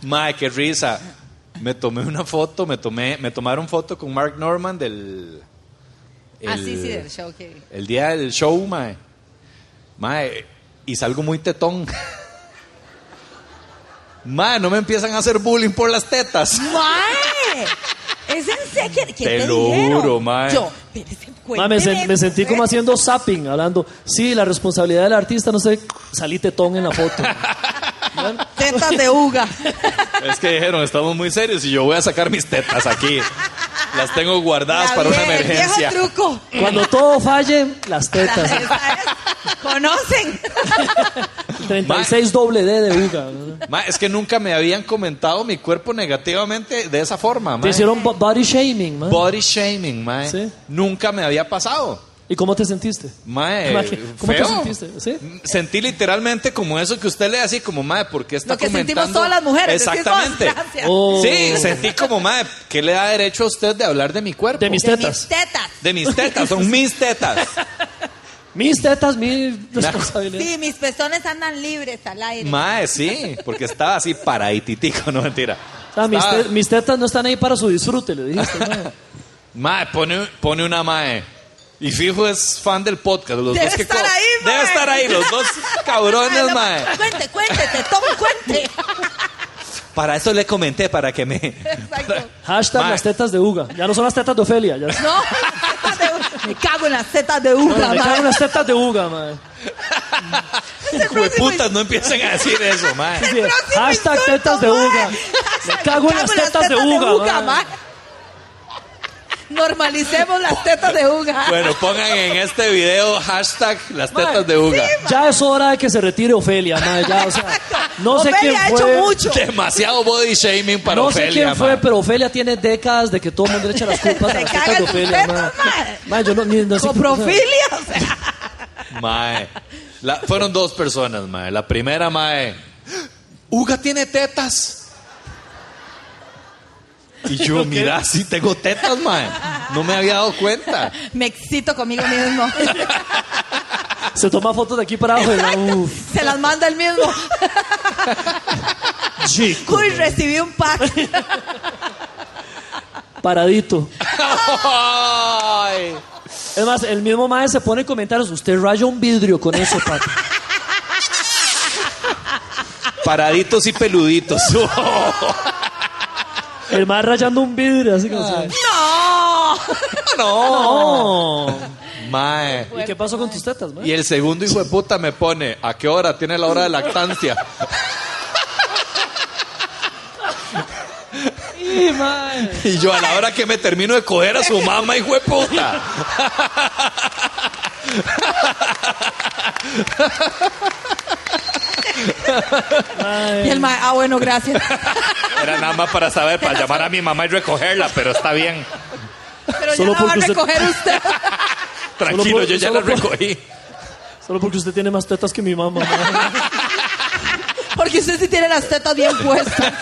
A: Mae, qué risa. Me tomé una foto, me tomé, me tomaron foto con Mark Norman del.
E: Ah, sí, sí, del show que-
A: El día del show, mae. Mae, y salgo muy tetón. Mae, no me empiezan a hacer bullying por las tetas.
B: ¡Mae! Es en serio que que
A: Te
B: te
A: lo
B: dijeron?
A: juro, mae.
B: Yo, pero es que
D: Ma, me, sen-
B: cuénteme,
D: me sentí
B: [LAUGHS]
D: como haciendo zapping, hablando. Sí, la responsabilidad del artista, no sé, salí tetón en la foto. Bueno,
B: Tetas de uga.
A: Es que dijeron, estamos muy serios y yo voy a sacar mis tetas aquí. Las tengo guardadas
B: La
A: para una
B: vie- el
A: emergencia.
B: Viejo truco.
D: cuando todo falle,
B: [LAUGHS]
D: las tetas.
B: Esa es. Conocen.
D: 36 doble D de Uga. ¿no?
A: Mae, es que nunca me habían comentado mi cuerpo negativamente de esa forma,
D: Te
A: mae.
D: hicieron bo- body shaming, man.
A: Body shaming, mae.
D: Sí.
A: Nunca me había pasado.
D: ¿Y cómo te sentiste?
A: Mae,
D: [LAUGHS] Mae, ¿cómo te
A: eh, feo.
D: sentiste? ¿Sí?
A: Sentí literalmente como eso que usted le así como mae, ¿por qué está
B: Lo que sentimos
A: comentando?
B: todas las mujeres, decís vos,
A: Exactamente.
B: gracias.
D: Oh,
A: Sí, sentí como mae, ¿qué le da derecho a usted de hablar de mi cuerpo?
D: De mis
B: Mis
D: tetas.
B: tetas.
A: De mis tetas, son mis tetas.
D: Mis tetas, mi responsabilidad.
B: Sí, mis pezones andan libres al aire.
A: Mae, sí, porque estaba así paraititico, no mentira.
D: Ah, mis,
A: Estaba-
D: te- mis tetas no están ahí para su disfrute, le dijiste. mae.
A: Mae, pone, pone una mae. Y fijo es fan del podcast. Los
B: Debe
A: dos que
B: estar
A: co-
B: ahí, mae.
A: Debe estar ahí, los
B: [LAUGHS]
A: dos cabrones, mae.
B: Ah, Cuente, cuéntete, toma cuente.
A: Para eso le comenté, para que me... [LAUGHS]
B: Exacto.
D: Hashtag
A: Mae.
D: las tetas de Uga. Ya no son las tetas de Ofelia.
B: [LAUGHS]
D: Ya son
B: No, tetas de uga. me cago en las tetas de uga,
D: me
B: mae.
D: cago en las tetas de Uga, man.
A: Jueputas, no empiecen a decir eso, mae.
B: próximo
D: Hashtag
B: insulto,
D: tetas de
B: mae.
D: Uga. Me cago en las tetas de Uga, man.
B: mae. Normalicemos las tetas de uga.
A: Bueno, pongan en este video hashtag las tetas de Uga.
D: Ya es hora de que se retire Ofelia, man. Ya, o sea, no sé
B: Ofelia
D: quién
B: ha hecho
D: fue. [LAUGHS]
B: mucho.
A: Demasiado body shaming para
D: no sé
A: Ofelia,
D: quién fue,
A: mae.
D: pero Ofelia tiene décadas de que todo el mundo le echa las culpas a
B: [LAUGHS] Se
D: las tetas de
B: cagan sus
D: Ofelia.
B: tetas,
D: ma.
B: mae.
D: Ma, yo no, ni- no sé qué-
B: Coprofilia, o sea.
A: Mae. La- fueron dos personas, mae. La primera, mae. Uga tiene tetas. Y yo, mira, sí tengo tetas, mae. No me había dado cuenta.
B: Me excito conmigo mismo. [LAUGHS]
D: Se toma fotos de aquí para abajo y va, uff,
B: Se las manda el mismo.
D: chico,
B: Uy, recibí un
D: [LAUGHS]
B: pack.
D: paradito.
A: [LAUGHS] Ay.
D: Es más, el mismo mae se pone en comentarios, usted raya un vidrio con eso, papi.
A: Paraditos y peluditos. [LAUGHS]
D: El mae rayando un vidrio, así como... así.
A: no.
D: No.
A: Mae.
D: ¿Y qué pasó con tus tetas, mae?
A: Y el segundo hijo de puta me pone, ¿a qué hora tiene la hora de lactancia?
D: Sí, mae.
A: Y yo, a la hora que me termino de coger a su mamá, hijo de puta.
B: Y el mae, ah, bueno, gracias.
A: Era nada más para saber, para llamar a mi mamá y recogerla, pero está bien.
B: Pero
D: Solo
B: ya la va a
D: porque usted-
B: recoger usted.
A: Tranquilo,
D: por-
A: yo ya la
D: solo por-
A: recogí.
D: Solo porque usted tiene más tetas que mi
B: [LAUGHS]
D: mamá. mae.
B: Porque usted sí tiene las tetas bien
D: [LAUGHS]
B: puestas.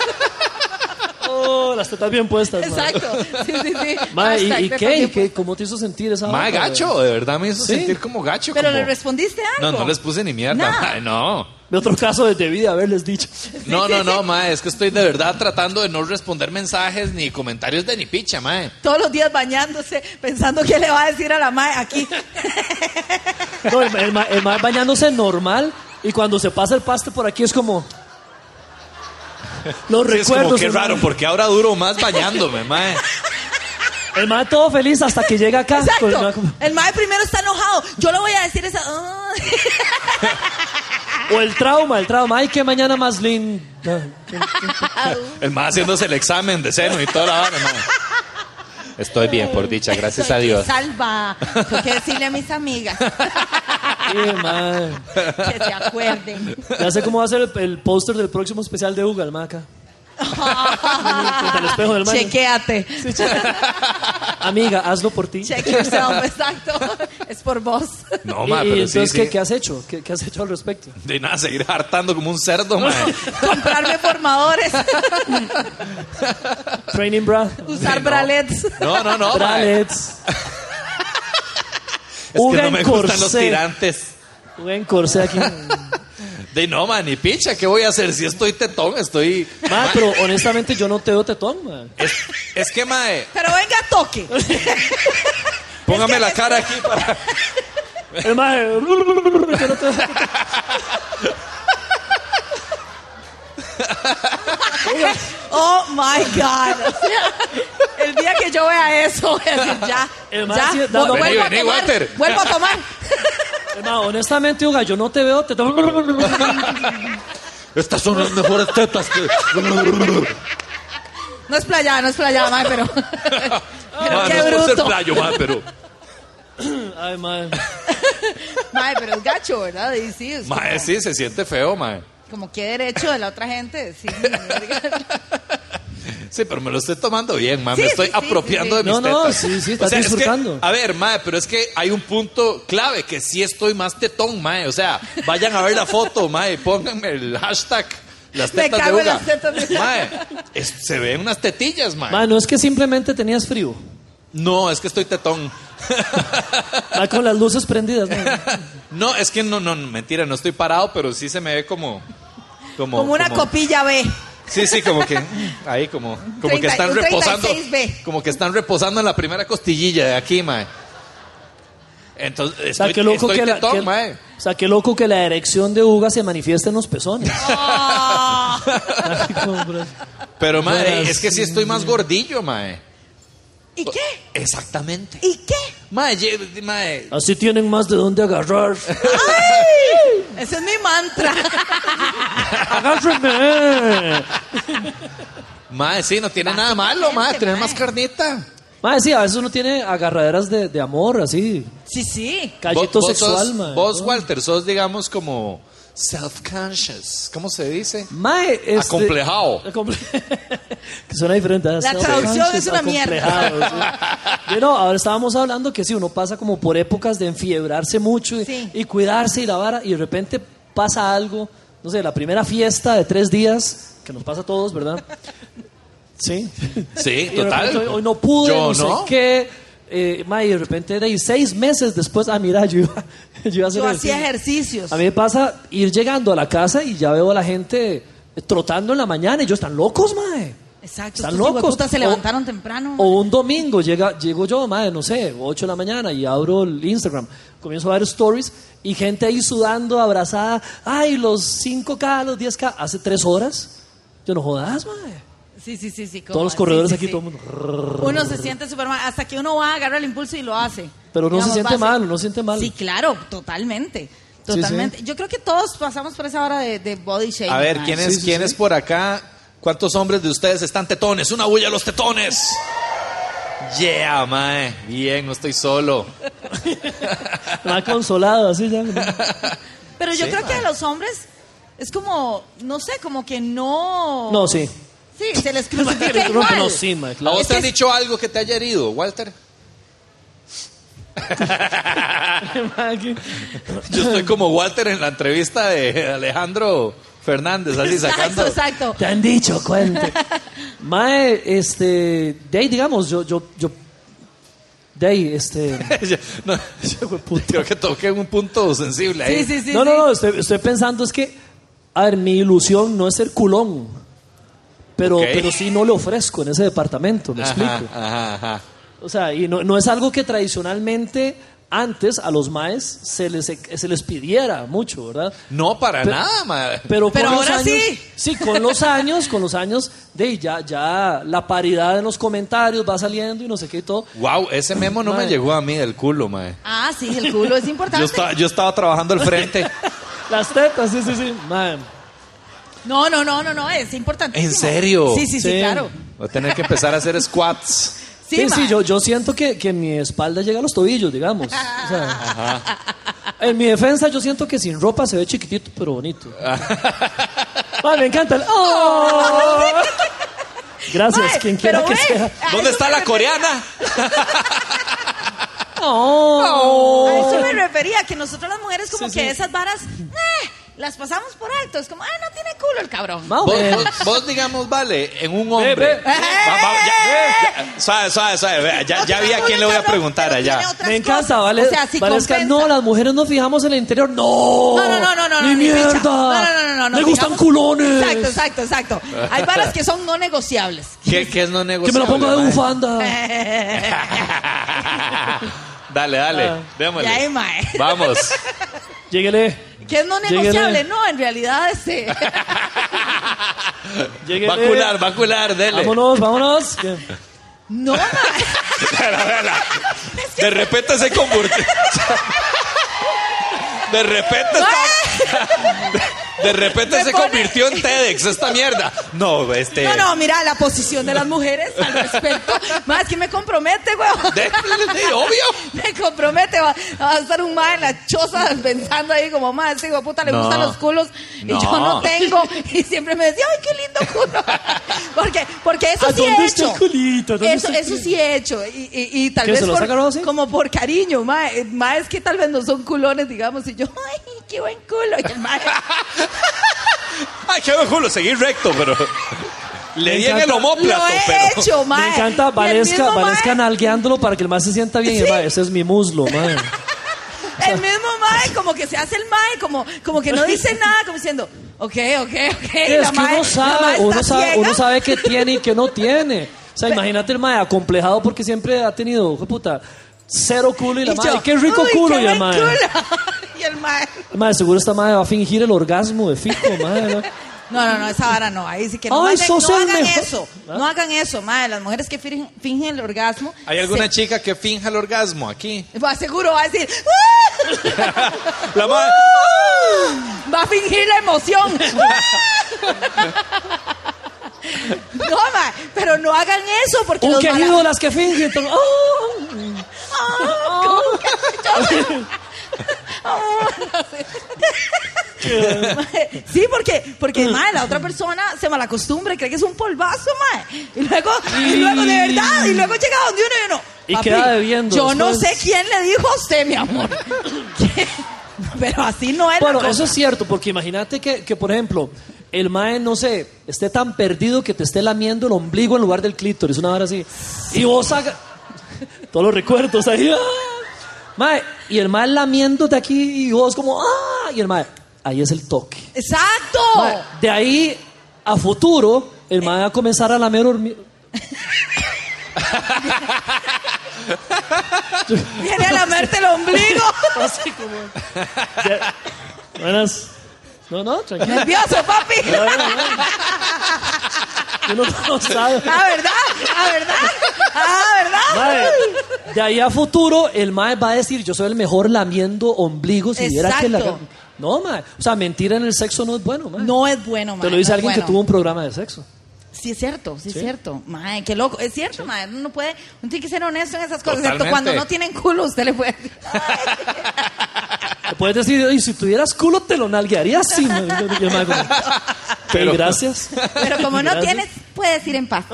D: Oh, las tetas bien puestas, mae.
B: Exacto. Sí, sí, sí.
D: Mae, ¿y,
B: Hashtag
D: y
B: tetas
D: qué? ¿Y
B: bien
D: qué? ¿Cómo te hizo sentir esa
A: Mae,
D: vara,
A: gacho, de verdad me hizo
D: Sí.
A: sentir como gacho.
B: Pero
A: como-
B: le respondiste
A: No,
B: algo.
A: no les puse ni mierda,
B: Nah.
A: mae, no.
D: mae? De otro caso, de- debí de haberles dicho.
A: No, no, no, mae, es que estoy de verdad tratando de no responder mensajes ni comentarios de ni picha, mae.
B: Todos los días bañándose, pensando qué le va a decir a la mae aquí.
D: Ah, No, el, ma- el, ma-
A: [LAUGHS]
D: el mae bañándose normal y cuando se pasa el paste por aquí es como. Los
A: Sí, es como
D: recuerdos.
A: que
D: hermano.
A: raro, porque ahora duro más bañándome, mae.
D: El mae todo feliz hasta que llega acá. Pues, no,
B: Exacto.
D: como-
B: El mae primero está enojado. Yo le voy a decir esa. "Ah".
D: o el trauma, el trauma. Ay, qué mañana más linda.
A: El mae haciéndose el examen de seno y toda la vara, mae.
M: Estoy bien, por dicha, gracias
B: [LAUGHS] Soy
M: a Dios.
B: Salva. Tengo que decirle a mis amigas
D: Qué mae.
B: que se [LAUGHS] acuerden.
D: Ya sé cómo va a ser el, el póster del próximo especial de Uga, el
B: [LAUGHS]
D: mae acá. Frente al espejo del mae.
B: Chequéate.
D: Amiga, hazlo por ti.
B: Check yourself, exacto. Es por vos.
A: No,
D: Y-
A: mae,
D: y,
A: pero sí,
D: entonces, ¿qué,
A: sí.
D: qué has hecho? ¿Qué, qué has hecho
A: [LAUGHS]
D: al respecto?
A: De nada, seguir hartando como un cerdo, mae.
B: Comprarme formadores,
D: Training bra.
B: usar bralets.
A: No, no, no, mae.
D: Bralets.
A: Es que no me gustan los tirantes.
D: Uga en corsé aquí.
A: De no, mae, ni picha, ¿qué voy a hacer? Si estoy tetón, estoy...
D: Mae, pero honestamente yo no te veo tetón, mae.
A: Es, es que, mae,
B: Pero venga, toque.
A: póngame la cara aquí para...
D: El mae, [LAUGHS] yo no te veo tetón.
B: Oh my God. O sea, el día que yo vea eso, voy a decir, ya.
D: El man
B: ya
D: sí, no, no,
B: vu- vuelvo,
A: vení, vení,
B: a tomar,
A: Walter.
B: vuelvo a tomar.
D: El mae, honestamente, Uga, yo no te veo tetón.
A: Estas son las mejores tetas que...
B: No es playada, no es playada, mae,
A: [LAUGHS]
B: pero. Pero
A: Mae,
B: qué
A: no es por ser
B: bruto.
A: playo, mae, pero...
D: Ay, mae.
B: Mae, pero es gacho, ¿verdad? Y sí, es
A: Mae,
B: como,
A: sí, se siente feo, mae.
B: como qué derecho de la otra gente. Sí,
A: Sí, pero me lo estoy tomando bien, mae. me
B: Sí,
A: estoy
B: sí, sí,
A: apropiando
B: sí,
A: de mis
D: No, no,
A: tetas.
D: sí, sí, estás
A: es que-
D: disfrutando.
A: a ver, mae, pero es que hay un punto clave que sí estoy más tetón, mae. O sea, vayan a ver la foto, mae. Pónganme el hashtag las
B: Me
A: tetas de
B: cago en
A: Uga.
B: las tetas de Uga.
A: Mae, es- se ven unas tetillas, mae.
D: Mae, no es que simplemente tenías frío.
A: No, es que estoy tetón. [LAUGHS]
D: Mae, con las luces prendidas, mae.
A: No, es que no, no, no, mentira, no estoy parado, pero sí se me ve como... Como,
B: Como una copilla B.
A: Sí, sí, como que ahí como como que
B: Treinta-
A: están
B: un
A: reposando,
B: 36B.
A: como que están reposando en la primera costillilla de aquí, mae. Entonces,
D: O sea,
A: estoy,
D: qué loco
A: estoy
D: que la,
A: tetón,
D: que-
A: mae.
D: o sea, qué loco que la erección de Uga se manifiesta en los pezones. Oh.
B: Ah.
D: Ay, como, bro.
A: Pero mae,
D: Buenas.
A: es que sí estoy más gordillo, mae.
B: [LAUGHS] ¿Y qué?
A: Exactamente.
B: ¿Y qué?
A: Mae, ye- mae,
D: Así tienen más de dónde agarrar.
B: Ese es mi mantra.
D: ¡Agárrenme!
A: mae, sí, no tiene nada malo, mae, tener más carnita.
D: Mae, sí, a veces uno tiene agarraderas de, de amor, así.
B: Sí, sí.
D: Callito
A: vos,
D: sexual,
A: sos,
D: mae.
A: vos, Walter, sos digamos como self conscious, ¿cómo se dice?
D: Mae, este-
A: Acomplejado.
D: Acomple- [LAUGHS] que suena diferente. ¿eh?
B: La traducción es una mierda.
D: Acomplejado,
B: [LAUGHS]
D: sí. Yo no, ahora estábamos hablando que sí, uno pasa como por épocas de enfiebrarse mucho y,
B: Sí.
D: y cuidarse y la vara, y de repente pasa algo, no sé, la primera fiesta de tres días, que nos pasa a
B: [LAUGHS]
D: todos, ¿verdad? Sí.
A: Sí,
D: Y de repente, hoy,
A: total.
D: hoy no pude,
A: Yo
D: no, sé
A: no.
D: qué. Eh, mae, y de repente, de ahí, seis meses después, ah, mira, yo, iba- [LAUGHS] yo iba a hacer
B: Yo hacía
D: ejercicio.
B: ejercicios.
D: A mí me pasa ir llegando a la casa y ya veo a la gente trotando en la mañana y yo, están locos, mae.
B: Exacto.
D: Están
B: estos
D: locos.
B: hijueputas se
D: O-
B: levantaron temprano.
D: O un domingo llega, llego yo, madre, no sé, 8 de la mañana y abro el Instagram, comienzo a ver stories y gente ahí sudando, abrazada, ay, los 5K, los 10K, hace 3 horas. Yo no jodas, madre.
B: Sí, sí, sí, sí. como-
D: Todos los corredores
B: sí, sí,
D: aquí,
B: sí.
D: todo el mundo.
B: Uno se siente súper mal. Hasta que uno va a agarrar el impulso y lo hace.
D: Pero no se siente
B: va a ser-
D: mal, no se siente mal.
B: Sí, claro, totalmente.
D: sí.
B: Totalmente. Yo creo que todos pasamos por esa hora de, de body shaming.
A: A ver,
B: mae.
A: ¿quién es,
D: Sí, sí,
A: quién
D: sí.
A: es por acá? ¿Cuántos hombres de ustedes están tetones? ¡Una bulla a los tetones! Yeah, mae. Bien, no estoy solo.
D: [LAUGHS] Me ha consolado, así
B: [LAUGHS]
D: ya. [LAUGHS]
B: Pero yo
A: Sí,
B: creo que
D: Ah.
A: mae.
B: a los hombres es como, no sé, como que no.
D: No, sí.
B: Sí,
D: [LAUGHS]
B: se les crucifica
D: No,
B: Pues igual.
D: no,
B: [LAUGHS]
D: sí, mae,
A: ¿A
D: claro.
A: vos
B: Es
A: te
B: que
A: han
B: es-
A: dicho algo que te haya herido, Walter?
D: Mae, que-
A: Yo estoy como Walter en la entrevista de Alejandro Fernández, así
B: Exacto,
A: sacando.
B: exacto.
D: Te han dicho, cuente. [LAUGHS] Mae, este, de ahí, digamos, yo, yo, yo, de ahí, este...
A: [LAUGHS] Yo- no, creo que toqué un punto sensible ahí.
B: Sí, sí, sí.
D: no,
B: sí.
D: no, no, estoy, estoy pensando es que, a ver, mi ilusión no es ser culón, pero,
A: Ok.
D: pero sí no le ofrezco en ese departamento, me
A: Ajá,
D: explico.
A: ajá, ajá.
D: O sea, y no, no es algo que tradicionalmente antes a los maes se les, se les pidiera mucho, ¿verdad?
A: No, para
D: Pe-
A: nada, madre.
D: Pero, con
B: Pero
D: los
B: ahora
D: años- [LAUGHS]
B: sí.
D: con los años, con los años, de ya, ya la paridad en los comentarios va saliendo y no sé qué y todo.
A: Wow, ese memo no me
D: Mae.
A: llegó a mí del culo, madre.
B: Ah, sí, el
D: [LAUGHS]
B: culo es
A: Yo
B: importante.
A: estaba, yo estaba trabajando al frente.
D: Las tetas, sí, sí, sí. mae.
B: No, no, no, no, no, es importante.
A: ¿En serio?
B: Sí, sí, sí,
D: Sí.
B: claro.
A: Voy a tener que empezar a hacer squats.
D: [LAUGHS]
B: Sí,
D: Sí, sí,
B: mae.
D: yo, yo siento que, que mi espalda llega a los tobillos, digamos. O sea,
B: [LAUGHS]
D: En mi defensa, yo siento que sin ropa se ve chiquitito, pero bonito. Mae, me encanta el. ¡Oh!
B: [LAUGHS]
D: Gracias,
B: Mae,
D: quien quiera
B: pero
D: que
B: ve,
D: sea.
A: ¿Dónde está la coreana?
D: ¡Oh!
B: A eso me refería, que nosotros las mujeres como
D: Sí,
B: que
D: sí.
B: esas varas, eh, las pasamos por alto. Es como, ah, no tiene culo el cabrón.
D: Más o
A: Vos,
D: menos.
A: vos- vos, digamos, vale, en un hombre.
D: Ve, ve.
A: Va- va- ya- ya- suave, suave, suave, vea, Ya, ya vi a quién le voy a preguntar allá.
B: otras
D: Me encanta,
B: cosas.
D: ¿vale?
B: O sea, si
D: Valesca,
B: compensa.
D: no, las mujeres nos fijamos en el interior. ¡No!
B: No, no, no, no, no.
D: Oh, ¡Ni
B: no,
D: mierda!
B: picha. No, no, no, no, no.
D: ¡Me gustan
B: digamos-
D: culones!
B: Exacto, exacto, exacto.
D: [LAUGHS]
B: Hay varas que son no negociables.
A: ¿Qué, qué es no
D: ¡Que me
A: negociable?
D: la ponga de
A: mae?
B: Eh.
D: bufanda!
A: [LAUGHS]
B: [LAUGHS]
A: dale, dale,
D: Ah.
A: démosle.
B: Ya, ahí, mae.
D: [LAUGHS]
A: Vamos.
D: Lléguele.
B: Que es no
D: Lléguele.
B: negociable, no, en realidad este. [LAUGHS]
D: Lléguele.
A: Vacular, vacular, dele.
D: Vámonos,
B: [LAUGHS]
D: vámonos. Que-
B: Pues No,
D: [LAUGHS]
B: mae.
A: De repente se convirtió. [LAUGHS] De repente
B: eh.
A: está- De repente
B: Me
A: se
B: pone-
A: convirtió en TEDx esta mierda. No, este.
B: No, no, mira, la posición de las mujeres al respecto. Más que me compromete, weón.
A: De- sí, obvio.
B: [LAUGHS] Me compromete, va, va a estar un mae en la choza pensando ahí como, mae, ese hijo de puta le
A: No.
B: gustan los culos y
A: No.
B: yo no tengo. Y siempre me decía, ay, qué lindo culo. [LAUGHS] Porque, porque eso
D: ¿A
B: sí
D: dónde
B: he
D: está
B: hecho.
D: el culito? ¿Dónde
B: Eso,
D: está el
B: eso sí he hecho. Y, y, y tal
D: ¿Qué,
B: vez
D: se lo
B: por-
D: sacaron así?
B: como por cariño, mae. Mae, es que tal vez no son culones, digamos. Y yo, ay, qué buen culo. Y el
D: [LAUGHS]
B: mae,
A: Ay, qué buen culo, seguí recto, pero. Le
D: Me
A: di en
D: encanta.
A: el homóplato,
B: lo he
A: pero.
B: hecho, mae.
D: Me
B: Y
D: encanta
B: el
D: Valesca,
B: mismo mae-
D: Valesca nalgueándolo para que el más se sienta bien. Y el mae, ese es mi
B: [LAUGHS]
D: muslo, mae.
B: El mismo Mae, como que se hace el Mae, como, como
D: [LAUGHS]
B: que no dice nada, como diciendo, ok, ok, ok.
D: Es
B: la mae- la
D: que uno
B: mae
D: sabe,
B: está
D: uno sabe,
B: ciega.
D: uno sabe qué tiene y qué no tiene. O sea, imagínate el mae acomplejado porque siempre ha tenido, hijo de puta, cero culo y
B: [LAUGHS]
D: la
B: Y
D: mae,
B: yo,
D: qué rico
B: "Uy,
D: culo
B: qué
D: y el eh.
B: buen
D: mae.
B: culo. [LAUGHS] Y el Mae.
D: El mae, seguro esta mae va a fingir el orgasmo
B: [LAUGHS]
D: de fijo, mae. ¿no?
B: No, no, no, esa vara no. Ahí sí que no,
D: Ay,
B: hagan,
D: sos
B: no
D: el
B: hagan
D: mejor. Ah.
B: eso. No hagan eso, Mae. Las mujeres que fingen, fingen el orgasmo.
A: ¿Hay alguna
B: se-
A: chica que finja el orgasmo aquí?
B: Va, seguro Pues va a decir, "Ah".
A: La madre.
B: va a fingir la emoción. No, mae, pero no hagan eso porque
D: Un
B: los mala-
D: quejido de las que fingen. todo- ¡Oh!
B: Mae, [LAUGHS] Sí, porque, porque mae, la otra persona se malacostumbre, cree que es un polvazo, mae. Y luego, y luego, de verdad, y luego llega donde uno y uno.
D: Y
B: "Papi,
D: queda bebiendo
B: Yo no sé
D: después".
B: quién le dijo a usted, mi amor. [LAUGHS] que- Pero así no es. la
D: Bueno,
B: cosa.
D: eso es cierto, porque imagínate que, que, por ejemplo, el mae, no sé, esté tan perdido que te esté lamiendo el ombligo en lugar del clítoris, una hora así. Y vos haga... [LAUGHS] Todos los recuerdos ahí. ¡ah! Mae, y el mae lamiéndote aquí y vos como... ¡Ah! Y el mae, ahí es el toque.
B: Exacto.
D: Mae, de ahí a futuro, el
B: Eh.
D: mae va a comenzar a lamer hormi-
B: Viene a lamerte el ombligo.
D: [LAUGHS] Así como... Ya- Buenas. No, no, tranquilo.
B: Nervioso, papi.
D: Uno no sabe.
B: La Ah, verdad, la verdad, la verdad.
D: Mae, de ahí a futuro, el mae va a decir, yo soy el mejor lamiendo ombligos y viera que la...
B: Exacto.
D: No, mae. O sea, mentir en el sexo no es bueno, mae.
B: No es bueno, mae.
D: Te lo dice
B: no es
D: alguien que
B: bueno.
D: tuvo un programa de sexo.
B: Sí, es cierto, sí, es cierto. Mae, qué loco. Es cierto, mae. Uno no puede, uno tiene que ser honesto en esas cosas, excepto
A: Totalmente.
B: cuando no tienen culo, usted le puede decir.
D: Te puedes decir, "Oye, si tuvieras culo, te lo nalguearía así. mae". Y el mae como, "Ok,
A: Pero-
D: gracias.
B: Pero como no
D: Gracias.
B: tienes, puedes ir en
D: [LAUGHS]
B: paz.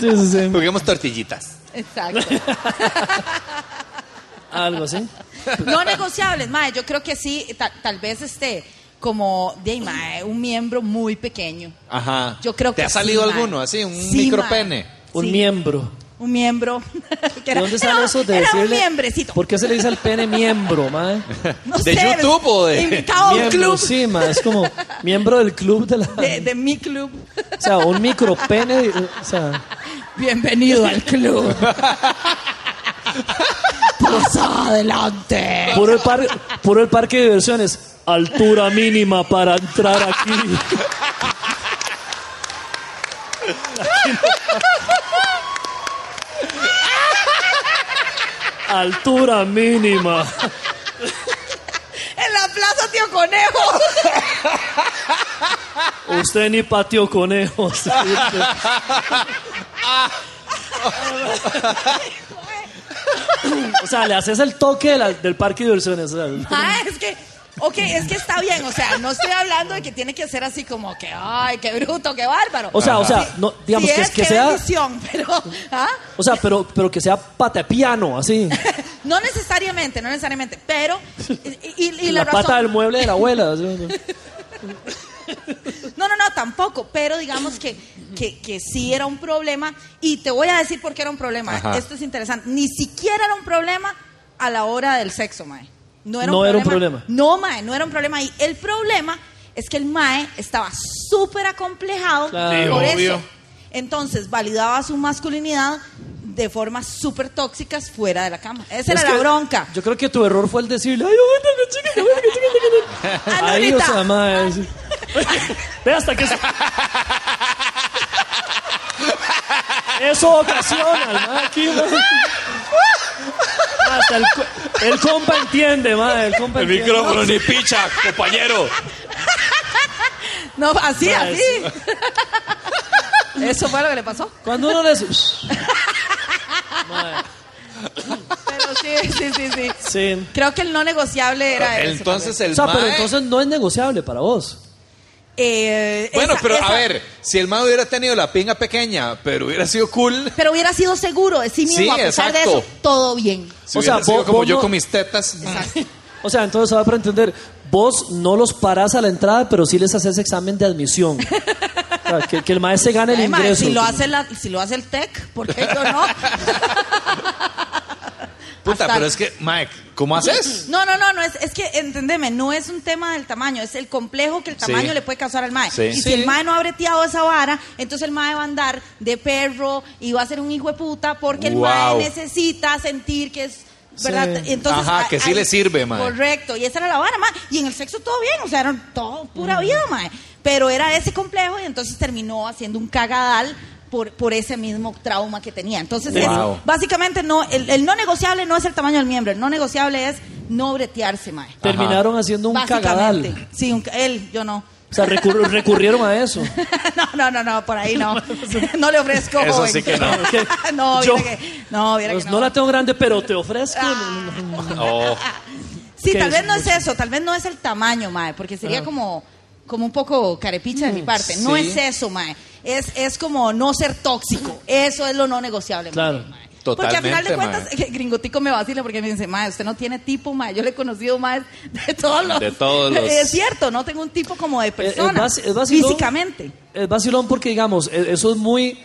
D: Sí, sí, sí.
A: Juguemos tortillitas.
B: Exacto.
D: Algo así.
B: No negociables, mae. Yo creo que sí, ta- tal vez este, como, de ahí, mae, un miembro muy pequeño.
A: Ajá.
B: Yo creo que
A: ¿Te ha
B: sí,
A: salido
B: mae.
A: alguno así? ¿Un
B: Sí,
A: micropene?
B: mae.
D: Un
B: Sí,
D: miembro.
B: Un miembro. [LAUGHS] Que
D: ¿De
B: era-
D: dónde sale
B: era-
D: eso de
B: era un
D: decirle?
B: miembrecito.
D: ¿Por qué se le dice al pene miembro, mae?
B: No
A: ¿De YouTube o de-
B: Invitado a un
D: Miembro,
B: club.
D: sí, mae. Es como miembro del club de la...
B: De, de mi club.
D: O sea, un micro pene, o sea...
B: Bienvenido al club.
N: Pasa adelante.
D: Puro el, par- puro el parque de diversiones. Altura mínima para entrar aquí. Altura mínima.
B: En la plaza, tío conejo.
D: Usted ni patio conejos. o sea, le haces el toque de la- del parque de diversiones. o sea, el-
B: Ah, es que, ok, es que está bien. O sea, no estoy hablando de que tiene que ser así como que, ay, qué bruto, qué bárbaro.
D: O sea, o sea, no, digamos
B: Sí
D: que,
B: es,
D: que
B: qué
D: sea,
B: bendición, pero, [LAUGHS] ¿ah?
D: o sea, pero, pero que sea patepiano, así.
B: No necesariamente, no necesariamente, pero, y, y- y
D: la,
B: la, razón.
D: pata del mueble de la abuela. así.
B: No, no, no, tampoco, pero digamos que, que, que sí era un problema y te voy a decir por qué era un problema.
O: Ajá.
B: Esto es interesante. Ni siquiera era un problema a la hora del sexo, Mae. No era,
D: No
B: un,
D: era un
B: problema.
D: problema.
B: No, Mae, no era un problema ahí. El problema es que el Mae estaba súper acomplejado
D: Claro. Sí,
B: por
A: obvio.
B: eso. Entonces validaba su masculinidad de formas súper tóxicas fuera de la cama. Esa
D: Es
B: era la
D: que
B: bronca.
D: Yo creo que tu error fue el decirle, ay, bueno, que chica, que bueno, que chica, que bueno".
B: Ah,
D: Ahí, o
B: Lolita.
D: sea, más. Ve hasta que. se- Eso ocasiona, ¿no? Aquí, ma. Hasta el, cu- el compa entiende, ma, El compa
B: Pues,
A: El
D: entiende.
A: micrófono ni picha, compañero.
B: No, así,
D: Ma,
B: así. [LAUGHS] Eso fue lo que le pasó.
D: Cuando uno le. Sí.
B: Pero sí, sí, sí, sí. Creo que el no negociable era ese.
A: Ah, Entonces el
D: O sea, pero
A: mae-
D: entonces no es negociable para vos.
B: Eh,
A: Bueno,
B: esa-
A: pero
B: esa-
A: a ver, si el mae hubiera tenido la pinga pequeña, pero hubiera sido cool.
B: Pero hubiera sido seguro de sí mismo,
A: Sí,
B: a pesar de
A: exacto.
B: eso, todo bien.
A: Si
D: O
A: hubiera
D: sea,
A: sido
D: vos-
A: como
D: vos
A: yo
D: no-
A: con mis tetas.
D: O sea, entonces ahora para entender, vos no los parás a la entrada, pero sí les haces examen
B: [LAUGHS]
D: de admisión. O sea, que, que el maestro se gane el
B: Ay, madre,
D: ingreso.
B: si, lo hace la- si lo hace el TEC, ¿por qué yo
A: [LAUGHS]
B: no?
A: Puta,
B: Hasta-
A: pero es que, Mike, ¿cómo
B: [LAUGHS]
A: haces?
B: No, no, no, no es, es que, entendeme, no es un tema del tamaño, es el complejo que el tamaño
A: Sí.
B: le puede causar al mae.
A: Sí.
B: Y si el mae no ha breteado esa vara, entonces el mae va a andar de perro y va a ser un hijo de puta porque el
A: Wow.
B: mae necesita sentir que es. ¿Verdad?
D: Sí.
B: Entonces,
A: Ajá,
B: a-
A: que sí
B: ahí-
A: le sirve, mae.
B: Correcto, y esa era la vara, mae. Y en el sexo todo bien, o sea, eran todo pura vida, mae. Pero era ese complejo y entonces terminó haciendo un cagadal por, por ese mismo trauma que tenía. Entonces, es-
A: Wow.
B: Básicamente, no, el, el no negociable no es el tamaño del miembro, el no negociable es no bretearse, mae.
D: Terminaron haciendo un
B: Básicamente.
D: cagadal.
B: Sí, un ca- él, yo no. [LAUGHS]
D: O sea, recurr- recurrieron a eso.
B: no, no, no, no, por ahí
D: [LAUGHS]
B: no. No le ofrezco.
A: Eso
B: joven.
A: sí que no.
B: [LAUGHS] no,
D: Yo-
B: viera que, no, viera
D: Pues
B: que
D: no
B: no. Ah.
D: la tengo grande, pero te ofrezco.
A: Oh,
B: Sí,
D: ¿Qué
B: tal
D: es?
B: vez no es eso, tal vez no es el tamaño, mae, porque sería
D: Ah. Mm,
B: como, como un poco carepicha de mi parte. No
A: sí.
B: es eso, mae. Es, es como no ser tóxico. Eso es lo no negociable, mae.
D: Claro.
B: mae. Porque al
A: Totalmente,
B: final de cuentas,
A: mae.
B: eh, [LAUGHS] Gringotico me vacila porque me dice, mae, usted no tiene tipo, mae. Yo le he conocido, mae, de todos los...
A: De todos los-
B: [LAUGHS] Es cierto, no tengo un tipo como de
D: Eh,
B: persona.
D: vaci- vacilón-
B: físicamente.
D: Es vacilón porque, digamos, eh, eso es muy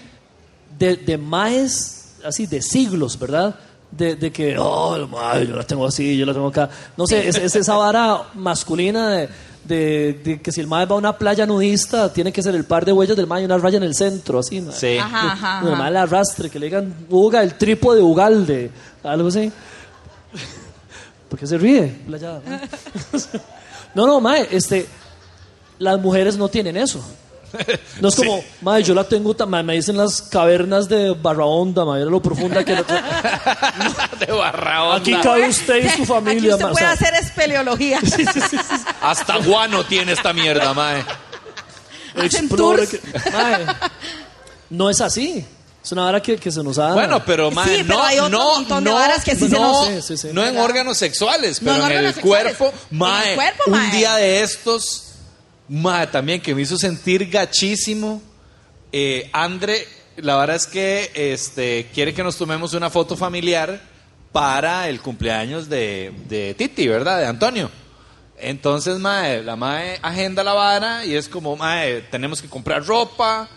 D: de, de maes, así, de siglos, ¿verdad? De, de que, oh, el mae, yo la tengo así, yo la tengo acá. No sé, es, es esa vara masculina de, de- de que si el mae va a una playa nudista, tiene que ser el par de huellas del mae y una raya en el centro, así. ¿no?
A: sí.
B: Ajá, ajá,
D: No, el
B: ajá.
D: mae la arrastre, que le digan, Uga, el tripo de Ugalde, algo así. ¿Por qué se ríe? Playada, mae. [LAUGHS] No, no, mae, este, las mujeres no tienen eso. No es como, mae, yo la tengo, tan- mae, me dicen las cavernas de Barrahonda, mae, era lo profunda que la
A: [LAUGHS] De barra onda.
D: [LAUGHS] Aquí cabe usted y
B: [LAUGHS]
D: su
B: Aquí
D: familia,
B: usted
D: mae, o
B: puede
D: sea, [LAUGHS]
B: hacer espeleología.
A: Hasta guano tiene esta mierda, mae.
B: [LAUGHS] hacen
D: explore
B: tours.
D: que- mae, no es así. Es una vara que, que se nos ha...
A: Bueno, pero mae,
B: Sí, pero
A: no,
B: hay otro
A: no,
B: montón de
A: no,
B: varas que sí se
A: no,
D: nos- Sí, sí, sí.
A: no en órganos sexuales, pero
B: en
A: en, el
B: órganos sexuales.
A: cuerpo,
B: En
A: mae,
B: el cuerpo,
A: un
B: mae.
A: día de estos, mae, también que me hizo sentir gachísimo, eh, Andre, la verdad es que este quiere que nos tomemos una foto familiar para el cumpleaños de, de Titi, ¿verdad? De Antonio. Entonces, mae, la mae agenda la vara y es como, mae, tenemos que comprar ropa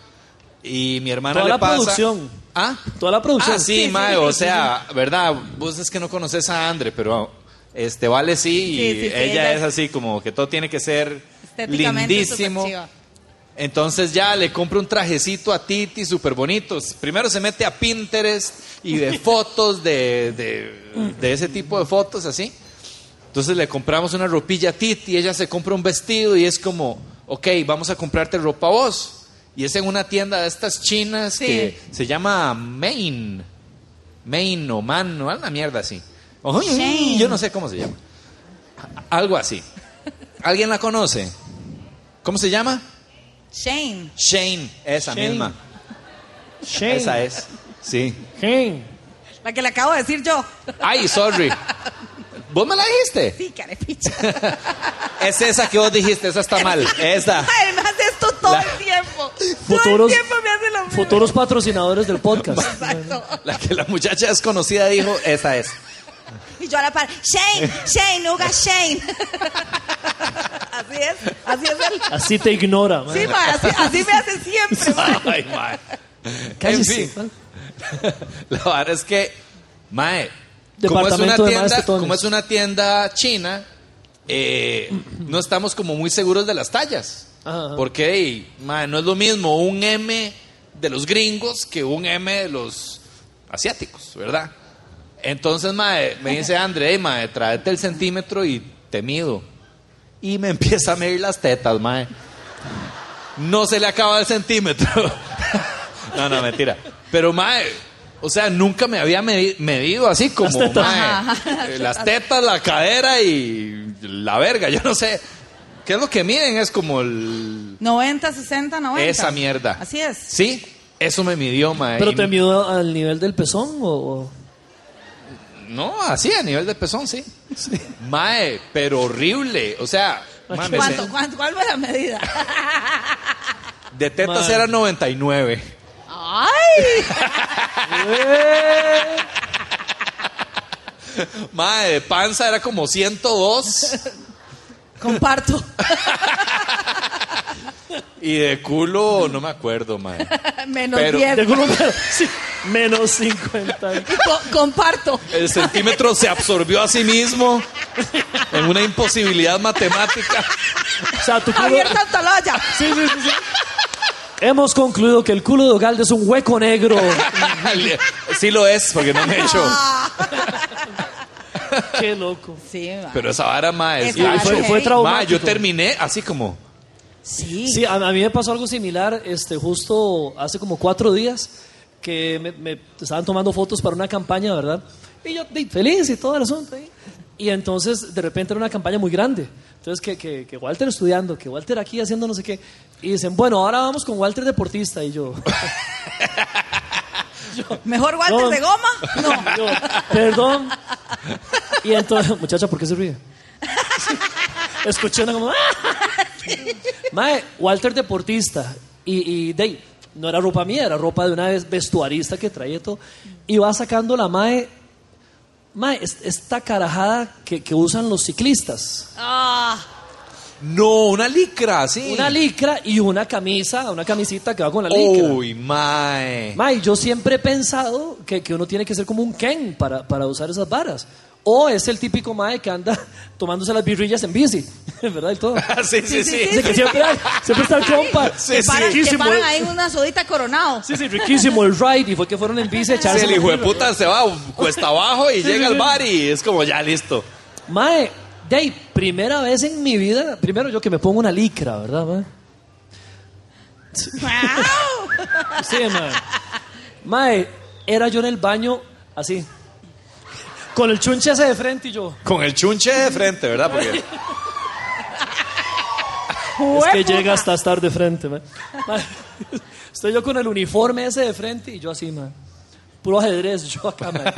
A: y mi hermana
D: Toda
A: le
D: la
A: pasa-
D: producción.
A: ¿Ah?
D: Toda la producción.
A: Ah, sí,
D: Sí,
A: mae,
D: sí,
A: o
D: sí,
A: sea, ¿verdad? Vos es que no conoces a Andre, pero este vale sí, y
B: Sí, sí, sí,
A: ella
B: ella
A: es
B: es-
A: así como que todo tiene que ser
B: Estéticamente
A: lindísimo.
B: súper chiva.
A: Entonces ya le compro un trajecito a Titi, súper bonito. Primero se mete a Pinterest y de fotos, de, de, de ese tipo de fotos así. Entonces le compramos una ropilla a Titi, ella se compra un vestido y es como, ok, vamos a comprarte ropa a vos. Y es en una tienda de estas chinas que se llama Main. Main o Man, o una mierda así. Ojo,
F: Shane.
A: Yo no sé cómo se llama. Algo así. ¿Alguien la conoce? ¿Cómo se llama?
E: Shane.
A: Shane, esa
D: Shane.
A: misma.
D: Shane.
A: Esa es. Sí.
D: Shane.
E: La que le acabo de decir yo.
A: Ay, sorry. ¿Vos me la dijiste?
E: Sí, carepicha.
A: Es esa que vos dijiste, esa está mal.
B: [LAUGHS]
A: Esa.
E: Ay, me hace esto todo
A: La-
E: el tiempo. todo el
D: Futuros,
E: tiempo me hace lo mismo.
D: futuros patrocinadores del podcast.
E: Exacto.
A: La que la muchacha desconocida dijo, esa es.
E: Y yo a la par, Shane, Shane, Uga [LAUGHS] Shane. así es, así es el.
D: Así te ignora. man.
E: Sí, ma, así, así me hace siempre. ma.
A: Ay, mae. En
D: Cállese,
A: fin.
D: man.
A: [LAUGHS] La verdad es que, mae, como es una
D: Departamento de
A: tienda,
D: maestetones.
A: como es una tienda china, eh, no estamos como muy seguros de las tallas.
D: Ajá, ajá.
A: Porque, y, mae, no es lo mismo un M de los gringos que un M de los asiáticos, ¿verdad? Entonces, mae, me dice André, "Ey, mae, tráete el centímetro y te mido. Y me [LAUGHS] empieza a medir las tetas, mae. No se le acaba el centímetro. [LAUGHS] no, no, mentira. Pero, mae, o sea, nunca me había medi- medido así como, mae, eh,
D: tetas.
A: las tetas, la cadera y la verga. Yo no sé. ¿Qué es lo que miden? Es como el-
E: 90, 60, 90.
A: esa mierda.
E: Así es.
A: Sí, eso me midió, mae.
D: ¿Pero
A: Y-
D: te midió al nivel del pezón o...? o?
A: No, así, a nivel de pezón, sí. Mae, pero horrible. O sea, mae, me
E: ¿Cuánto,
A: sen-
E: cuánto, ¿Cuál fue la medida?
A: de tetas
D: Mae.
A: era 99.
E: ¡Ay!
A: Mae, de panza era como 102.
E: Comparto.
A: Y de culo, no me acuerdo, mae.
E: [LAUGHS] Menos
A: Pero-
E: 10.
D: Tengo un número, sí, menos 50.
E: Co- comparto.
A: El centímetro se absorbió a sí mismo en una imposibilidad matemática. [LAUGHS]
D: O sea, tu culo...
E: Javier Santaloya.
D: Sí, sí, sí, sí. Hemos concluido que el culo de Ogalde es un hueco negro.
A: Sí lo es, porque no me he hecho.
E: Ah.
D: Qué loco.
E: Sí, ma.
A: Pero esa vara, mae, es
E: Es
D: Y
A: gacho.
D: fue, fue
A: Mae,
D: traumático.
A: yo terminé así como.
E: Sí.
D: Sí, a, a mí me pasó algo similar este, justo hace como cuatro días que me, me estaban tomando fotos para una campaña, ¿verdad? Y yo di, feliz y todo el asunto. ahí. Y entonces de repente era una campaña muy grande. Entonces que, que, que Walter estudiando, que Walter aquí haciendo no sé qué. Y dicen, bueno, ahora vamos con Walter deportista. Y yo,
E: ¿Mejor Walter
D: No.
E: de goma? No.
D: yo, perdón. Y entonces, muchacha, ¿por qué se ríe? Escuchando como... "Ah". Mae, Walter deportista. Y, y de ahí, no era ropa mía, era ropa de una vez vestuarista que traía todo. Y va sacando la Mae... Mae, es- esta carajada que, que usan los ciclistas.
E: Ah.
A: No, una licra, sí. Oh,
D: Una licra y una camisa, una camisita que va con la licra.
A: Uy, mae. [LAUGHS]
D: Mae, yo siempre he pensado que, que uno tiene que ser como un Ken para, para usar esas varas. O es el típico Mae que anda [LAUGHS] tomándose las birrillas en bici, [LAUGHS] ¿verdad?
A: [LAUGHS]
D: Y todo.
A: Sí, sí, sí.
D: Dice que siempre, hay- siempre está el compa.
A: [LAUGHS] Sí, eh.
E: Que paran, que
D: riquísimo.
E: paran ahí en una sodita coronado.
D: Sí, sí, riquísimo el ride. Y fue que fueron en bici a
A: Sí,
D: echarse.
A: el
D: la
A: hijo de
D: birra.
A: puta se va cuesta abajo y
D: Sí,
A: llega
D: sí,
A: al
D: sí.
A: bar y es como ya listo.
D: Mae, de ahí, primera vez en mi vida, primero yo que me pongo una licra, ¿verdad, Mae?
E: ¡Wow!
D: Sí, mae. Mae, era yo en el baño así. Con el chunche ese de frente y yo.
A: Con el chunche de frente, ¿verdad? Porque
D: Es que
E: Hueputa.
D: llega hasta estar de frente, man. Man, [LAUGHS] Estoy yo con el uniforme ese de frente y yo así, man. Puro ajedrez, yo acá, man.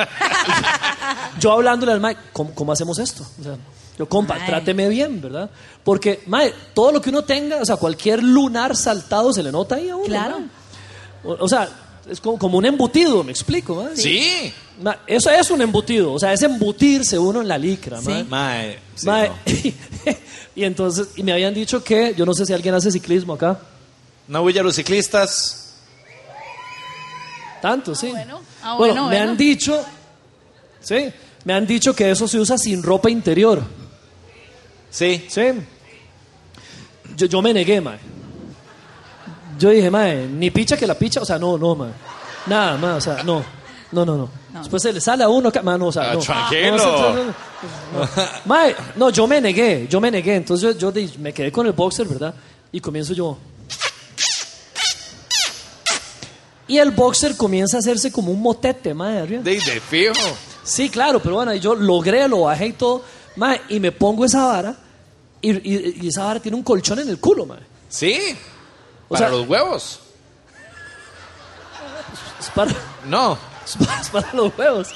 D: Yo hablándole al Mike, ¿cómo, cómo hacemos esto? O sea, yo, compa, tráteme bien, ¿verdad? Porque, mae, todo lo que uno tenga, o sea, cualquier lunar saltado se le nota ahí a uno.
E: Claro.
D: man. O, o sea, es como, como un embutido, ¿me explico, man?
A: sí.
D: Ma, eso es un embutido, o sea, es embutirse uno en la licra, man.
A: Mae. sí,
D: Mae,
A: no.
D: [LAUGHS] y entonces, y me habían dicho que, yo no sé si alguien hace ciclismo acá.
A: Una huella a los ciclistas.
D: Tanto, sí.
E: bueno. Ah, bueno,
D: me
E: bueno.
D: han dicho, sí, me han dicho que eso se usa sin ropa interior.
A: Sí.
D: Sí. Yo, yo me negué, mae. Yo dije, mae, ni picha que la picha, o sea, no, no, mae. Nada, mae, o sea, no. No, no, no. Después se le sale a uno, acá, mae, no, o sea,
A: Ah,
D: no.
A: tranquilo.
D: No, no, no, no, no. Mae, no, yo me negué, yo me negué. Entonces yo, yo di- me quedé con el boxer, ¿verdad? Y comienzo yo. Y el boxer comienza a hacerse como un motete, mae, arriba.
A: De, de fijo.
D: Sí, claro, pero bueno, yo logré, lo bajé y todo, mae, y me pongo esa vara, y, y- y esa vara tiene un colchón en el culo, mae.
A: Sí.
D: O
A: para
D: sea-
A: los huevos.
D: Es para, [LAUGHS]
A: No.
D: es para- es para los huevos.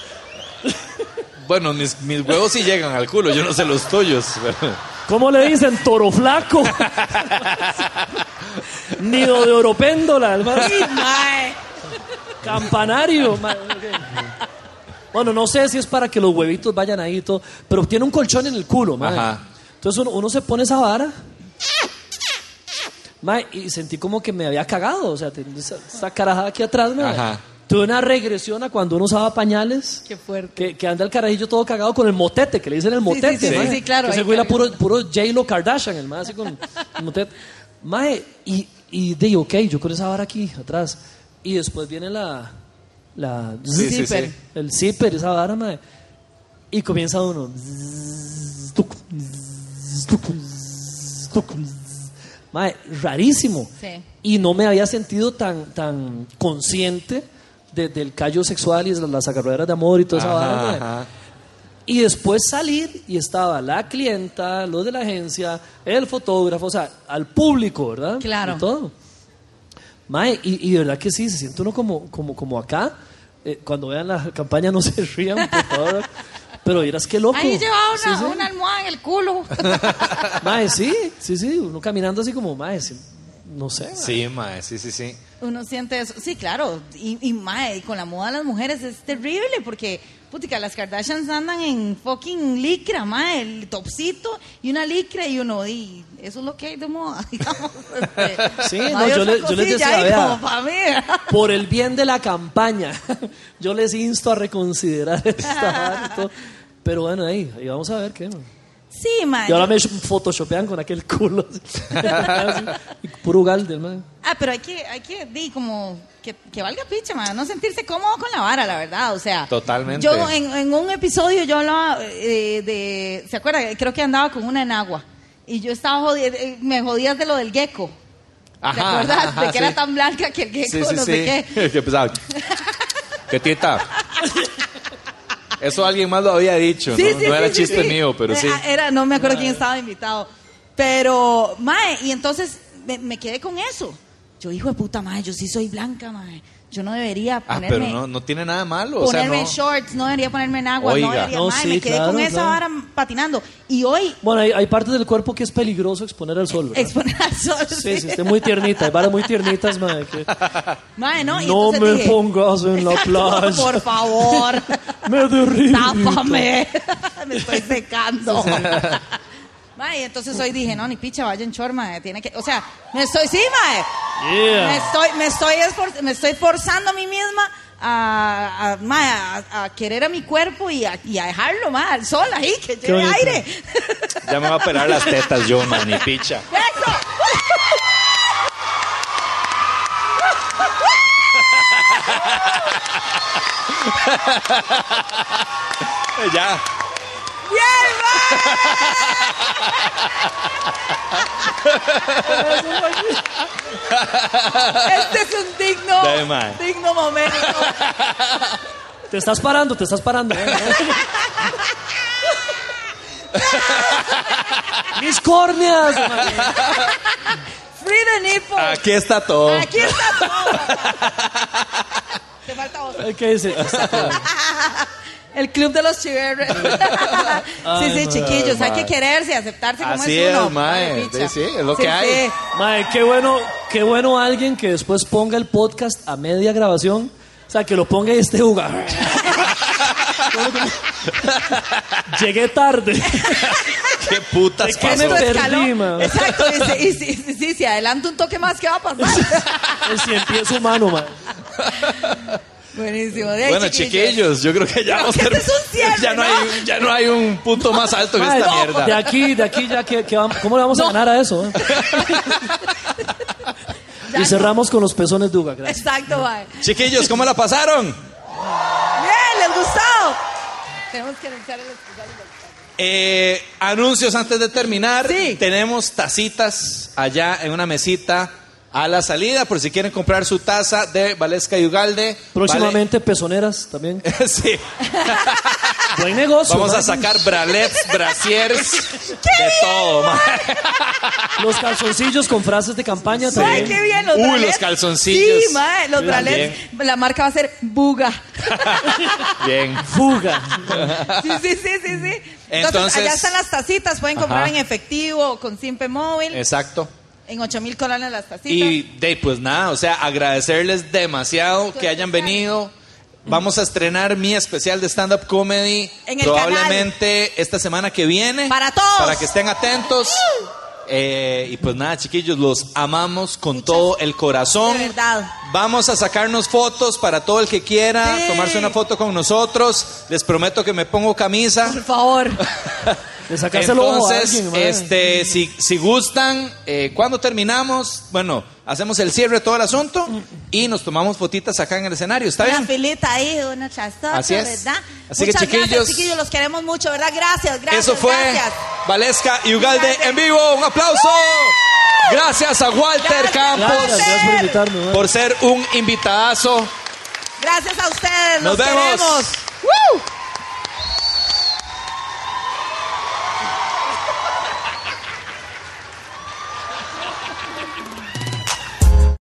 A: Bueno, mis, mis huevos sí llegan al culo, yo no sé los tuyos. pero-
D: ¿Cómo le dicen? Toro flaco. [LAUGHS] Nido de oropéndola, mae.
B: Mae,
D: campanario. mae. Ok. Bueno, no sé si es para que los huevitos vayan ahí y todo, pero tiene un colchón en el culo, mae.
A: Ajá.
D: Entonces uno, uno se pone esa vara. mae, y sentí como que me había cagado, o sea, tenía esa, esa carajada aquí atrás, mae.
A: Ajá.
D: Tuve una regresión a cuando uno usaba pañales.
B: Qué fuerte.
D: Que, que anda el carajillo todo cagado con el motete, que le dicen el motete.
B: sí, sí,
D: mae.
B: sí, claro,
D: Que ese
B: ahí
D: güey era
B: carga.
D: puro, puro J-Lo Kardashian, el mae, así con el motete. Mae, y, y digo, ok, yo con esa vara aquí, atrás. Y después viene la. la
A: Sí, sí, sí.
D: El zipper, esa vara, mae. Y comienza uno. zzz, tuc, zzz, tuc, zzz, tuc, zzz. Mae, rarísimo.
B: Sí.
D: Y no me había sentido tan, tan consciente de- del callo sexual y de las agarraderas de amor y toda esa vara, mae.
A: Ajá.
D: Y después salir y estaba la clienta, los de la agencia, el fotógrafo, o sea, al público, ¿verdad?
B: Claro.
D: Y todo. Mae, y, y de verdad que sí, se siente uno como, como, como acá. Eh, cuando vean la campaña no [LAUGHS] se rían, por favor. Pero dirás qué loco.
B: Ahí llevaba una,
D: Sí, sí.
B: una almohada en el culo. [LAUGHS]
D: [LAUGHS] Mae, sí, sí, sí. Uno caminando así como, mae, sí, no sé. mae.
A: Sí, mae, sí, sí, sí.
B: Uno siente eso. Sí, claro. Y, y mae, y con la moda de las mujeres es terrible porque, putica, las Kardashians andan en fucking licra, mae, el topsito y una licra y uno, y eso es lo que hay de moda, [LAUGHS] digamos. este,
D: Sí,
B: hay
D: no, yo
B: otra
D: le- yo les
B: cosilla
D: decía,
B: ahí
D: vea.
B: como pa' mí.
D: Por el bien de la campaña, [LAUGHS] yo les insto a reconsiderar [LAUGHS] esta vara y todo. Pero bueno, ahí, ahí vamos a ver qué. mae.
B: [LAUGHS] Sí, mae.
D: Y ahora me photoshopean con aquel culo. [LAUGHS] así. Y Puro galde, man.
B: Ah, pero hay que, hay que, di, como, que, que valga picha, ma, no sentirse cómodo con la vara, la verdad, o sea.
A: Totalmente.
B: Yo, en, en un episodio, yo hablaba eh, de, ¿se acuerda? Creo que andaba con una enagua, y yo estaba jodiendo, me jodías de lo del gecko. ¿Te
A: Ajá,
B: acuerdas?
A: ajá,
B: de que era
A: sí.
B: tan blanca que el gecko,
A: Sí, sí,
B: no
A: sí.
B: sé qué.
A: [LAUGHS] Que empezaba, ¿Qué tita? Eso alguien más lo había dicho,
B: Sí,
A: ¿no?
B: sí,
A: no era
B: sí, sí,
A: chiste
B: sí. Eh, ah,
A: mío, pero sí.
B: Era, era- no me acuerdo quién estaba invitado. Pero, mae, y entonces me, me quedé con eso. Yo, hijo de puta, mae, yo sí soy blanca, mae. Yo no debería
A: Ah,
B: ponerme...
A: pero no, no tiene nada malo, o sea,
B: ponerme
A: no.
B: en shorts, no debería ponerme en agua,
A: Oiga.
B: no debería,
D: No,
B: mae,
D: sí,
B: me quedé
D: claro,
B: con esa
D: claro.
B: vara patinando. Y
D: [LAUGHS]
B: hoy
D: Bueno, hay, hay partes del cuerpo que es peligroso exponer al sol, ¿verdad?
B: exponer al sol.
D: Sí, sí, esté muy tiernita. Hay varas muy tiernitas, man. que-
B: [LAUGHS] Mae, no, y
D: No
B: entonces
D: me
B: dije,
D: pongas en la playa.
B: Por
D: [LAUGHS]
B: favor,
D: Me derrito.
B: tápame. [LAUGHS] me estoy secando.
D: [LAUGHS]
B: Mae, entonces hoy dije, no, ni picha, vaya en short, mae, tiene que, o sea, me estoy, sí, mae,
D: Yeah.
B: Me estoy, me estoy, esfor- me estoy forzando a mí misma a, a, mae, a- a querer a mi cuerpo y a, y a dejarlo más al sol ahí, que lleve
D: bonito.
B: aire.
A: Ya me va a operar las tetas yo, man, ni
B: [LAUGHS]
A: picha.
B: ¡Eso!
A: Eh, Ya.
B: Este es un digno,
A: Dale, mae.
B: digno momento.
D: Te estás parando, te estás
B: [LAUGHS]
D: parando. ¿eh? Mis córneas. man.
B: Free the nipple.
A: Aquí está todo.
B: Aquí está todo. Te falta vos.
D: Ay, ¿Qué dice?
B: El club de
A: [LAUGHS]
B: los chiverres. sí, sí, chiquillos. Hay que quererse, aceptarse como
A: Así
B: es
A: es,
B: uno.
A: mae.
B: Madre picha.
A: Sí, sí, es lo que hay.
B: sí.
D: Mae, qué bueno, qué bueno alguien que después ponga el podcast a media grabación. O sea, que lo ponga y esté
B: [LAUGHS]
D: jugando. Llegué tarde. [LAUGHS]
A: ¿Qué putas
D: ¿De qué me
A: pasó?
B: Esto escaló.
D: Perdí, mae.
B: Exacto. Y si, y si- si- si- si adelanta un toque más, ¿qué va
A: [LAUGHS]
B: a pasar?
D: Si empiezo humano, mae.
B: Buenísimo. De ahí,
A: Bueno, chiquillos, yo creo que
B: [LAUGHS]
A: ya vamos a
B: que Eh, este es un cierre,
A: ya, no
B: ¿no?
A: Hay, ya no hay un punto más alto que [LAUGHS]
D: Mae,
A: esta
D: De
A: mierda.
D: aquí, de aquí ya que, que vamos- ¿cómo le vamos a ganar a eso? eh?
B: Exacto.
D: Y cerramos con los pezones de Uga,
B: [LAUGHS]
D: gracias.
B: Exacto, mae.
A: Chiquillos, ¿cómo la pasaron?
B: Bien, ¿les gustó? Tenemos que revisar el
A: Eh, anuncios antes de terminar. Tenemos tacitas allá en una mesita a la salida por si quieren comprar su taza de Valesca y Ugalde.
D: Próximamente pezoneras también.
A: Vale- [LAUGHS] Sí.
D: Buen negocio.
A: Vamos
D: mae.
A: a sacar bralets,
B: [LAUGHS]
A: brasiers, de todo. ma.
D: Los calzoncillos con frases de campaña
B: Ay,
D: también.
B: qué bien, los
A: Uy, Uh, los
B: bralets.
A: calzoncillos.
B: Sí, mae, los
A: Yo
B: bralets. La marca va a ser Buga.
A: Bien.
D: Fuga.
B: Sí, sí, sí, sí, sí. Entonces,
A: Entonces-
B: allá están las tacitas, pueden comprar
A: Ajá.
B: en efectivo o con Simpe Móvil.
A: Exacto.
B: En 8 mil colones las tacitas.
A: Y de, pues nada, o sea, agradecerles demasiado que hayan venido. Vamos a estrenar mi especial de stand-up comedy
B: En el
A: probablemente esta semana que viene.
B: Para todos.
A: Para que estén atentos. Eh, y pues nada, chiquillos, los amamos con todo el corazón.
B: De verdad.
A: Vamos a sacarnos fotos para todo el que quiera
B: Sí.
A: tomarse una foto con nosotros. Les prometo que me pongo camisa. [LAUGHS]
B: Por favor.
D: De sacarse el ojo a
A: Entonces,
D: alguien, mae.
A: este, si, si gustan, eh, cuando terminamos, bueno, hacemos el cierre de todo el asunto y nos tomamos fotitas acá en el escenario, ¿está
B: Una
A: bien?
B: filita ahí, una chastota,
A: Así es.
B: ¿verdad?
A: Así que,
B: Muchas
A: chiquillos-
B: gracias, chiquillos, los queremos mucho, ¿verdad? Gracias, gracias,
A: Eso fue
B: gracias.
A: Valesca y Ugalde en vivo, un aplauso. Gracias a Walter
B: Gracias,
A: Campos
D: Gracias, gracias por ¿eh? invitarme. mae.
A: por ser un invitadazo.
B: Gracias a ustedes,
A: Nos
B: los
A: vemos.
B: queremos. ¡Woo!